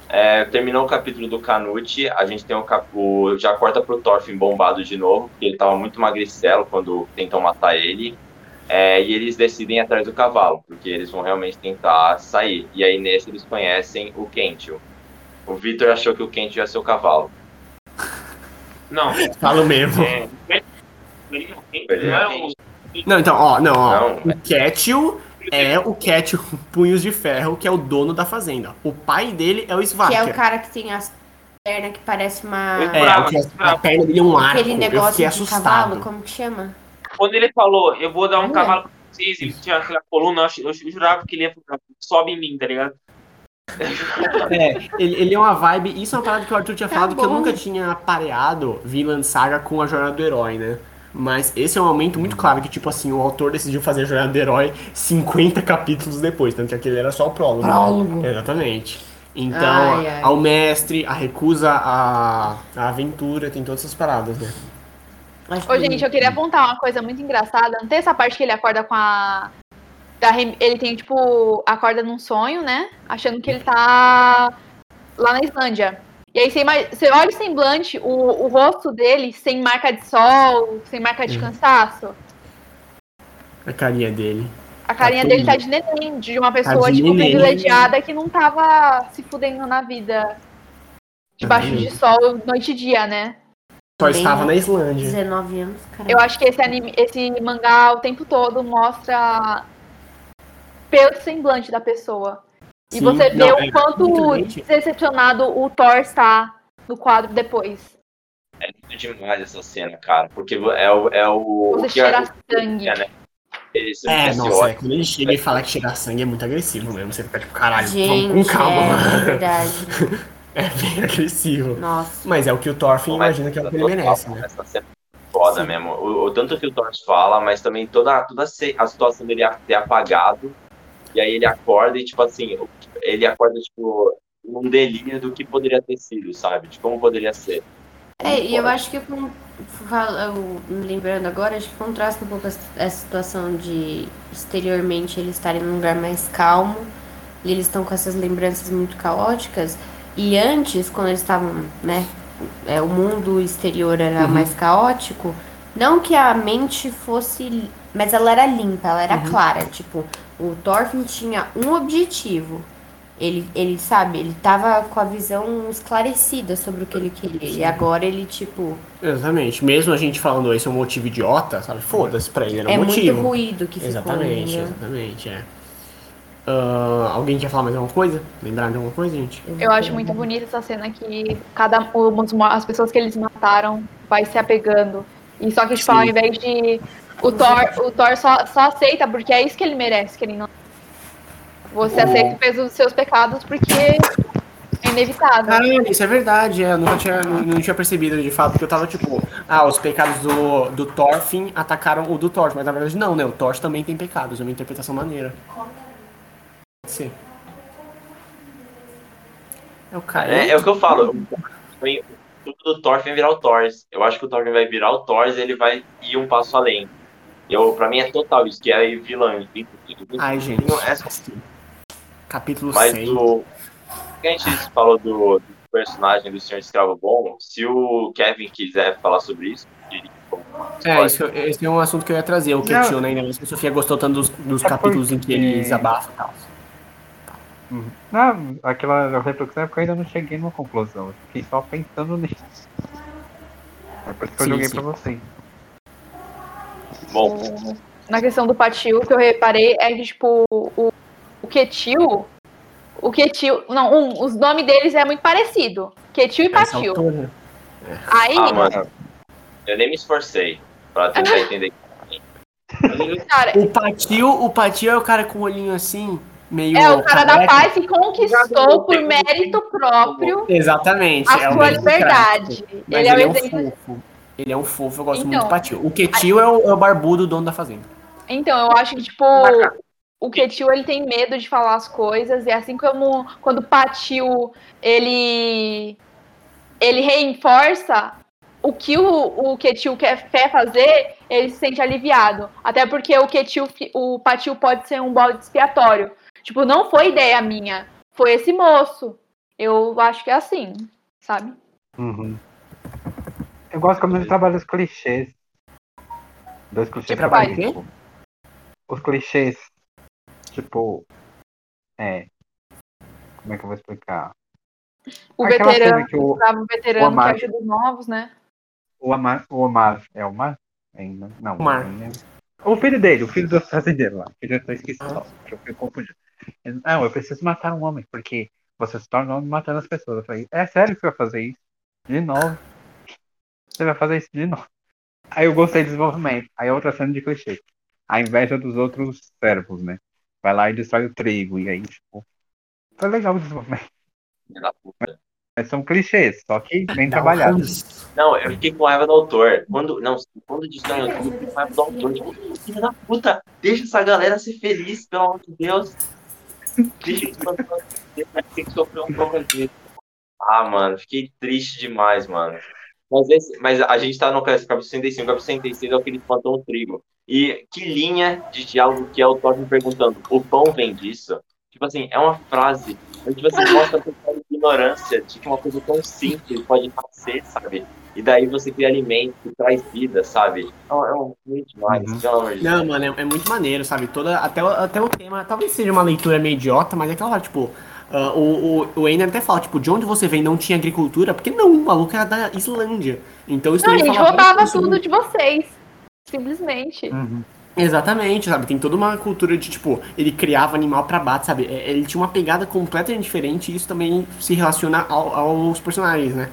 S2: É, terminou o capítulo do Canute, a gente tem o, cap... o- já corta pro Thorfinn bombado de novo, porque ele tava muito magricelo quando tentam matar ele. É, e eles decidem ir atrás do cavalo, porque eles vão realmente tentar sair. E aí nesse eles conhecem o Kentil. O Victor achou que o Kentil ia ser o cavalo.
S6: Não,
S1: Falo mesmo.
S6: é. Ele não tem- não é o-
S1: Não, então, ó, não, ó.
S2: Não.
S1: O Ketchil é o Ketchil Punhos de Ferro, que é o dono da fazenda. O pai dele é o
S3: Que é
S1: Svarker.
S3: o cara que tem as pernas que parece uma.
S6: É,
S1: É, o que a, a perna dele é um arco.
S3: Aquele
S1: Eu fiquei
S3: negócio de
S1: assustado.
S3: cavalo, como que chama?
S6: Quando ele falou, eu vou dar um
S3: Não é.
S6: cavalo pra vocês, ele tinha aquela coluna, eu, ach- eu jurava que ele ia falar, sobe em mim, tá ligado?
S1: É, ele, ele é uma vibe. Isso é uma parada que o Arthur tinha
S3: Tá
S1: falado que eu
S3: bom.
S1: nunca tinha pareado Vinland Saga com a Jornada do Herói, né? Mas esse é um momento muito claro que, tipo assim, o autor decidiu fazer a Jornada do Herói 50 capítulos depois, tanto que aquele era só o prólogo. né? Exatamente. Então,
S3: Ai, ai.
S1: ao mestre, a recusa, a, a aventura, tem todas essas paradas, né?
S3: Acho
S5: Ô,
S3: bonito.
S5: gente, eu queria apontar uma coisa muito engraçada. Não tem essa parte que ele acorda com a. da Rem- Ele tem, tipo, acorda num sonho, né? Achando que ele tá lá na Islândia. E aí você, ima- você olha o semblante, o, o rosto dele sem marca de sol, sem marca de
S1: Uhum.
S5: cansaço.
S1: A carinha dele.
S5: A carinha
S1: tudo.
S5: dele tá de neném, de uma pessoa,
S1: de
S5: tipo,
S1: neném.
S5: privilegiada que não tava se fudendo na vida. Debaixo
S1: Uhum.
S5: Tá de sol, noite e dia, né?
S1: Só
S3: Bem-
S1: estava na Islândia.
S3: 19 anos, cara.
S5: Eu acho que esse, anime, esse mangá o tempo todo mostra pelo semblante da pessoa. E
S1: Sim,
S5: você vê
S1: não,
S5: o
S1: é
S5: quanto
S1: muito gente.
S5: decepcionado o Thor está no quadro depois.
S2: É demais essa cena, cara, porque é o. É o, o
S5: Você
S2: que a-
S5: cheira sangue.
S2: É, né? Esse,
S1: É,
S2: esse
S1: nossa, é,
S2: ódio.
S1: quando ele chega e fala que cheirar sangue é muito agressivo mesmo. Você fica tipo, caralho,
S3: Gente,
S1: vamos com calma.
S3: é
S1: mano.
S3: verdade.
S1: É bem agressivo.
S3: Nossa.
S1: Mas é o que o Thorfinn
S2: Mas
S1: imagina que é o que ele
S2: total,
S1: merece, né?
S2: Essa cena é foda
S1: Sim.
S2: mesmo. O, o tanto que o Thor fala, mas também toda, toda a ce- a situação dele a- ter apagado. E aí ele acorda e, tipo assim, o- ele acorda, tipo, num delírio do que poderia ter sido, sabe? De como poderia ser.
S3: É, e eu acho que com- fal- eu- me lembrando agora, acho que contrasta um pouco essa essa situação de exteriormente eles estarem num lugar mais calmo e eles estão com essas lembranças muito caóticas. E antes, quando eles estavam, né, é, o mundo exterior era
S1: Uhum.
S3: mais caótico, não que a mente fosse, mas ela era limpa, ela era
S1: Uhum.
S3: clara, tipo, o Thorfinn tinha um objetivo. Ele, ele sabe, ele tava com a visão esclarecida sobre o que ele queria. E agora ele, tipo,
S1: Exatamente. Mesmo a gente falando esse é um motivo idiota, sabe? Foda-se pra ele, era um
S3: é
S1: motivo.
S3: muito ruído que ficou.
S1: Exatamente,
S3: entendeu?
S1: exatamente, é. Ah, alguém quer falar mais alguma coisa? Lembrar de alguma coisa, gente?
S3: Então.
S5: Eu acho muito bonita essa cena que cada um, os mo- as pessoas que eles mataram vai se apegando. E só que, tipo,
S1: Sim.
S5: ao invés de. O Thor, o Thor só, só aceita porque é isso que ele merece, que ele não. Você aceita o peso dos seus pecados porque é inevitável.
S1: Caralho, isso é verdade, é, eu nunca tinha, não, não tinha percebido de fato, porque eu tava tipo, ah, os pecados do, do Thorfinn atacaram o do Thor, mas na verdade não, né? O Thor também tem pecados, é uma interpretação maneira. Pode ser. É o cara.
S2: É, é o que eu falo. O tudo do Thor vai virar o Thor. Eu acho que o Thor vai virar o Thor e ele vai ir um passo além. Eu, pra mim é total isso, que é vilã. enfim, tudo.
S1: Ai, gente.
S2: Não, é só-
S1: Capítulo
S2: Mas
S1: 100.
S2: o que a gente falou do, do personagem do Senhor Escravo Bom, se o Kevin quiser falar sobre isso, ele-
S1: É, isso, esse é um assunto que eu ia trazer, o que
S4: Não.
S1: eu tinha, né? Ainda mais que a Sofia gostou tanto dos, dos
S4: É
S1: capítulos em que ele
S4: porque-
S1: desabafa e tal.
S4: Não, aquela reflexão é porque eu ainda não cheguei numa conclusão. Eu Fiquei só pensando nisso. É por isso que eu
S1: Sim,
S4: joguei
S1: sim.
S4: pra vocês.
S2: Bom,
S5: Na questão do Patil, o que eu reparei é que, tipo, o, o Ketil. O Ketil. Não, um, os nomes deles é muito parecido. Ketil e
S1: Essa
S5: Patil.
S1: né? autora.
S5: Aí,
S2: Ah, mano. Eu nem me esforcei pra tentar entender.
S5: cara,
S1: O Patio, o Patio é o cara com o olhinho assim, meio.
S5: é o cara da
S1: careca.
S5: paz que conquistou por mérito próprio
S1: Exatamente.
S5: a
S1: é o
S5: sua
S1: mesmo cara.
S5: liberdade.
S1: Mas
S5: Ele é o exemplo
S1: um fofo. Ele é um fofo, eu gosto
S5: Então.
S1: muito do Patio. O Quetio é o, é o barbudo dono da fazenda.
S5: Então, eu acho que, tipo, o Ketil, ele tem medo de falar as coisas, e assim como quando o Patil, ele, ele reforça o que o, o Ketil quer, quer fazer, ele se sente aliviado. Até porque o Ketil, fi- o Patil pode ser um balde expiatório. Tipo, não foi ideia minha, foi esse moço. Eu acho que é assim, sabe?
S4: Eu gosto como ele trabalha os clichês. Dois clichês.
S1: Ele trabalha
S4: pra mim, tipo, Os clichês. Tipo. É. Como é que eu vou explicar?
S5: O
S4: Aquela
S5: veterano,
S4: cena que o,
S5: sabe? o
S4: o
S5: veterano que
S4: Amaro-
S5: ajuda os novos, né?
S4: o, Omar, o Omar. É o Omar? Ainda? Não.
S1: Omar.
S4: não é- O filho dele, o filho do fazendeiro lá. que Eu já tô esquecendo. Eu fico confundido. Ele, Não, eu preciso matar um homem, porque você se torna um homem matando as pessoas. Eu falei, é sério que você vai fazer isso? De novo. Você vai fazer isso de novo. Aí eu gostei do desenvolvimento. Aí é outra cena de clichê. A inveja dos outros servos, né? Vai lá e destrói o trigo. E aí, tipo. Foi legal o desenvolvimento.
S2: filho da puta.
S4: Mas são clichês, só que bem trabalhados.
S2: Não, eu fiquei com raiva do autor. Quando, não, quando destrói o YouTube, um eu fiquei com raiva do autor. Tipo, Filho da puta, deixa essa galera ser feliz, pelo amor de Deus. Deixa esse pessoal ser feliz, mas tem que sofrer um pouco disso. Ah, mano, fiquei triste demais, mano. Mas, esse- mas a gente tá no capítulo 65, o capítulo 66 é o que eles plantam o trigo. E que linha de diálogo que é o Thor me perguntando, o pão vem disso? Tipo assim, é uma frase, mas tipo assim, mostra a total ignorância de que uma coisa tão simples pode nascer, sabe? E daí você cria alimento, traz vida, sabe? É um- é um muito demais,
S4: Uhum.
S2: pelo amor de Deus.
S1: Não, mano, é, é muito maneiro, sabe? Toda, até, o- até o tema, talvez seja uma leitura meio idiota, mas é aquela, hora, tipo, ah, o, o, o Ender até fala, tipo, de onde você vem não tinha agricultura, porque não, o maluco era da Islândia. Então isso
S5: Não, a
S1: também
S5: gente
S1: fala várias
S5: roubava
S1: coisas sobre-
S5: tudo de vocês. Simplesmente.
S4: Uhum.
S1: Exatamente, sabe? Tem toda uma cultura de, tipo, ele criava animal pra bate, sabe? É, Ele tinha uma pegada completamente diferente e isso também se relaciona ao- aos personagens, né?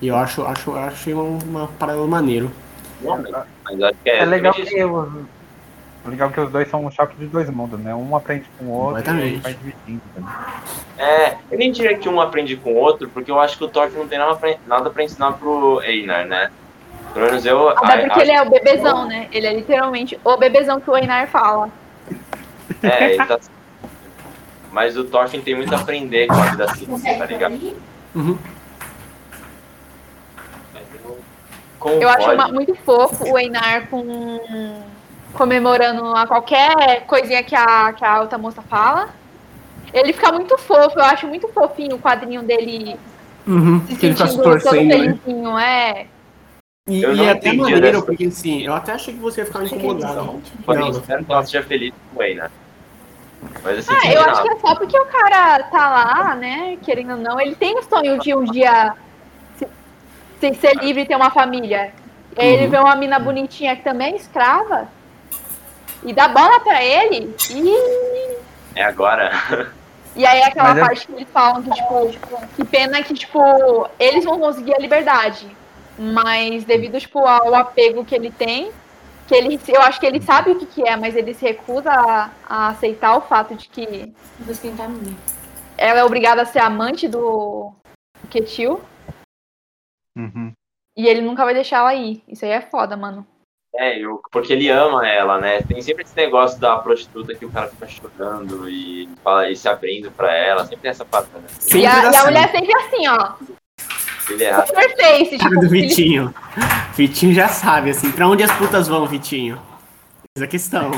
S1: E eu acho, acho, achei um- uma, parada maneiro.
S2: Não, mas- mas acho que é,
S4: É legal
S2: exatamente
S4: que, os, legal que os dois são um choque de dois mundos, né? Um aprende com o outro e
S1: Completamente.
S4: vai dividindo. Né?
S2: isso. É, eu nem diria que um aprende com o outro, porque eu acho que o Thorfinn não tem nada pra, nada pra ensinar pro Einar, né? Pelo menos eu.
S5: Até porque
S2: a-
S5: ele é o bebezão, né? Ele é literalmente o bebezão que o Einar fala.
S2: acho- é, ele tá- Mas o Thorfinn tem muito a aprender com a vida simples, tá ligado?
S1: Uhum.
S2: Como
S5: Eu acho
S2: pode?
S5: uma- muito fofo o Einar com comemorando a qualquer coisinha que a, que a outra moça fala. Ele fica muito fofo, eu acho muito fofinho o quadrinho dele
S1: Uhum.
S5: se
S1: Que ele fica se
S5: sentindo todo
S1: torcendo, né?
S5: felizinho, é.
S1: E,
S2: Eu
S1: e
S2: não
S1: é até
S2: entendi né?
S1: maneiro,
S2: dessa.
S1: porque assim, eu até achei que você ia ficar incomodado.
S2: Porém,
S1: Não, não.
S2: espero que ela seja é feliz com o Einar. Mas assim,
S5: Ah,
S2: que
S5: eu
S2: nada.
S5: acho que é só porque o cara tá lá, né? Querendo ou não, ele tem o sonho de um dia se, se ser livre e ter uma família. E aí ele
S1: Uhum.
S5: vê uma mina bonitinha que também é escrava e dá bola pra ele. E,
S2: é agora.
S5: e aí é aquela
S4: Mas é-
S5: parte que eles falam que, tipo, que pena que, tipo, eles vão conseguir a liberdade. Mas devido, tipo, ao apego que ele tem, que ele, eu acho que ele sabe o que, que é, mas ele se recusa a- a aceitar o fato de que
S3: Vou esquentar a minha.
S5: ela é obrigada a ser amante do Ketil
S4: Uhum.
S5: e ele nunca vai deixar ela ir. Isso aí é foda, mano.
S2: É, eu, porque ele ama ela, né? Tem sempre esse negócio da prostituta que o cara fica chorando e, fala, e se abrindo pra ela. Sempre tem essa parada. né?
S1: Sempre
S5: e a, e a
S1: assim. Ah.
S5: mulher sempre assim, ó.
S2: Ele é
S5: Super face,
S1: Cara
S5: tipo,
S1: do
S5: ele-
S1: Vitinho. Vitinho já sabe, assim, pra onde as putas vão, Vitinho? Essa é a questão.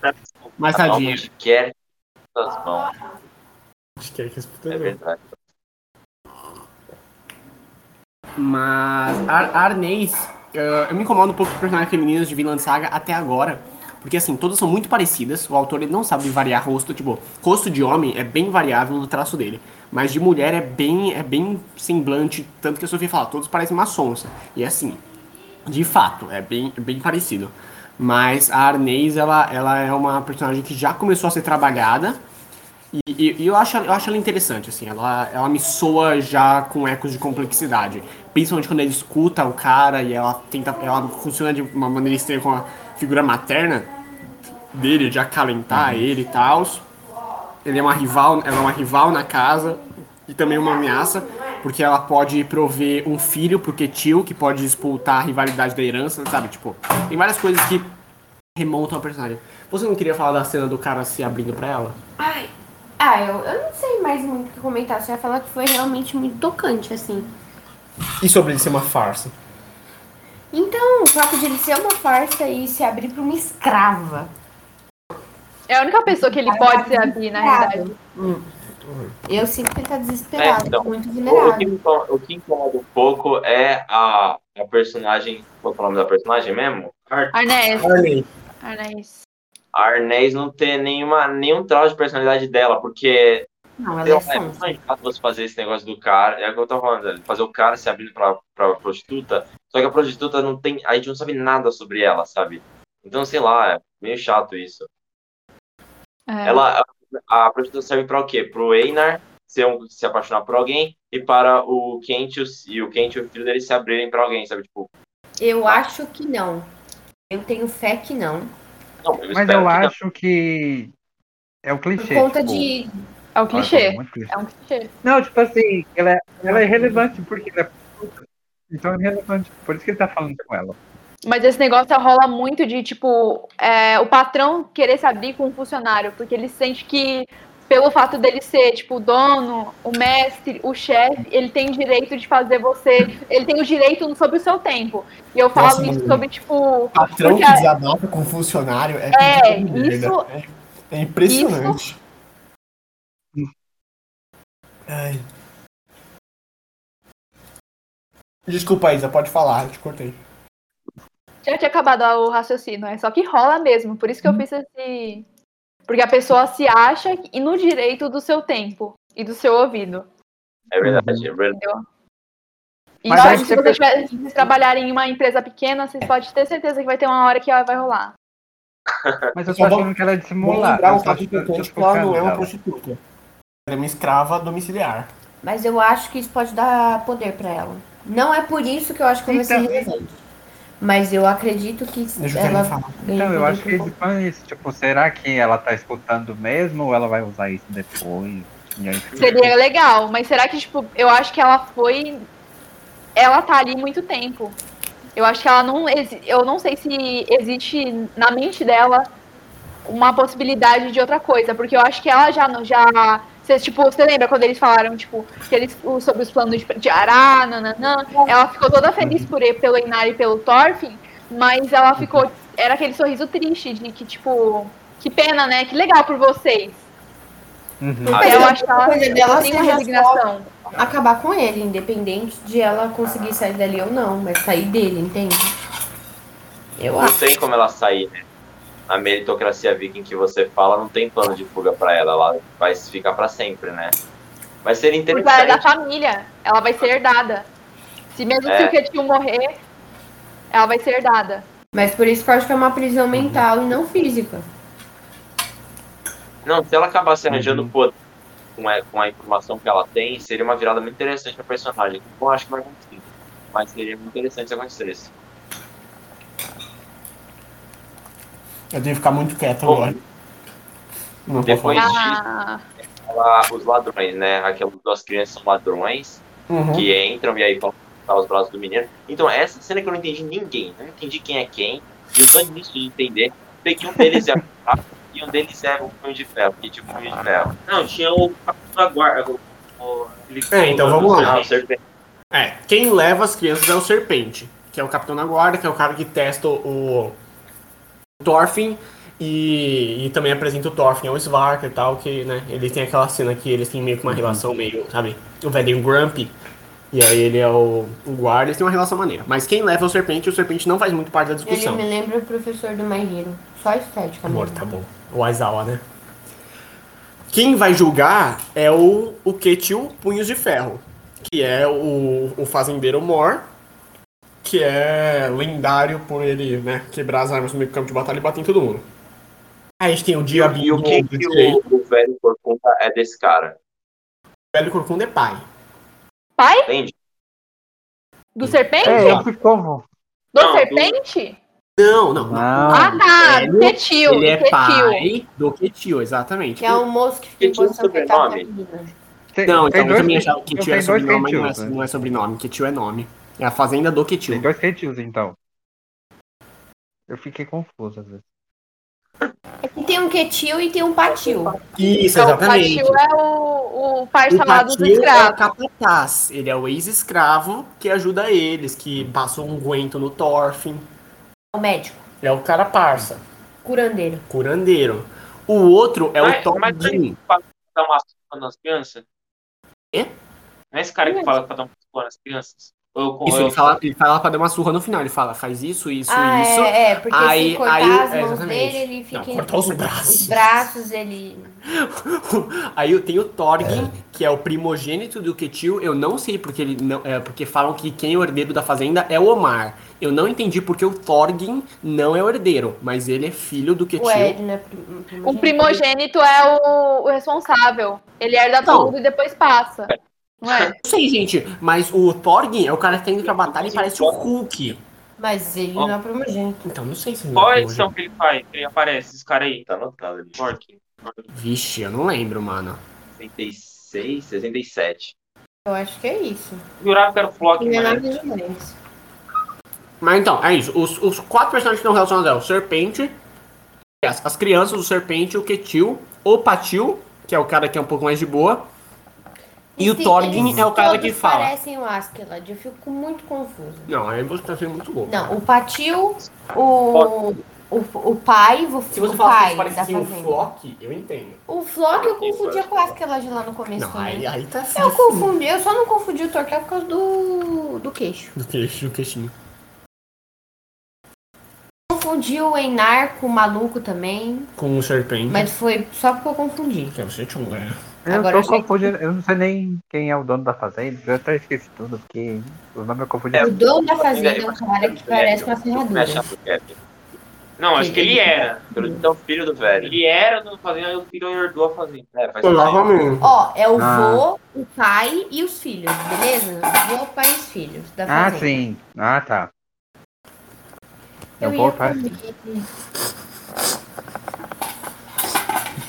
S2: Tá,
S1: Mas
S2: Cada um
S1: tadinha.
S2: que quer suas mãos,
S1: Acho que é que as putas
S2: é
S1: vão.
S2: verdade.
S1: Mas Ar Arnês, eh, eu me incomodo um pouco com os personagens femininos de Vinland Saga até agora. Porque assim, todas são muito parecidas, o autor ele não sabe variar rosto, tipo, rosto de homem é bem variável no traço dele. Mas de mulher é bem, é bem semblante, tanto que a Sofia fala, todos parecem uma sonsa. E assim, de fato, é bem, é bem parecido. Mas a Arnês, ela, ela é uma personagem que já começou a ser trabalhada. E, e- e eu, acho, eu acho ela interessante, assim. Ela, ela me soa já com ecos de complexidade. principalmente quando ela escuta o cara e ela tenta. Ela funciona de uma maneira estranha com a figura materna dele, de acalentar ele e tal. Ele é uma rival, ela é uma rival na casa e também uma ameaça, porque ela pode prover um filho porque tio, que pode disputar a rivalidade da herança, sabe? Tipo, tem várias coisas que remontam ao personagem. Você não queria falar da cena do cara se abrindo pra ela?
S3: Ai. Ah, eu, eu não sei mais muito o que comentar. Você ia falar que foi realmente muito tocante, assim.
S1: E sobre ele ser uma farsa?
S3: Então, o fato de ele ser uma farsa e se abrir pra uma escrava.
S5: É a única pessoa que ele pode ser abrir, na realidade.
S3: Eu sinto que ele tá
S2: É,
S3: desesperado,
S2: então,
S3: muito
S2: o, o que
S3: vulnerável.
S2: me incomoda, o que incomoda um pouco é a, a personagem. Qual que é o nome da personagem mesmo? Ar-
S5: Arnés,
S1: Arley.
S5: Arnés.
S2: A Arnés não tem nenhuma, nenhum traço de personalidade dela, porque
S3: Não, ela
S2: eu,
S3: é
S2: é
S3: sonsa.
S2: muito chato você fazer esse negócio do cara. É o que eu tô falando, velho, fazer o cara se abrindo pra, pra prostituta. Só que a prostituta não tem. A gente não sabe nada sobre ela, sabe? Então, sei lá, é meio chato isso.
S5: É.
S2: Ela, a, a prostituta serve para o quê? Para o Einar se, um- se apaixonar por alguém e para o Kent e o- e o Kent e o filho dele se abrirem para alguém, sabe? Tipo,
S3: Eu acho que não. Eu tenho fé que não.
S2: não, eu
S4: Mas
S2: espero
S4: eu
S2: que não.
S4: acho que é o
S3: Por
S4: clichê.
S3: conta
S4: tipo,
S3: de.
S5: É um
S4: eu acho
S5: clichê.
S4: muito clichê.
S5: É um clichê.
S4: Não, tipo assim, ela é, ela é relevante porque ela é puta. Então é relevante. Por isso que ele tá falando com ela.
S5: Mas esse negócio rola muito de, tipo, é, o patrão querer se abrir com o funcionário, porque ele sente que, pelo fato dele ser, tipo, o dono, o mestre, o chefe, ele tem direito de fazer você. Ele tem o direito sobre o seu tempo. E eu falo
S1: Nossa,
S5: isso
S1: mano.
S5: sobre, tipo.
S1: Patrão
S5: Porque
S1: que
S5: a-
S1: desabafa com funcionário é,
S5: É,
S1: muito merda.
S5: isso-
S1: É- é impressionante. Ai. Desculpa, Isa, pode falar, eu te cortei.
S5: Já tinha acabado o raciocínio, é só que rola mesmo. Por isso
S1: Uhum.
S5: que eu fiz esse. Porque a pessoa se acha e no direito do seu tempo e do seu ouvido.
S2: É verdade, é verdade.
S5: E
S4: Mas
S5: na hora
S4: acho
S5: que
S4: que
S5: se
S4: você-
S5: vocês tiver- se vocês trabalharem em uma empresa pequena, vocês podem ter certeza que vai ter uma hora que ela vai rolar.
S4: Mas eu tô
S1: Só vou-
S4: achando que ela é
S1: Vamos
S4: dissimulada.
S1: lembrar
S4: eu
S1: um
S4: tô
S1: fato
S4: achando- eu tô
S1: importante que ela não é
S4: focando
S1: uma
S4: nela.
S1: prostituta. Ela é uma escrava domiciliar.
S3: Mas eu acho que isso pode dar poder pra ela. Não é por isso que eu acho que ela vai ser
S4: Então-
S3: relevante. Mas eu acredito que
S1: Deixa eu
S3: ela
S1: terminar de falar.
S3: ganha
S4: Então, eu
S3: poder
S4: acho
S3: por
S4: que
S3: conta-
S4: ele fala isso. Tipo, será que ela tá escutando mesmo ou ela vai usar isso depois? E aí fica-
S5: Seria legal, mas será que, tipo, eu acho que ela foi. Ela tá ali muito tempo. Eu acho que ela não. exi- Eu não sei se existe na mente dela uma possibilidade de outra coisa, porque eu acho que ela já. não- já cê, tipo, você lembra quando eles falaram, tipo, que eles, o- sobre os planos de, de Ará, nananã? Ela ficou toda feliz por ele, pelo Einar e pelo Thorfinn, mas ela ficou. Era aquele sorriso triste de que, tipo. Que pena, né? Que legal por vocês.
S4: Uhum.
S3: Mas
S5: eu
S3: Ah, eu
S5: acho que ela
S3: coisa dela
S5: tem uma
S3: seja só-
S5: resignação.
S3: acabar com ele, independente de ela conseguir sair dali ou não, mas sair dele, entende? Eu
S2: Não
S3: acho.
S2: tem como ela sair, né? A meritocracia viking que você fala não tem plano de fuga para ela, ela vai ficar para sempre, né? Mas seria
S5: Porque ela é da
S2: interessante.
S5: família. Ela vai ser herdada. Se mesmo
S2: É.
S5: se o Ketil morrer, ela vai ser herdada.
S3: Mas por isso que eu acho que é uma
S4: Uhum.
S3: prisão mental e não física.
S2: Não, se ela acabasse arranjando
S4: Uhum.
S2: poder com a, com a informação que ela tem, seria uma virada muito interessante pra personagem. que Eu acho que vai acontecer. Mas seria muito interessante se acontecesse.
S1: Eu tenho que ficar muito quieto
S2: Bom,
S1: agora. Não posso
S2: depois-
S1: falar.
S5: Ah,
S2: Ela, os ladrões, né? Aquelas duas crianças são ladrões
S1: Uhum.
S2: que entram e aí vão cortar os braços do menino. Então, essa cena que eu não entendi ninguém. Não entendi quem é quem. E eu tô nisso de entender. Sei que um deles é o Rafa e um deles é o punho de ferro. Que tipo punho de ferro.
S6: Não, tinha o capitão da guarda. o- o- ele-
S1: É, então vamos lá.
S2: Ah, o serpente.
S1: É, quem leva as crianças é o Serpente, que é o capitão da guarda, que é o cara que testa o o Thorfinn e, e também apresenta o Thorfinn ao Svark e tal, que, né, ele tem aquela cena que eles têm meio que uma relação meio, sabe, o velhinho Grumpy, e aí ele é o, o guarda, eles têm uma relação maneira. Mas quem leva é o Serpente, e o Serpente não faz muito parte da
S3: Ele é um
S1: discussão.
S3: me lembra o professor do My Hero. Só estética
S1: Amor, tá
S3: mesmo.
S1: bom. O Aizawa, né? Quem vai julgar é o, o Ketil Punhos de Ferro, que é o, o fazendeiro Mor, que é lendário por ele né, quebrar as armas no meio do campo de batalha e bater em todo mundo. Aí a gente tem o
S2: E
S1: Diabinho
S2: o que,
S1: do
S2: que
S1: direito,
S2: o, o velho corcunda é desse cara?
S1: o velho Corcunda é pai.
S5: pai?
S2: Entende?
S5: Do serpente?
S4: É,
S2: então,
S4: eu fui como?
S5: Do
S6: Não, do-
S5: serpente?
S1: Não, não.
S4: Não.
S5: Ah, tá.
S1: Velho,
S5: Do Ketil.
S1: Ele é
S5: do Ketil.
S1: pai do Quetio, exatamente.
S3: Que é o moço que fica
S2: Ele
S3: em
S2: tinha um
S3: posição fetal com a
S2: sobrenome?
S3: menina.
S4: Tem-
S1: Não, então
S4: tem
S1: eu
S4: dois,
S1: também achava que
S4: então
S1: Quetio era
S4: tem dois
S1: sobrenome, mas não
S4: Quetios,
S1: é,
S4: né?
S1: não é sobrenome. Quetio é nome. É a fazenda do
S4: tem
S1: Quetio.
S4: dois crentios, então. Eu fiquei confuso às vezes.
S3: É que tem um quetil e tem um patil.
S1: Isso,
S5: Não, o
S1: exatamente.
S5: Patil é o, o pai
S1: O
S5: salado do
S1: Patil é o
S5: escravo.
S1: capataz. Ele é o ex-escravo que ajuda eles, que passa um guento no Thorfinn.
S3: É o médico.
S1: É o cara parça,
S3: Curandeiro.
S1: curandeiro. O outro é o
S6: Mas-
S1: Tom
S6: mas-
S1: Jim.
S6: dar uma surra nas crianças?
S1: É?
S6: Não é esse cara que fala pra dar uma surra nas crianças? Ou eu,
S1: Isso,
S6: eu,
S1: ele fala, ele fala pra dar uma surra no final. Ele fala, faz isso, isso,
S3: ah,
S1: isso.
S3: é, é, porque
S1: Aí-
S3: se cortar
S1: aí-
S3: as
S1: é,
S3: mãos
S1: exatamente.
S3: dele, ele fica.
S1: Não,
S3: em-
S1: cortar os braços.
S3: Os braços, ele.
S1: Aí tem o Thorgin, que é o primogênito do Ketil. Eu não sei porque ele não, é, porque falam que quem é o herdeiro da fazenda é o Omar. Eu não entendi porque o Thorgin não é o herdeiro, mas ele é filho do Ketil.
S3: Ué, ele não é prim-
S5: O primogênito é o, o responsável. Ele herda
S1: Não.
S5: tudo e depois passa. Não é?
S1: Não sei, gente, mas o Thorgin é o cara que tá indo pra batalha e parece o Hulk.
S3: Mas ele não é primogênito.
S1: Então não sei se ele
S6: qual é a
S1: é
S6: edição que ele faz? Que ele aparece, esse cara aí.
S2: Tá anotado ali.
S6: Orc.
S1: Vixe, eu não lembro, mano.
S2: 66, 67.
S3: Eu acho que é isso.
S6: Jurava que era o Flock,
S3: Não é
S6: mano.
S3: nada demais.
S1: Mas então, é isso. Os, os quatro personagens que estão relacionados é o Serpente, as, as crianças, o Serpente, o Ketil, o Patil, que é o cara que é um pouco mais de boa, e o
S3: Sim,
S1: Thorgin
S3: eles
S1: é o cara
S3: todos
S1: que fala.
S3: parecem o Askeladd. Eu fico muito confusa.
S1: Não, aí você tá sendo muito louco.
S3: Não, o Patil, o, o, o pai, o,
S1: Se você
S3: o
S1: falar que
S3: pai tá
S1: eles parecem
S3: da
S1: assim, o
S3: fazenda.
S1: Flock, eu entendo.
S3: O Flock eu confundia com o Askeladd lá no começo
S1: Não,
S3: também.
S1: aí, aí tá
S3: Eu
S1: fácil.
S3: confundi, eu só não confundi o Torquil por causa do, do queixo.
S1: Do queixo, do queixinho.
S3: Confundi o Einar com o maluco também,
S1: Com o Serpente.
S3: mas foi só porque eu confundi.
S1: Que é o Setchum, né?
S4: Eu
S3: Agora
S4: tô
S3: eu achei-
S4: confundindo, eu não sei nem quem é o dono da fazenda, eu até esqueci tudo, porque o nome é
S2: É,
S4: confundido.
S3: O dono da fazenda é um
S2: mas-
S3: cara que parece uma
S2: Como é a
S3: ferradura.
S2: chave do Kevin?
S6: Não, acho que ele era.
S2: Pelo então, filho do velho.
S6: Ele era do Fazenda e o filho herdou a Fazenda.
S2: É, faz sentido.
S1: Provavelmente.
S3: Ó, é o
S4: Ah.
S3: vô, o pai e os filhos, beleza? Vô, pai e os filhos da
S4: Ah,
S3: fazenda.
S4: sim. Ah, tá.
S3: Eu,
S4: Eu
S3: ia
S4: vou para-
S3: comer.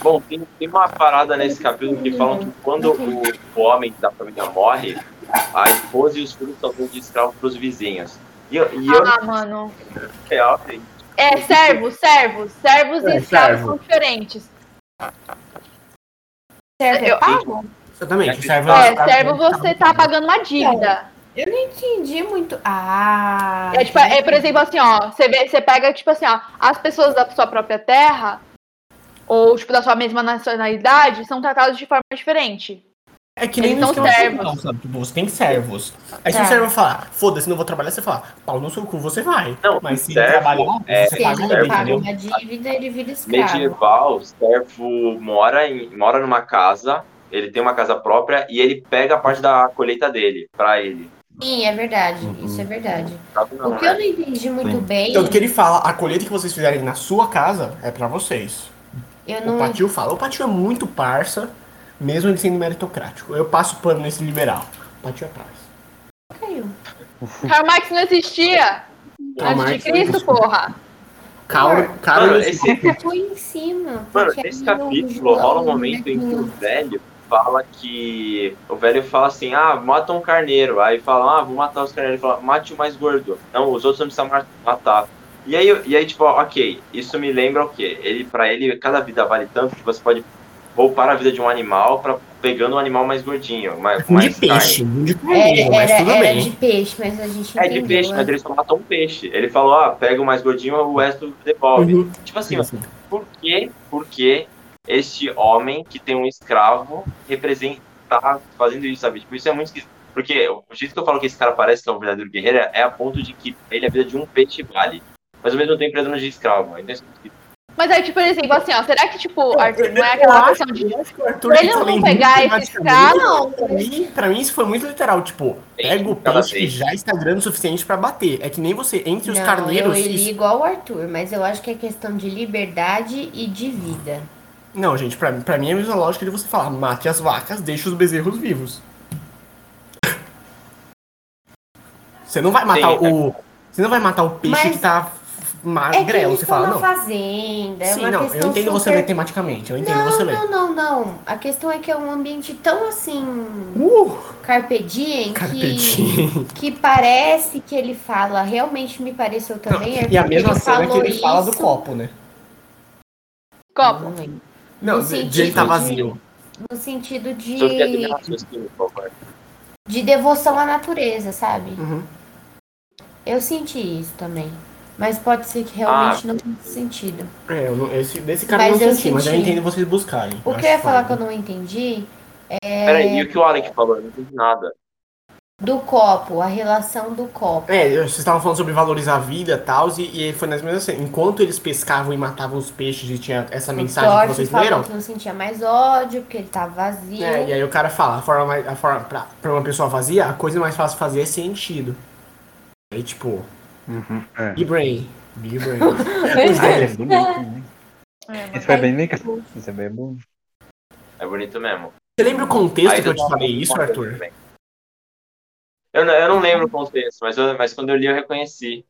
S2: Bom, tem, tem uma parada nesse capítulo que falam que quando o, o homem da família morre, a esposa e os filhos são de escravo pros vizinhos. E, eu- e eu
S5: Ah, mano.
S2: no real, assim, tem-
S5: É servos, servos. Servos
S1: É,
S5: e escravos
S1: servo.
S5: são diferentes.
S3: Serve
S5: Eu-
S3: pago?
S1: Exatamente. serve lá-
S5: É, servo você tá pagando uma dívida.
S3: Eu não entendi muito. Ah.
S5: É, tipo, é, por exemplo, assim, ó, você, vê- você pega, tipo assim, ó, as pessoas da sua própria terra, ou, tipo, da sua mesma nacionalidade, são tratadas de forma diferente.
S1: É que
S5: Eles
S1: nem
S5: são
S1: no esquema
S5: servos.
S1: feudal, sabe? Tipo, você tem servos. Aí se
S3: Tá.
S1: o servo falar, foda-se, não vou trabalhar, você fala, pau no seu cu, você vai.
S2: Não,
S1: Mas se
S2: servo
S1: trabalhar,
S2: é-
S1: você
S3: Se ele
S1: paga
S3: não
S1: ele,
S3: paga
S1: entendeu?
S3: uma dívida, ele vira escravo.
S2: medieval, o servo mora, em, mora numa casa, ele tem uma casa própria e ele pega a parte da colheita dele, pra ele.
S3: Sim, é verdade.
S4: Uhum.
S3: Isso é verdade.
S2: Sabe
S3: O
S2: não,
S3: que eu
S2: né?
S3: não entendi muito
S4: Sim.
S3: bem,
S1: Tanto que ele fala, a colheita que vocês fizerem na sua casa é pra vocês.
S3: eu
S1: O
S5: Hum.
S3: não.
S1: Patil fala, o Patil é muito parça, mesmo ele sendo meritocrático. Eu passo pano nesse liberal. O Patil é parça.
S3: Caiu.
S5: Karl Marx não existia
S1: Karl
S5: antes
S1: Marx
S5: de Cristo,
S1: não-
S5: porra.
S1: Caro, caro
S2: Mano,
S1: nesse-
S2: esse,
S3: Foi em cima.
S2: mano,
S3: porque
S2: esse
S3: aí eu-
S2: capítulo rola um momento em que o velho fala que. O velho fala assim, ah, mata um carneiro. Aí fala, ah, vou matar os carneiros. Ele fala, mate o mais gordo. Não, os outros não precisam ma- matar. E aí, eu- e aí, tipo, ok, isso me lembra o quê? Ele, pra ele, cada vida vale tanto que você pode poupar a vida de um animal pra, pegando um animal mais gordinho, mais,
S1: Um de
S2: mais carne.
S1: peixe, um de
S5: É,
S1: carneiro,
S3: Era,
S1: mas
S3: É, era,
S1: tudo
S3: era
S1: bem.
S3: de peixe, mas a gente
S2: É de
S3: entendeu,
S2: peixe,
S3: né?
S2: mas ele só matou um peixe. Ele falou, ah, pega o mais gordinho, o resto devolve.
S1: Uhum.
S2: Tipo assim,
S1: Sim, sim.
S2: por que, por que este homem que tem um escravo representa tá fazendo isso, sabe? Tipo, isso é muito esquisito. Porque o jeito que eu falo que esse cara parece que é um verdadeiro guerreiro é a ponto de que ele a vida de um peixe vale. Mas ao mesmo tempo ele é dono de escravo. Então, isso é muito esquisito.
S5: Mas aí, tipo, por exemplo, assim, ó, será que, tipo, Arthur, não é
S1: Eu
S5: aquela
S1: acho-
S5: questão de.
S1: eu acho que o Arthur
S5: Pra ele
S1: tá
S5: não
S1: lendo
S5: pegar
S1: muito
S5: esse
S1: praticamente.
S3: escravo-
S1: Pra mim, pra mim isso foi muito literal. Tipo, pega o
S2: Cada
S1: peixe que
S2: vez.
S1: já está grande o suficiente pra bater. É que nem você, entre os
S3: Não,
S1: carneiros.
S3: Eu li
S1: isso-
S3: igual o Arthur, mas eu acho que é questão de liberdade e de vida.
S1: Não, gente, pra, pra mim é a mesma lógica de você falar: mate as vacas, deixe os bezerros vivos. Você não vai
S2: é.
S1: matar
S6: Tem,
S1: o. Você não vai matar o peixe
S3: Mas
S1: que tá
S3: É que
S1: magrelo.
S3: eles
S1: Você
S3: estão
S1: fala,
S3: na
S1: não.
S3: fazenda, é
S1: Sim,
S3: uma
S1: não,
S3: questão
S1: eu entendo você
S3: super-
S1: ler tematicamente, eu entendo
S3: Não,
S1: você ler.
S3: não, não, não. A questão é que é um ambiente tão assim,
S1: Uh,
S3: carpe diem, que,
S1: carpetinho.
S3: que parece que ele fala, realmente me pareceu também. é
S1: E a
S3: porque
S1: mesma
S3: ele
S1: cena que
S3: falou
S1: ele fala do
S3: isso-
S1: copo, né?
S5: Copo.
S1: Não,
S3: No
S1: de, de
S3: sentido
S1: ele tá
S3: de-
S1: vazio.
S3: No sentido
S2: Sofia, tem
S3: de,
S2: raciocínio, assim, por favor.
S3: de devoção à natureza, sabe?
S1: Uhum.
S3: Eu senti isso também. Mas pode ser que realmente
S1: Ah.
S3: não tenha sentido.
S1: É, eu não- esse, desse cara
S3: Mas
S1: eu não
S3: eu
S1: senti, mas eu
S3: senti.
S1: entendo vocês buscarem.
S3: O que eu ia falar que eu não entendi
S2: Peraí, e o que o Alec falou? Eu não entendi nada.
S3: do copo, a relação do copo.
S1: É, vocês estavam falando sobre valorizar a vida tals, e tal, e foi nas mesmas cenas. assim, Enquanto eles pescavam e matavam os peixes e tinha essa mensagem que
S3: Jorge
S1: vocês
S3: falou
S1: leram.
S3: que não sentia mais ódio, porque ele tava vazio.
S1: É, e aí o cara fala, a forma mais, a forma, pra, pra uma pessoa vazia, a coisa mais fácil de fazer é sentido. Aí tipo,
S4: É.
S1: be brain, be brain.
S4: Isso é bem bonito, né? Isso foi bem legal. Isso é bem bom.
S2: É bonito mesmo.
S1: Você lembra o contexto
S2: Aí
S1: que eu te
S2: tava
S1: falei
S2: com
S1: isso,
S2: conta
S1: Arthur?
S2: também. Eu não, eu não lembro o contexto, mas, eu- mas quando eu li eu reconheci.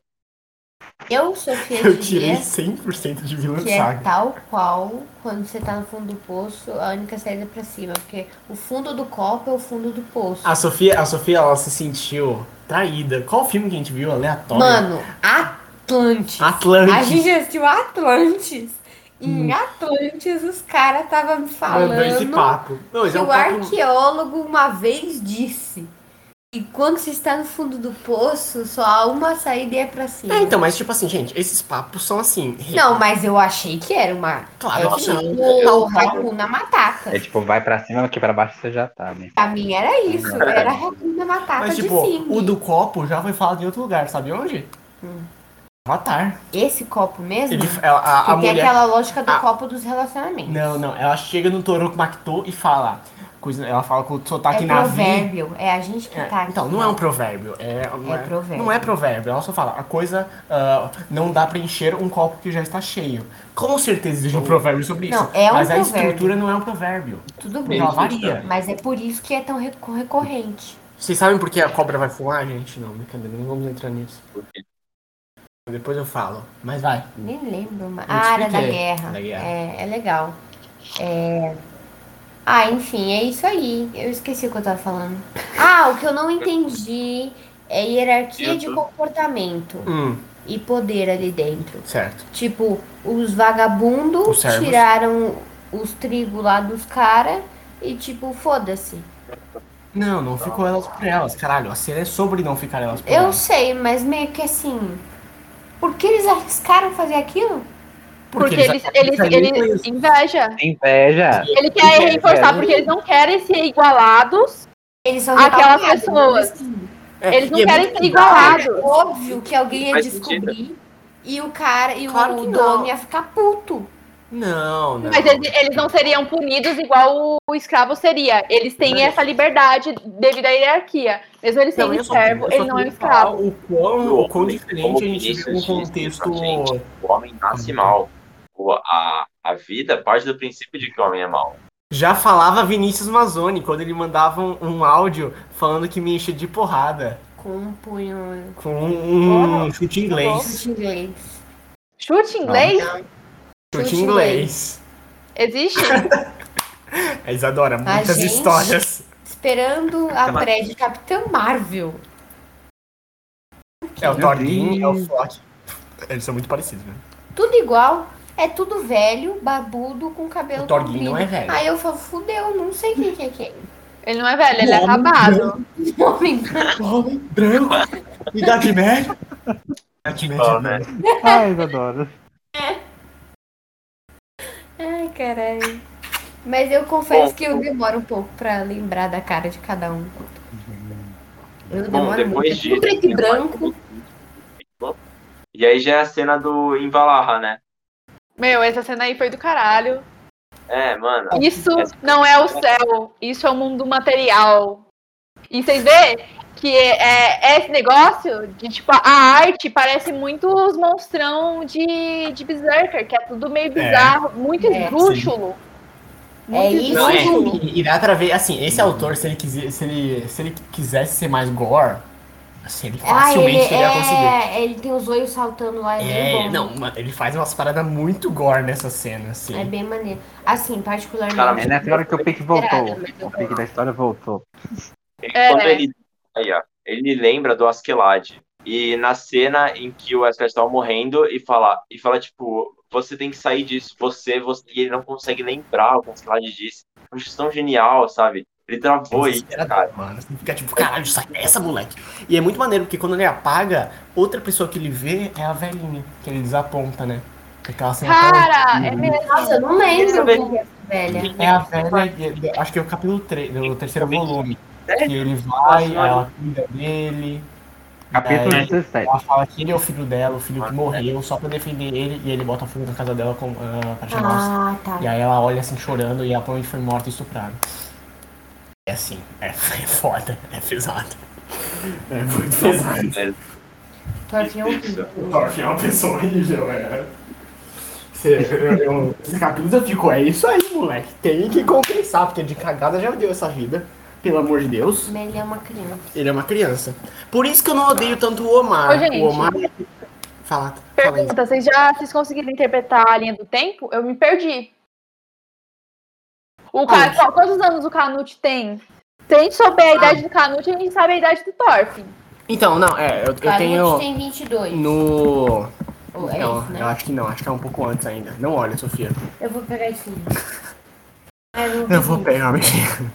S3: Eu, Sofia
S1: Eu tirei
S3: Dias,
S1: 100% de vilã
S3: é? que é
S1: saga.
S3: tal qual quando você tá no fundo do poço, a única saída é pra cima. Porque o fundo do copo é o fundo do poço.
S1: A Sofia, a Sofia, ela se sentiu traída. Qual filme que a gente viu? Aleatório.
S3: Mano, Atlantis. A
S1: Atlantis.
S3: gente assistiu Atlantis. E em Atlantis os caras estavam falando
S1: Esse papo. Não, esse
S3: que
S1: é um
S3: o
S1: papo.
S3: arqueólogo uma vez disse. E quando você está no fundo do poço, só há uma saída e é pra cima.
S1: É, então, mas tipo assim, gente, esses papos são assim.
S3: Não, é mas eu achei que era uma.
S1: Claro
S3: Eu
S1: que
S3: achei
S1: não.
S3: o
S1: é.
S3: Hakuna Matata.
S4: É tipo, vai pra cima, que pra baixo você já tá, né?
S3: Pra mim era isso,
S4: Não.
S3: era Hakuna Matata
S1: É. Mas
S3: de
S1: tipo,
S3: Sing.
S1: o do copo já foi falado em outro lugar, sabe onde?
S3: Hum.
S1: Avatar.
S3: Esse copo mesmo?
S1: Ele, ela- a, a
S3: que tem
S1: mulher.
S3: aquela lógica do
S1: Ah.
S3: copo dos relacionamentos.
S1: Não, não. Ela chega no Toroku Makito e fala. coisa- Ela fala com o sotaque
S3: é
S1: navio.
S3: provérbio, é a gente que tá
S1: É,
S3: aqui.
S1: então, não é um provérbio. É, não
S3: É provérbio.
S1: Não é provérbio. Ela só fala, a coisa ah, não dá pra encher um copo que já está cheio. Com certeza existe um provérbio sobre isso.
S3: Não, é um
S1: mas a
S3: provérbio.
S1: estrutura não é um provérbio.
S3: Tudo bem.
S1: Ela varia.
S3: Mas é por isso que é tão reco- recorrente.
S1: Vocês sabem por que a cobra vai voar, gente? Não, brincadeira, não vamos entrar nisso.
S2: Porque
S1: Depois eu falo. Mas vai.
S3: Nem lembro. Mas...
S1: Eu
S3: A área da
S1: expliquei,
S3: guerra.
S1: da guerra.
S3: É, é legal. É. Ah, enfim, é isso aí. Eu esqueci o que eu tava falando. Ah, o que eu não entendi é hierarquia de
S2: Eu tô-
S3: comportamento
S1: Hum,
S3: e poder ali dentro.
S1: certo.
S3: Tipo, os vagabundos
S1: Os servos.
S3: tiraram os trigo lá dos caras e, tipo, foda-se.
S1: Não, não ficou elas por elas, caralho. A cena é sobre não ficar elas por
S3: Eu
S1: elas.
S3: sei, mas meio que assim. Por que eles arriscaram fazer aquilo?
S5: Porque
S1: eles-
S5: eles, eles,
S1: eles-
S5: eles,
S1: eles-
S5: inveja.
S4: Inveja!
S5: Ele quer né?
S4: Inveja.
S5: reforçar porque eles não querem ser igualados.
S3: Eles são
S5: Aquelas
S3: recalcados,
S5: pessoas.
S3: mas, assim,
S1: É,
S5: Eles não
S1: e é
S5: querem
S1: muito
S5: ser
S1: bizarro.
S5: igualados.
S3: É óbvio que alguém ia
S2: Faz
S3: descobrir e o cara e
S1: Claro
S3: o
S1: que
S3: dono
S1: não.
S3: ia ficar puto.
S1: Não, não.
S5: Mas eles, eles não seriam punidos igual o, o escravo seria. Eles têm essa liberdade devido à hierarquia. Mesmo eles
S1: Não, eu
S5: sendo
S1: só-
S5: servo,
S1: eu só
S5: ele não é um
S1: queria falar
S5: escravo.
S1: O quão, o quão
S2: Como
S1: diferente a gente
S2: Vinícius
S1: vê um
S2: disse pra
S1: contexto.
S2: gente, o homem nasce
S1: Uhum.
S2: mal. O- a, a vida parte do princípio de que o homem é mau.
S1: Já falava Vinícius Mazzoni quando ele mandava um, um áudio falando que me enchia de porrada
S3: Com um punho
S1: com um, um
S5: Porra,
S1: chute
S3: um
S1: inglês.
S3: chute inglês.
S5: Chute inglês?
S1: Chute
S3: Chute
S1: inglês.
S5: Existe?
S1: A Isadora, muitas
S3: gente.
S1: histórias.
S3: Esperando a pré de Capitão Marvel.
S1: É o
S4: Meu
S1: Thorguinho, é o
S4: Deus.
S1: Flock. Eles são muito parecidos, né?
S3: Tudo igual. É tudo velho, barbudo, com cabelo
S1: O Thorguinho não é
S3: comprido.
S1: velho.
S3: Aí eu falo, fudeu, não sei quem que é quem.
S5: Ele não é velho, ele é
S1: Homem
S5: acabado.
S3: Homem
S1: Homem branco, idade média. Idade média.
S2: Ó, né?
S4: Ai, Ah, eu adoro.
S3: Ai, caralho. Mas eu confesso
S2: Bom,
S3: que eu demoro um pouco pra lembrar da cara de cada
S1: Uhum.
S3: um. Eu
S2: Bom,
S3: demoro muito. É
S2: depois
S3: tudo
S2: disso.
S3: preto e branco.
S2: E aí já é a cena do Invalarra, né?
S5: Meu, essa cena aí foi do caralho.
S2: É, mano.
S5: Isso não é o céu, isso é o mundo material. E vocês vê que é, é esse negócio de tipo a arte parece muito os monstrão de, de Berserker, que é tudo meio bizarro, muito
S3: É,
S5: esdrúxulo.
S3: É
S5: Muito
S3: isso.
S1: Não, é,
S5: esdrúxulo.
S1: e- e dá pra ver, assim, esse autor, se ele, quiser, se, ele, se ele quisesse ser mais gore, Assim, ele
S3: Ah, ele,
S1: facilmente teria conseguido.
S3: é... ele tem os olhos saltando lá, é, bem
S1: É,
S3: bom.
S1: não, mano, ele faz umas paradas muito gore nessa cena, assim.
S3: É bem maneiro. Assim, particularmente.
S2: Cara,
S4: É nessa hora que o Pique voltou. O Pique da história voltou.
S5: É,
S2: Quando
S5: né?
S2: ele. Aí, ó, ele lembra do Askeladd. E na cena em que o Askeladd tava morrendo e fala, e fala, tipo, você tem que sair disso, você, você. E ele não consegue lembrar o que o Askeladd disse. Uma gestão genial, sabe? Ele travou isso,
S1: é
S2: cara.
S1: Desesperador, Mano, Você fica tipo, caralho, sai dessa, moleque. E é muito maneiro, porque quando ele apaga, outra pessoa que ele vê é a velhinha, que ele desaponta, né? Aquela cena
S3: Ah,
S1: tão-
S5: Cara, é mesmo.
S3: Nossa, eu não lembro
S2: Essa
S3: quem é essa velha.
S1: É a velha, e- e- acho que é o capítulo 3, o terceiro volume. Que ele
S2: É. Nossa,
S1: vai, ela cuida dele,
S4: Capítulo
S1: Daí-
S4: 17.
S1: ela fala que ele é o filho dela, o filho que morreu, só pra defender ele, e ele bota fogo na casa dela com, ah, pra chamar os
S3: Ah, tá.
S1: E aí ela olha assim chorando e ela provavelmente foi morta e estuprada. É assim, é, é foda, é pesado. É muito pesado.
S3: Torque é
S2: Isso.
S3: horrível.
S1: O Thorfinn é uma pessoa horrível, é. Cê- eu- eu- Esse capítulo eu fico, é isso aí, moleque. Tem que compensar, porque de cagada já deu essa vida. Pelo amor de Deus,
S3: Mas Ele é uma criança.
S1: ele é uma criança. Por isso que eu não odeio tanto o Omar.
S5: Ô, gente.
S1: o Omar. é- Fala, fala isso.
S5: Pergunta, vocês já vocês conseguiram interpretar a linha do tempo? Eu me perdi. O Ca- qual- Quantos anos o Canute tem? Se a gente souber a
S3: Ah.
S5: idade do Canute, a gente sabe a idade do Thorfinn.
S1: Então, não, é, eu, eu
S3: Claro,
S1: tenho.
S3: tem 22.
S1: No.
S3: Ou é
S1: não,
S3: isso, né?
S1: eu acho que não, acho que é um pouco antes ainda. Não olha, Sofia.
S3: Eu vou pegar esse livro. Mas eu
S1: Eu vou pegar uma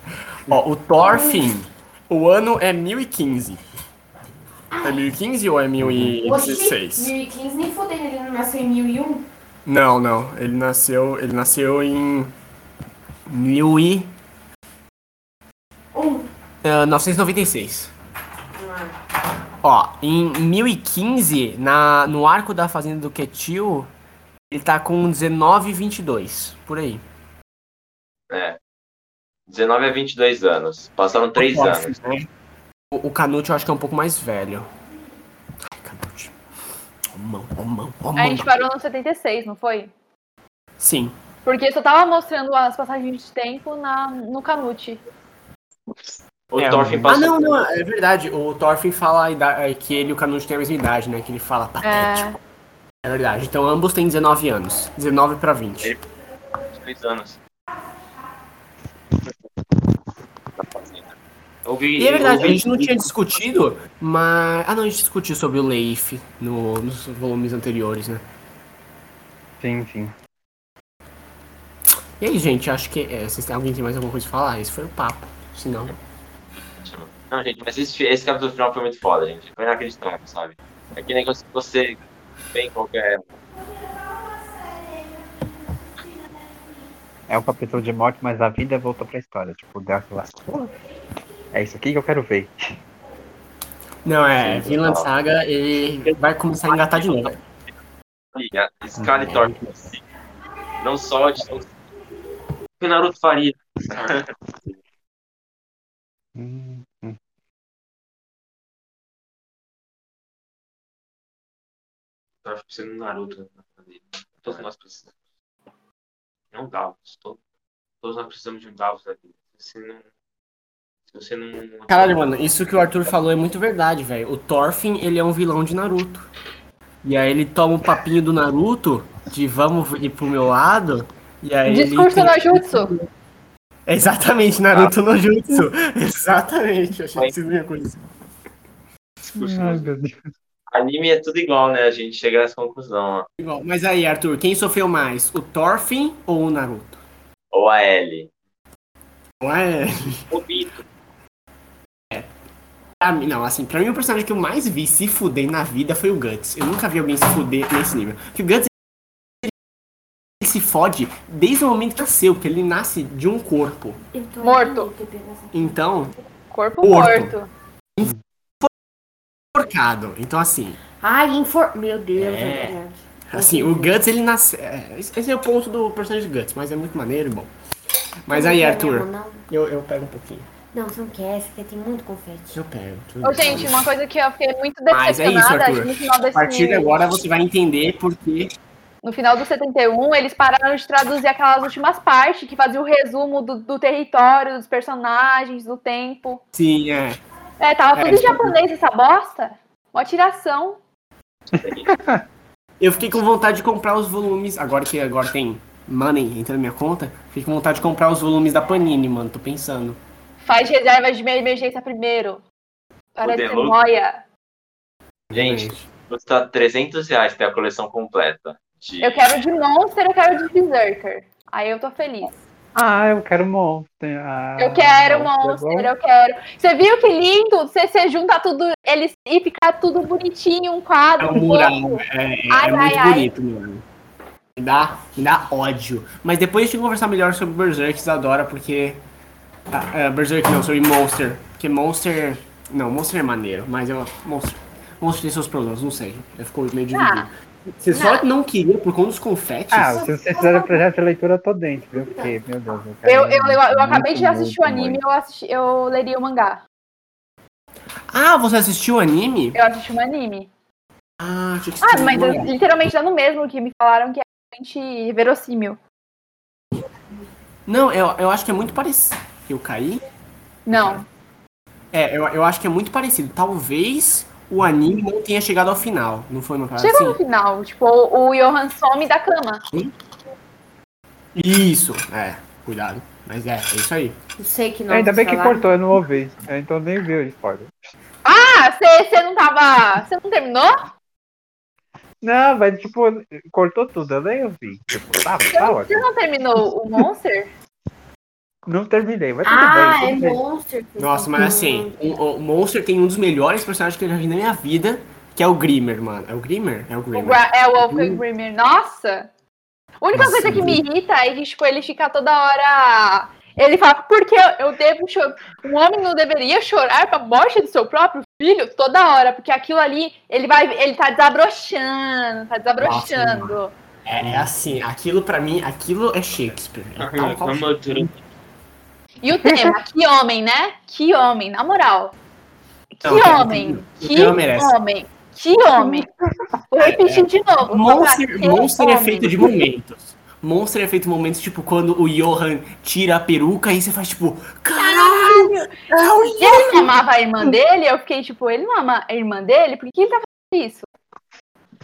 S1: Ó, o Thorfinn, o ano é 1015. É 1015 ou é
S3: Oxi,
S1: 1016?
S3: 2015, nem fodendo, ele não nasceu em 1001.
S1: Não, não. Ele nasceu. Ele nasceu em. Mil e.
S3: Um.
S1: ah, 996. Ó, em 1015, na, no arco da fazenda do Ketil, ele tá com 19,22, por aí.
S2: É. 19 a 22 anos. Passaram 3 anos.
S1: né? O, o Canute eu acho que é um pouco mais velho. Ai, Canute. Ó mão, ó mão, ó
S5: A
S1: mão.
S5: gente parou no 76, não foi?
S1: Sim.
S5: Porque só tava mostrando as passagens de tempo na, no Canute.
S2: O
S1: É,
S2: Thorfinn
S1: Ah,
S2: passou.
S1: não, não, é verdade. O Thorfinn fala a ida- é, que ele e o Canute têm a mesma idade, né? Que ele fala patético.
S5: É,
S1: É, verdade. Então ambos têm 19 anos. 19 pra 20.
S2: Ele- 3 anos.
S7: Ouvi,
S1: E é verdade, a
S7: ouvi-
S1: gente não tinha discutido, mas. Ah, não, a gente discutiu sobre o Leif no- nos volumes anteriores, né?
S4: Sim, sim.
S1: E aí, gente, acho que. É, vocês têm- alguém tem mais alguma coisa pra falar? Esse foi o papo. Se não.
S2: Não, gente, mas esse, esse capítulo final foi muito foda, gente. Foi inacreditável, sabe? É que negócio que você vem em qualquer.
S4: É um capítulo de morte, mas a vida voltou pra história. Tipo, o Deus lá. "Pô, É isso aqui que eu quero ver.
S1: Não, é.
S2: Sim,
S1: Vinland
S2: total.
S1: Saga, ele vai começar a engatar de novo.
S2: linha. Scala e Thorfinn. assim. Não solte. não- O que Naruto faria?
S4: Hum,
S2: Thorfinn precisa de Naruto. né, Todos nós precisamos. Não Davos. Todos, todos nós precisamos de um Davos na vida. Se não. Se você não.
S1: Caralho, mano, isso que o Arthur falou é muito verdade, velho. O Thorfinn, ele é um vilão de Naruto. E aí ele toma o papinho do Naruto, de vamos ir pro meu lado, e aí
S5: discurso
S1: É, ele...
S5: no Jutsu.
S1: É Exatamente, Naruto no Jutsu. Exatamente, eu achei que vocês não iam conhecer.
S4: Ai,
S2: né?
S4: meu Deus.
S2: Anime é tudo igual, né? A gente chega nessa conclusão, ó.
S1: Igual. Mas aí, Arthur, quem sofreu mais, o Thorfinn ou o Naruto? é
S2: Ou a L.
S1: Ué,
S7: O Bito.
S1: pra mim- não, assim, pra mim o personagem que eu mais vi se fuder na vida foi o Guts. Eu nunca vi alguém se fuder nesse nível. Porque o Guts, ele se fode desde o momento que nasceu, porque ele nasce de um corpo.
S3: Eu tô
S5: Morto.
S3: aqui, assim. eu pego essa-
S1: Então,
S5: Corpo
S1: Morto.
S5: morto.
S1: forcado. Então, assim,
S3: Ai, infor... Meu Deus,
S1: É.
S3: é verdade.
S1: assim, o Guts, ele nasce. é, Esse esse é o ponto do personagem do Guts, mas é muito maneiro e bom. Mas aí, Arthur,
S3: Não,
S1: eu, eu pego um pouquinho.
S3: não, você não quer, você quer, tem muito confete.
S1: Eu pego. tudo
S5: Ô,
S1: bem.
S5: gente, uma coisa que eu fiquei muito
S1: Mas é isso,
S5: decepcionada
S1: Arthur.
S5: no final
S1: A partir de
S5: desse,
S1: agora você vai entender porque.
S5: No final do 71, eles pararam de traduzir aquelas últimas partes que faziam o resumo do, do território, dos personagens, do tempo.
S1: Sim, é.
S5: É, tava
S8: É,
S5: tudo em
S8: isso é
S5: japonês essa bosta. Mó tiração.
S1: Eu fiquei com vontade de comprar os volumes, agora que agora tem money entra na minha conta, fiquei com vontade de comprar os volumes da Panini, mano, tô pensando.
S5: Faz reservas de meia emergência primeiro. Para
S2: O
S5: de ser
S2: Deluxe?
S5: noia.
S2: Gente, custa 300 reais ter a coleção completa. De...
S5: Eu quero de Monster, eu quero de Berserker. Aí eu tô feliz.
S4: Ah, eu quero Monster. Ah,
S5: Eu quero
S4: é
S5: Monster,
S4: bom.
S5: eu quero. Você viu que lindo? Você, você junta tudo eles, e ficar tudo bonitinho, um
S1: É
S5: quadro.
S1: um
S5: um
S1: mural,
S5: banco.
S4: né?
S1: é, é-
S5: Ai,
S1: é muito
S5: ai, ai.
S1: bonito, mano. Me dá, me dá ódio. Mas depois a gente conversar melhor sobre Berserk, Isadora, porque. Ah, é, Berserk não, sobre Monster. Porque Monster. Não, Monster é maneiro, mas eu. Monster, Monster tem seus problemas, não sei. Eu ficou meio dividido.
S5: Ah,
S1: Você só não queria por conta dos confetes?
S4: Ah, se vocês fizerem o projeto de leitura, eu tô dentro, viu? Porque, meu Deus, eu quero.
S5: Eu, eu, eu, eu
S4: muito,
S5: acabei de assistir o
S4: muito,
S5: anime,
S4: muito.
S5: eu, assisti, eu leria o mangá.
S1: Ah, você assistiu o anime?
S5: Eu assisti um anime.
S1: Ah, tinha que
S5: Ah,
S1: assistir o
S5: mas
S1: mangá.
S5: eu- literalmente dá no mesmo que me falaram que é realmente verossímil.
S1: Não, eu, eu acho que é muito parecido. Eu caí?
S5: Não.
S1: É, eu, eu acho que é muito parecido. Talvez o anime não tenha chegado ao final. Não foi no
S4: Ah,
S1: caso
S5: Chegou no
S1: assim?
S5: final. Tipo, o o Johan some da cama.
S1: Isso, é. Cuidado. Mas é, é isso aí.
S3: Não sei que não.
S4: Ainda bem que
S3: falar.
S4: cortou, eu não ouvi. Eu Então nem vi o spoiler.
S5: Ah, você não tava. Você não terminou?
S4: Não, mas tipo, cortou tudo, eu nem ouvi. Tipo, tá, tá
S5: Você
S4: ótimo.
S5: não terminou o Monster?
S4: Não terminei, mas tudo
S3: Ah,
S4: bem.
S3: é
S4: tudo bem.
S3: monstro.
S1: Nossa, mas assim, o, o Monster tem um dos melhores personagens que eu já vi na minha vida, que é o Grimmer, mano. É o Grimmer? É o
S5: O
S1: Grimmer.
S5: Gra- é o Wolfgang Grimmer. Nossa! A única
S1: Nossa,
S5: coisa que me
S1: muito.
S5: irrita é que, tipo, ele fica toda hora. Ele fala, porque eu, eu devo chorar. Um homem não deveria chorar pra morte do seu próprio filho toda hora, porque aquilo ali, ele vai. Ele tá desabrochando, tá desabrochando.
S1: É, é assim, aquilo pra mim, aquilo é Shakespeare. É tal qual
S6: Como eu durmo.
S5: E o tema, que homem, né? Que homem, na moral. Que
S1: Não, tem-
S5: homem.
S1: tem-
S5: Que
S1: tem uma merece.
S5: homem. Que homem. Vou repetir de novo.
S1: Monster,
S5: Que
S1: Monster é
S5: homem.
S1: feito de momentos. Monster é feito de momentos, tipo, quando o Johan tira a peruca e você faz, tipo, caralho! É o
S5: E ele não amava a irmã dele, eu fiquei tipo, ele não ama a irmã dele? Por que ele tá fazendo isso?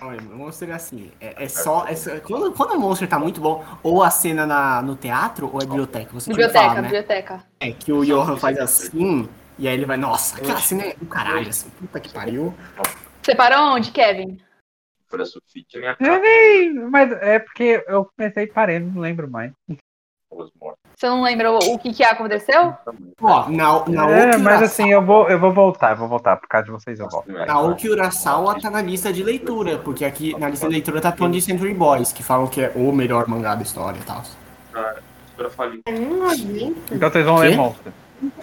S1: Olha, Monster é assim, é, é só. é só- quando, quando o Monster tá muito bom, ou a cena na, no teatro, ou é biblioteca, você tinha que
S5: Biblioteca,
S1: falar, né?
S5: biblioteca.
S1: É que o Johan faz assim, e aí ele vai, nossa, aquela cena é do caralho, assim, puta que pariu.
S5: Você parou onde, Kevin?
S2: Pra sulfite, né?
S6: Minha
S4: Eu
S6: capa,
S4: nem, mas é porque eu comecei e parei, não lembro mais.
S2: Os mortos.
S5: Você não lembra o, o que que aconteceu?
S1: Ó, na, na
S4: é,
S1: Oki
S4: mas
S1: Ura-
S4: assim, eu vou, eu vou voltar, eu vou voltar. Por causa de vocês eu
S2: né?
S4: volto.
S1: na Oki Urasawa tá na lista de leitura, porque aqui na lista de leitura tá Tony Century Boys, que falam que é o melhor mangá da história e tal.
S6: eu falei.
S3: Não aguento.
S4: Então vocês vão
S1: Quê?
S4: ler Monster.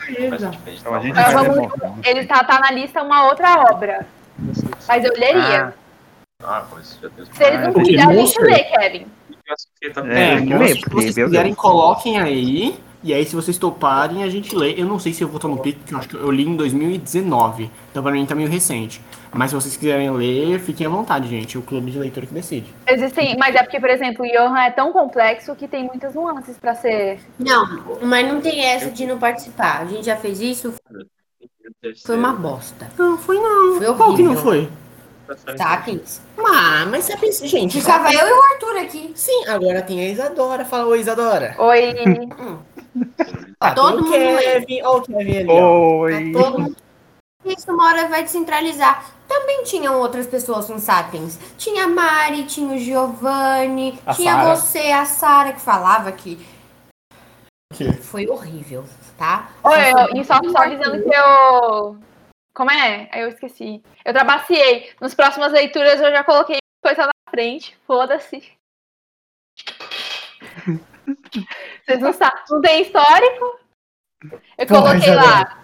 S4: Então a gente
S2: Ah,
S5: Mas
S4: vai
S5: vamos-
S4: ler Monster.
S5: Ele tá, tá na lista uma outra obra. Mas eu leria.
S2: Ah, mas já tem os
S5: Se eles não
S4: Ah,
S1: porque
S5: quiserem, deixa
S1: Monster-
S5: eu ler, Kevin.
S4: É,
S6: tá
S1: É,
S4: tem que
S1: moço,
S4: ler,
S1: se
S4: porque,
S1: vocês
S4: meu
S1: quiserem,
S4: Deus.
S1: coloquem aí. E aí, se vocês toparem, a gente lê. Eu não sei se eu vou estar no pique, porque eu acho que eu li em 2019. Então, pra mim, tá meio recente. Mas se vocês quiserem ler, fiquem à vontade, gente. É o clube de leitura que decide.
S5: Existem, mas é porque, por exemplo, o Johan é tão complexo que tem muitas nuances pra ser.
S3: Não, mas não tem essa de não participar. A gente já fez isso, foi uma bosta.
S1: Não, foi não.
S3: Foi horrível.
S1: Qual que não foi?
S3: Tá, Cris?
S1: Ah, mas sabe isso, gente?
S3: Ficava eu e o Arthur aqui.
S1: Sim, agora tem a Isadora. Fala, oi, Isadora.
S5: Oi.
S1: Ah, tem
S3: Todo
S1: o
S3: mundo
S1: Kevin. Ó, o Kevin ali. ó.
S4: Oi!
S3: Tá Todo mundo. Isso uma hora vai descentralizar. Também tinham outras pessoas com sapiens. Tinha a Mari, tinha o Giovanni,
S1: A
S3: tinha
S1: Sara.
S3: você, a Sara, que falava que.
S1: quê?
S4: é.
S3: Foi horrível, tá?
S5: Oi,
S3: Só
S5: eu, e só, só avisando que eu. Como é? Aí eu esqueci. Eu trabaciei. Nas próximas leituras eu já coloquei coisa na frente. Foda-se. Vocês não sabem. Não tem histórico? Eu
S1: Porra,
S3: é
S5: coloquei
S1: Isabela.
S5: lá.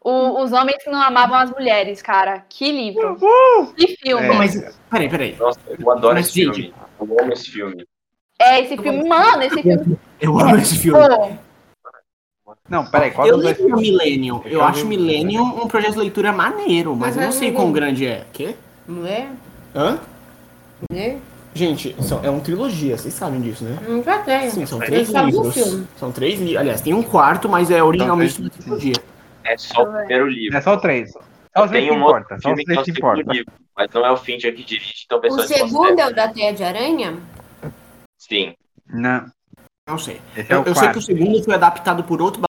S5: o- os homens que não amavam as mulheres, cara. Que livro. Que
S4: É.
S5: filme.
S1: Mas, peraí, peraí.
S2: Nossa, eu adoro
S1: Mas,
S2: esse
S1: gente-
S2: filme. Eu amo esse filme.
S5: É, esse filme, mano, esse filme.
S1: Eu amo esse filme.
S5: Pô,
S4: Não, peraí, qual
S1: eu
S4: dos dois
S1: lembro do
S4: filmes?
S1: Millennium. Eu
S4: Eu
S1: acho
S4: lembro.
S1: Millennium um projeto de leitura maneiro, mas,
S3: Mas
S1: eu não
S3: não é
S1: sei
S3: Millennium.
S1: quão grande é. Quê?
S3: Não é?
S1: Hã?
S3: Não é?
S1: Gente, são- é uma trilogia, vocês sabem disso, né?
S3: Não já tem.
S1: Sim, são
S3: Eu
S1: três
S3: só vi o
S1: livros.
S3: filme.
S1: São três livros. Aliás, tem um quarto, mas é originalmente
S4: Então,
S1: uma trilogia.
S2: É só o primeiro livro.
S4: É só o três. Só os três
S2: Tem
S4: que
S2: um outro
S4: importa. Só os
S2: filme que é
S4: três
S2: o
S4: que
S2: segundo
S4: importa.
S2: livro, mas não é o Fincher que dirige, então
S3: O
S2: pessoas
S3: segundo é o da Teia de Aranha?
S2: Sim.
S4: Não.
S1: Não sei.
S4: Esse é
S1: Eu,
S4: o
S1: eu sei que o
S4: quarto.
S1: segundo foi adaptado por outro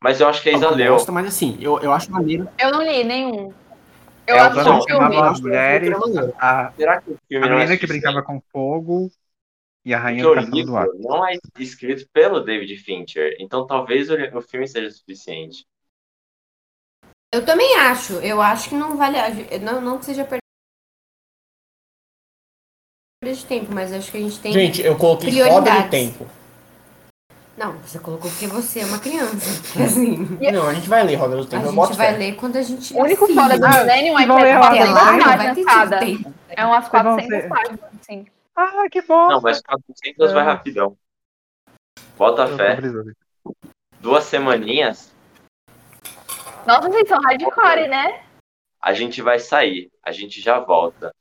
S2: Mas eu acho que a Isa leu.
S1: bosta, mas assim, eu, eu acho maneiro.
S5: Eu não li nenhum. Eu
S4: É,
S5: acho
S4: eu
S5: só o
S4: também.
S5: filme.
S4: Uma
S1: Eu acho que
S4: mulher
S1: é maneiro.
S4: A, a
S2: Será que o filme não é
S4: menina que
S2: suficiente?
S4: brincava com fogo e a rainha
S2: Porque o
S4: do castelo do ar.
S2: livro não é escrito pelo David Fincher, então talvez o o filme seja suficiente.
S3: Eu também acho. Eu acho que não vale. a- Não, não que seja perda de tempo, mas acho que a gente tem.
S9: Gente, eu coloquei roda
S3: Prioridades.
S9: do tempo.
S3: Não, você colocou porque você é uma criança. Porque assim,
S9: Não, a gente vai ler roda do
S3: a
S9: tempo. Então eu boto
S3: gente vai
S9: fé.
S3: ler quando a gente.
S5: O único
S3: assim,
S5: foda do Millennium é que
S4: não
S5: é
S4: é
S5: umas
S3: Até
S5: 200
S3: lá não vai ter
S5: páginas
S3: tido
S5: cada.
S3: tempo.
S5: É umas
S4: Vocês vão
S5: 400
S4: ser-
S5: páginas, assim.
S4: Ah, que bosta!
S2: Não, mas 400
S3: É.
S2: vai rapidão. Bota
S4: Eu tô
S2: fé.
S4: precisando.
S2: Duas semaninhas,
S5: Nossa, vocês são hardcore, né?
S2: a gente vai sair. A gente já volta.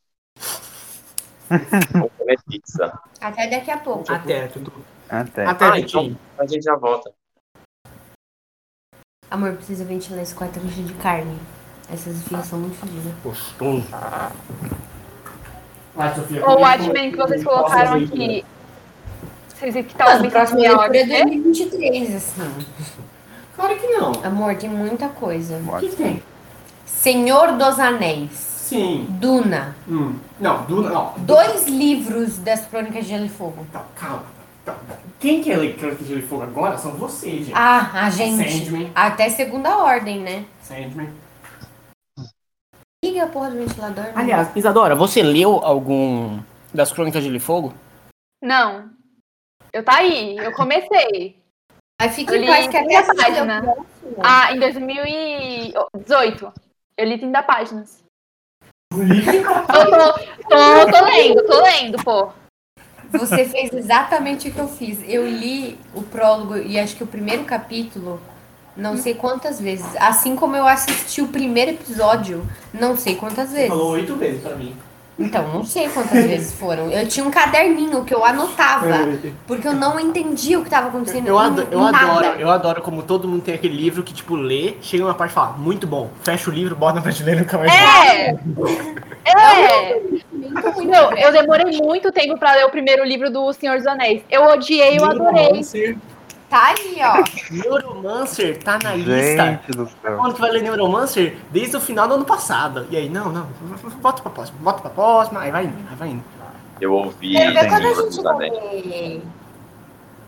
S2: Vamos comer pizza.
S3: Até daqui a pouco.
S1: Até, tudo.
S3: então
S4: Até.
S1: Até,
S2: Ah,
S1: gente.
S2: A gente já volta.
S3: Amor, precisa ventilar esse quarto tá cheio de carne. Essas espinhas são muito fodidas.
S1: Gostoso. Vai, Sofia.
S5: Ou o Watchmen é que vocês colocaram aqui. Vocês que tá
S3: Mas
S5: ouvindo
S3: o próximo
S5: esse
S3: leitura é
S5: áudio, né?
S3: 2023, assim.
S1: Claro que não.
S3: Amor, tem muita coisa.
S1: O que que tem?
S3: Senhor dos Anéis.
S1: Sim.
S3: Duna.
S1: Hum. Não, Duna, não.
S3: Dois livros das Crônicas de Gelo e Fogo.
S1: Tá, calma. Tá. Quem quer ler Crônicas de Gelo e Fogo agora são vocês, gente.
S3: Ah, a gente.
S1: Sandman.
S3: Até segunda ordem, né?
S1: Sandman.
S3: Liga a porra do ventilador. né?
S9: Aliás, Isadora, você leu algum das Crônicas de Gelo e Fogo?
S5: Não. Eu tá aí, eu comecei.
S3: Aí fica
S5: Eu
S3: em
S5: li
S3: paz que até a
S5: 30 páginas.
S3: página.
S5: Ah, em 2018. Eu li 30 páginas. Eu tô, tô, tô lendo, tô lendo, pô.
S3: Você fez exatamente o que eu fiz. Eu li o prólogo e acho que o primeiro capítulo, não sei quantas vezes. Assim como eu assisti o primeiro episódio, não sei quantas
S1: Você
S3: vezes.
S1: falou oito vezes pra mim.
S3: Então, não sei quantas vezes foram. Eu tinha um caderninho que eu anotava, porque eu não entendia o que estava acontecendo.
S1: É. Eu,
S3: em-
S1: ado- eu
S3: em
S1: adoro,
S3: nada.
S1: eu adoro como todo mundo tem aquele livro que, tipo, lê, chega uma parte e fala, muito bom, fecha o livro, bota na prateleira e nunca mais volta.
S5: É! É!
S3: Muito, muito
S5: Não,
S3: bem.
S5: eu demorei muito tempo pra ler o primeiro livro do Senhor dos Anéis. Eu odiei, eu adorei.
S1: Neuromancer,
S3: Tá aí, ó.
S1: Neuromancer tá na lista.
S4: Gente do céu.
S1: Quando que vai ler Neuromancer? Desde o final do ano passado. E aí, não, não, bota pra próxima, bota pra próxima, aí vai indo, aí vai indo.
S2: Eu ouvi.
S3: Quero ver quando a
S2: Livro
S3: gente
S2: dos Anéis.
S3: vai ler.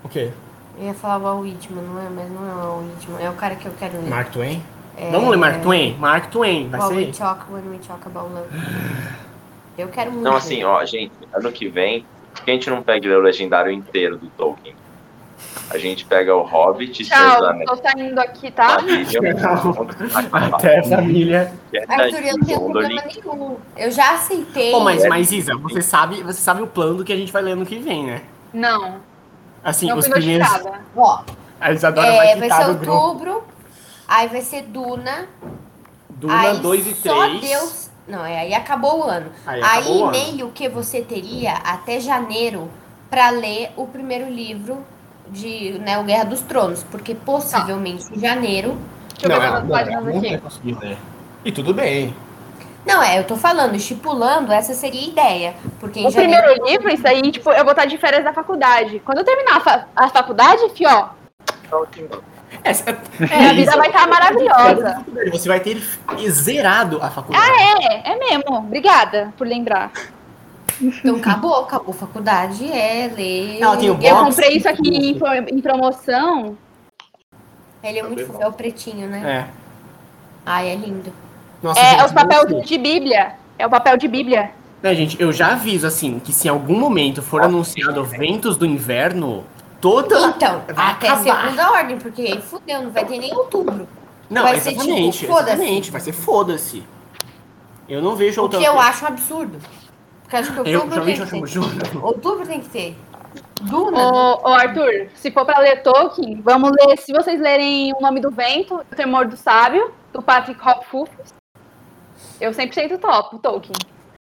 S9: O quê?
S3: Eu ia falar o Whitman, não é? Mas não é o Whitman. É o cara que eu quero ler.
S9: Mark Twain?
S1: Vamos ler
S5: É.
S1: Mark Twain? Mark Twain, vai
S3: While
S1: ser
S3: we talk, when we talk about love. Eu quero muito.
S2: Então, assim, ó, gente, ano que vem, por que a gente não pega o legendário inteiro do Tolkien? A gente pega o Hobbit, Senhor dos
S5: Tchau,
S2: Anéis,
S5: tô saindo aqui, tá?
S1: Até família.
S3: Arthuriano tem um problema nenhum. Eu já aceitei.
S1: Pô, mas, mas Isa, você sabe, você sabe o plano do que a gente vai ler ano que vem, né?
S5: Não,
S1: Assim,
S5: não
S1: os
S5: fui
S1: primeiros.
S5: notificada.
S3: Ó,
S1: A Isadora
S3: é,
S1: vai
S3: vai
S1: quitar
S3: ser
S1: do grupo.
S3: outubro. Aí vai ser Duna.
S1: Duna
S3: aí
S1: 2 e 3.
S3: só Deus. Não, é, aí acabou o ano.
S1: Aí, acabou
S3: Aí
S1: o ano.
S3: meio que você teria até janeiro pra ler o primeiro livro de né, o Guerra dos Tronos. Porque possivelmente em janeiro.
S5: Deixa eu
S1: é,
S5: ver quantas páginas
S9: não
S5: aqui.
S9: vai conseguir
S1: né?
S9: ler. E tudo bem.
S3: Não, é, eu tô falando, estipulando, essa seria a ideia. Porque em
S5: O
S3: janeiro.
S5: primeiro livro, isso aí, tipo, eu vou estar de férias da faculdade. Quando eu terminar a, fa- a faculdade, fi, ó,
S1: É, é-
S5: minha vida vai estar maravilhosa.
S1: você vai ter zerado a faculdade.
S3: Ah,
S5: É, é mesmo. Obrigada por lembrar.
S3: Então acabou, acabou. Faculdade é ler.
S1: Ela tem o
S5: Eu
S1: Nossa,
S5: comprei isso aqui
S1: que
S5: em, pro- em promoção.
S3: Ele é muito fofo, é o pretinho, né?
S1: É.
S3: Ai, é lindo.
S1: Nossa,
S5: É,
S1: gente,
S5: é os papel
S1: você-
S5: de Bíblia. É o papel de Bíblia.
S1: Né, gente, eu já aviso, assim, que se em algum momento for anunciado Ventos do Inverno, toda...
S3: Então,
S1: Vai
S3: até
S1: acabar.
S3: segunda ordem, porque aí fudeu, não vai ter nem outubro.
S1: Não,
S3: vai ser
S1: exatamente,
S3: tipo, foda-se.
S1: exatamente, vai ser foda-se. Eu não vejo
S3: O
S1: outra...
S3: que eu acho um absurdo. Porque acho que
S1: Eu
S3: outubro
S1: também
S3: tem
S1: já
S3: que
S1: chamo
S3: ter.
S1: junto.
S3: Outubro tem que ter. Duna.
S5: Ô, ô, Arthur, se for pra ler Tolkien, vamos ler. Se vocês lerem O Nome do Vento, O Temor do Sábio, do Patrick Rothfuss, eu 100% topo Tolkien.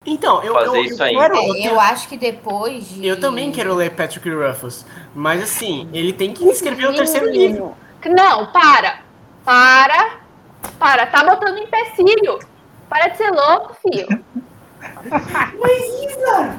S1: Então, eu,
S2: Fazer
S1: eu,
S2: isso
S1: eu
S2: aí.
S1: quero-
S3: É,
S1: eu
S3: eu acho que depois de.
S1: Eu também quero ler Patrick Ruffles, mas assim, ele tem que escrever o terceiro livro.
S5: Não, para. Para. Para, tá botando empecilho. Para de ser louco, filho.
S1: Eu vou esquecer tudo, mano.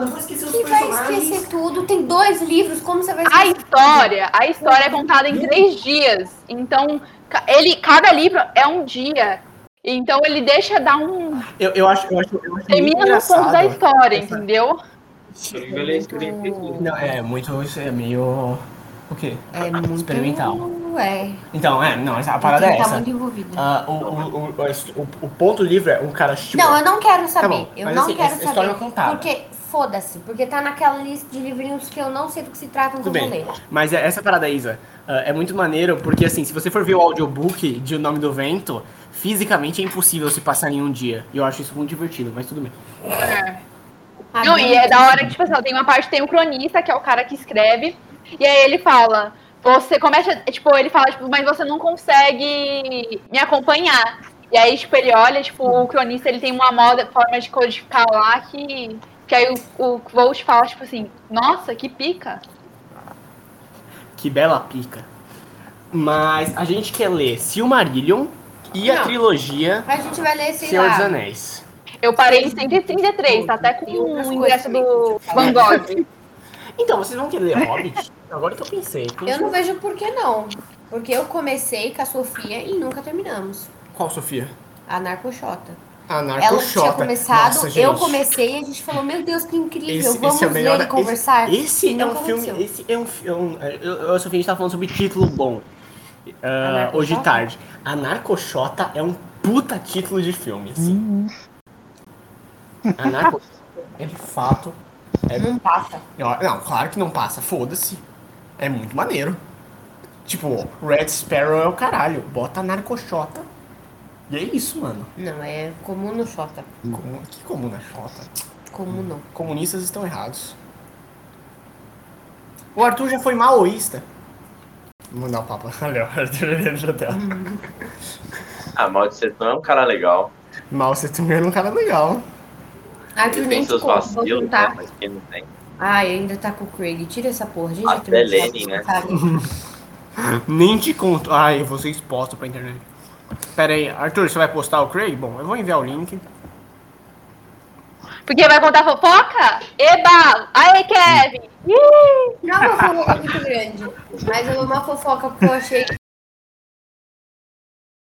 S1: Eu vou esquecer os
S3: Você vai esquecer tudo, tem dois livros, como você vai
S5: A
S3: esquecer?
S5: história, a história é contada em três dias. Então, ca- ele, cada livro é um dia. Então ele deixa dar um.
S1: Eu, eu acho, eu acho, eu acho muito
S5: Termina no ponto da
S1: engraçado.
S5: história, entendeu?
S3: Muito-
S10: Não, é muito. Isso é meio. O quê?
S1: Ah,
S3: É muito...
S10: Experimental.
S3: É.
S10: Então, é, não, a parada
S3: Tem
S10: é
S3: que tá
S10: essa.
S3: muito envolvida.
S10: Ah, o, o, o, o, o ponto livre é um cara tipo.
S3: Não, eu não
S1: Tá
S3: quero saber.
S10: bom,
S3: eu
S10: mas
S3: não
S10: assim,
S3: quero
S10: essa
S3: saber.
S10: história é contada.
S3: Porque, foda-se, porque tá naquela lista de livrinhos que eu não sei do que se tratam que eu
S1: Tudo
S3: vou
S1: bem.
S3: ler.
S1: Mas é- essa parada, Isa, ah, é muito maneiro, porque assim, se você for ver o audiobook de O Nome do Vento, fisicamente é impossível se passar em um dia. E eu acho isso muito divertido, mas tudo bem.
S3: Ah,
S5: Não, e é da hora que, tipo assim, ó, tem uma parte, tem o cronista, que é o cara que escreve, e aí ele fala, você começa, é, tipo, ele fala, tipo, mas você não consegue me acompanhar. E aí, tipo, ele olha, tipo, o cronista, ele tem uma moda, forma de codificar lá que, que aí o, o Volt fala, tipo assim, nossa, que pica.
S1: Que bela pica. Mas a gente quer ler Silmarillion e a
S3: Não.
S1: trilogia
S3: A gente vai ler esse
S1: Senhor dos
S3: lá.
S1: Anéis.
S5: Eu parei em 133, tá até com
S3: Tem outras coisas
S5: o ingresso
S3: também
S5: do
S3: que eu
S5: Van Gogh.
S1: Então, vocês vão querer ler Hobbit? Agora que eu pensei.
S3: Eu não vejo por que não. Porque eu comecei com a Sofia e nunca terminamos.
S1: Qual, Sofia?
S3: A Narcoxota.
S1: A
S3: Ela que tinha
S1: Narcoxota.
S3: começado,
S1: Nossa,
S3: eu
S1: gente.
S3: comecei e a gente falou, meu Deus, que incrível,
S1: Esse- esse
S3: vamos
S1: é o melhor-
S3: ler e
S1: esse-
S3: conversar.
S1: Esse
S3: E
S1: é um
S3: nunca
S1: filme.
S3: aconteceu.
S1: Esse é um filme. Eu, eu, Sofia, a gente tava falando sobre título bom. Ah,
S3: Anarcoxota?
S1: hoje tarde. A Narcoxota é um puta título de filme. Assim. A Narcoxota é de fato. Hum.
S3: Não passa.
S1: Não, não, claro que não passa, foda-se. É muito maneiro. Tipo, Red Sparrow é o caralho. Bota a Narcoxota. E é isso, mano.
S3: Não, é comum no Xota.
S1: Como- que comum na Xota.
S3: Comum não.
S5: Hum.
S1: Comunistas estão errados. O Arthur já foi maoísta. Vou mandar o papo. Olha, o Arthur é dentro da tela.
S2: Ah, Mao Tse Tung é um cara legal.
S1: Mao Tse Tung era um cara legal.
S3: Arthur
S2: Ele tem
S3: nem tá?
S2: seus
S3: ficou,
S5: assim,
S3: vou
S2: vacilos, né?
S3: juntar.
S2: Mas quem não tem?
S3: Ai, ainda tá com o Craig. Tira essa porra, gente.
S2: Até
S3: eu tenho que
S2: Lenin, né?
S3: sabe?
S1: Nem te conto. Ai, eu vou ser exposto pra internet. Pera aí, Arthur, você vai postar o Craig? Bom, eu vou enviar o link.
S5: Porque vai contar fofoca? Eba! Aê, Kevin! Ih!
S3: Não é uma fofoca muito grande, mas é uma fofoca porque eu achei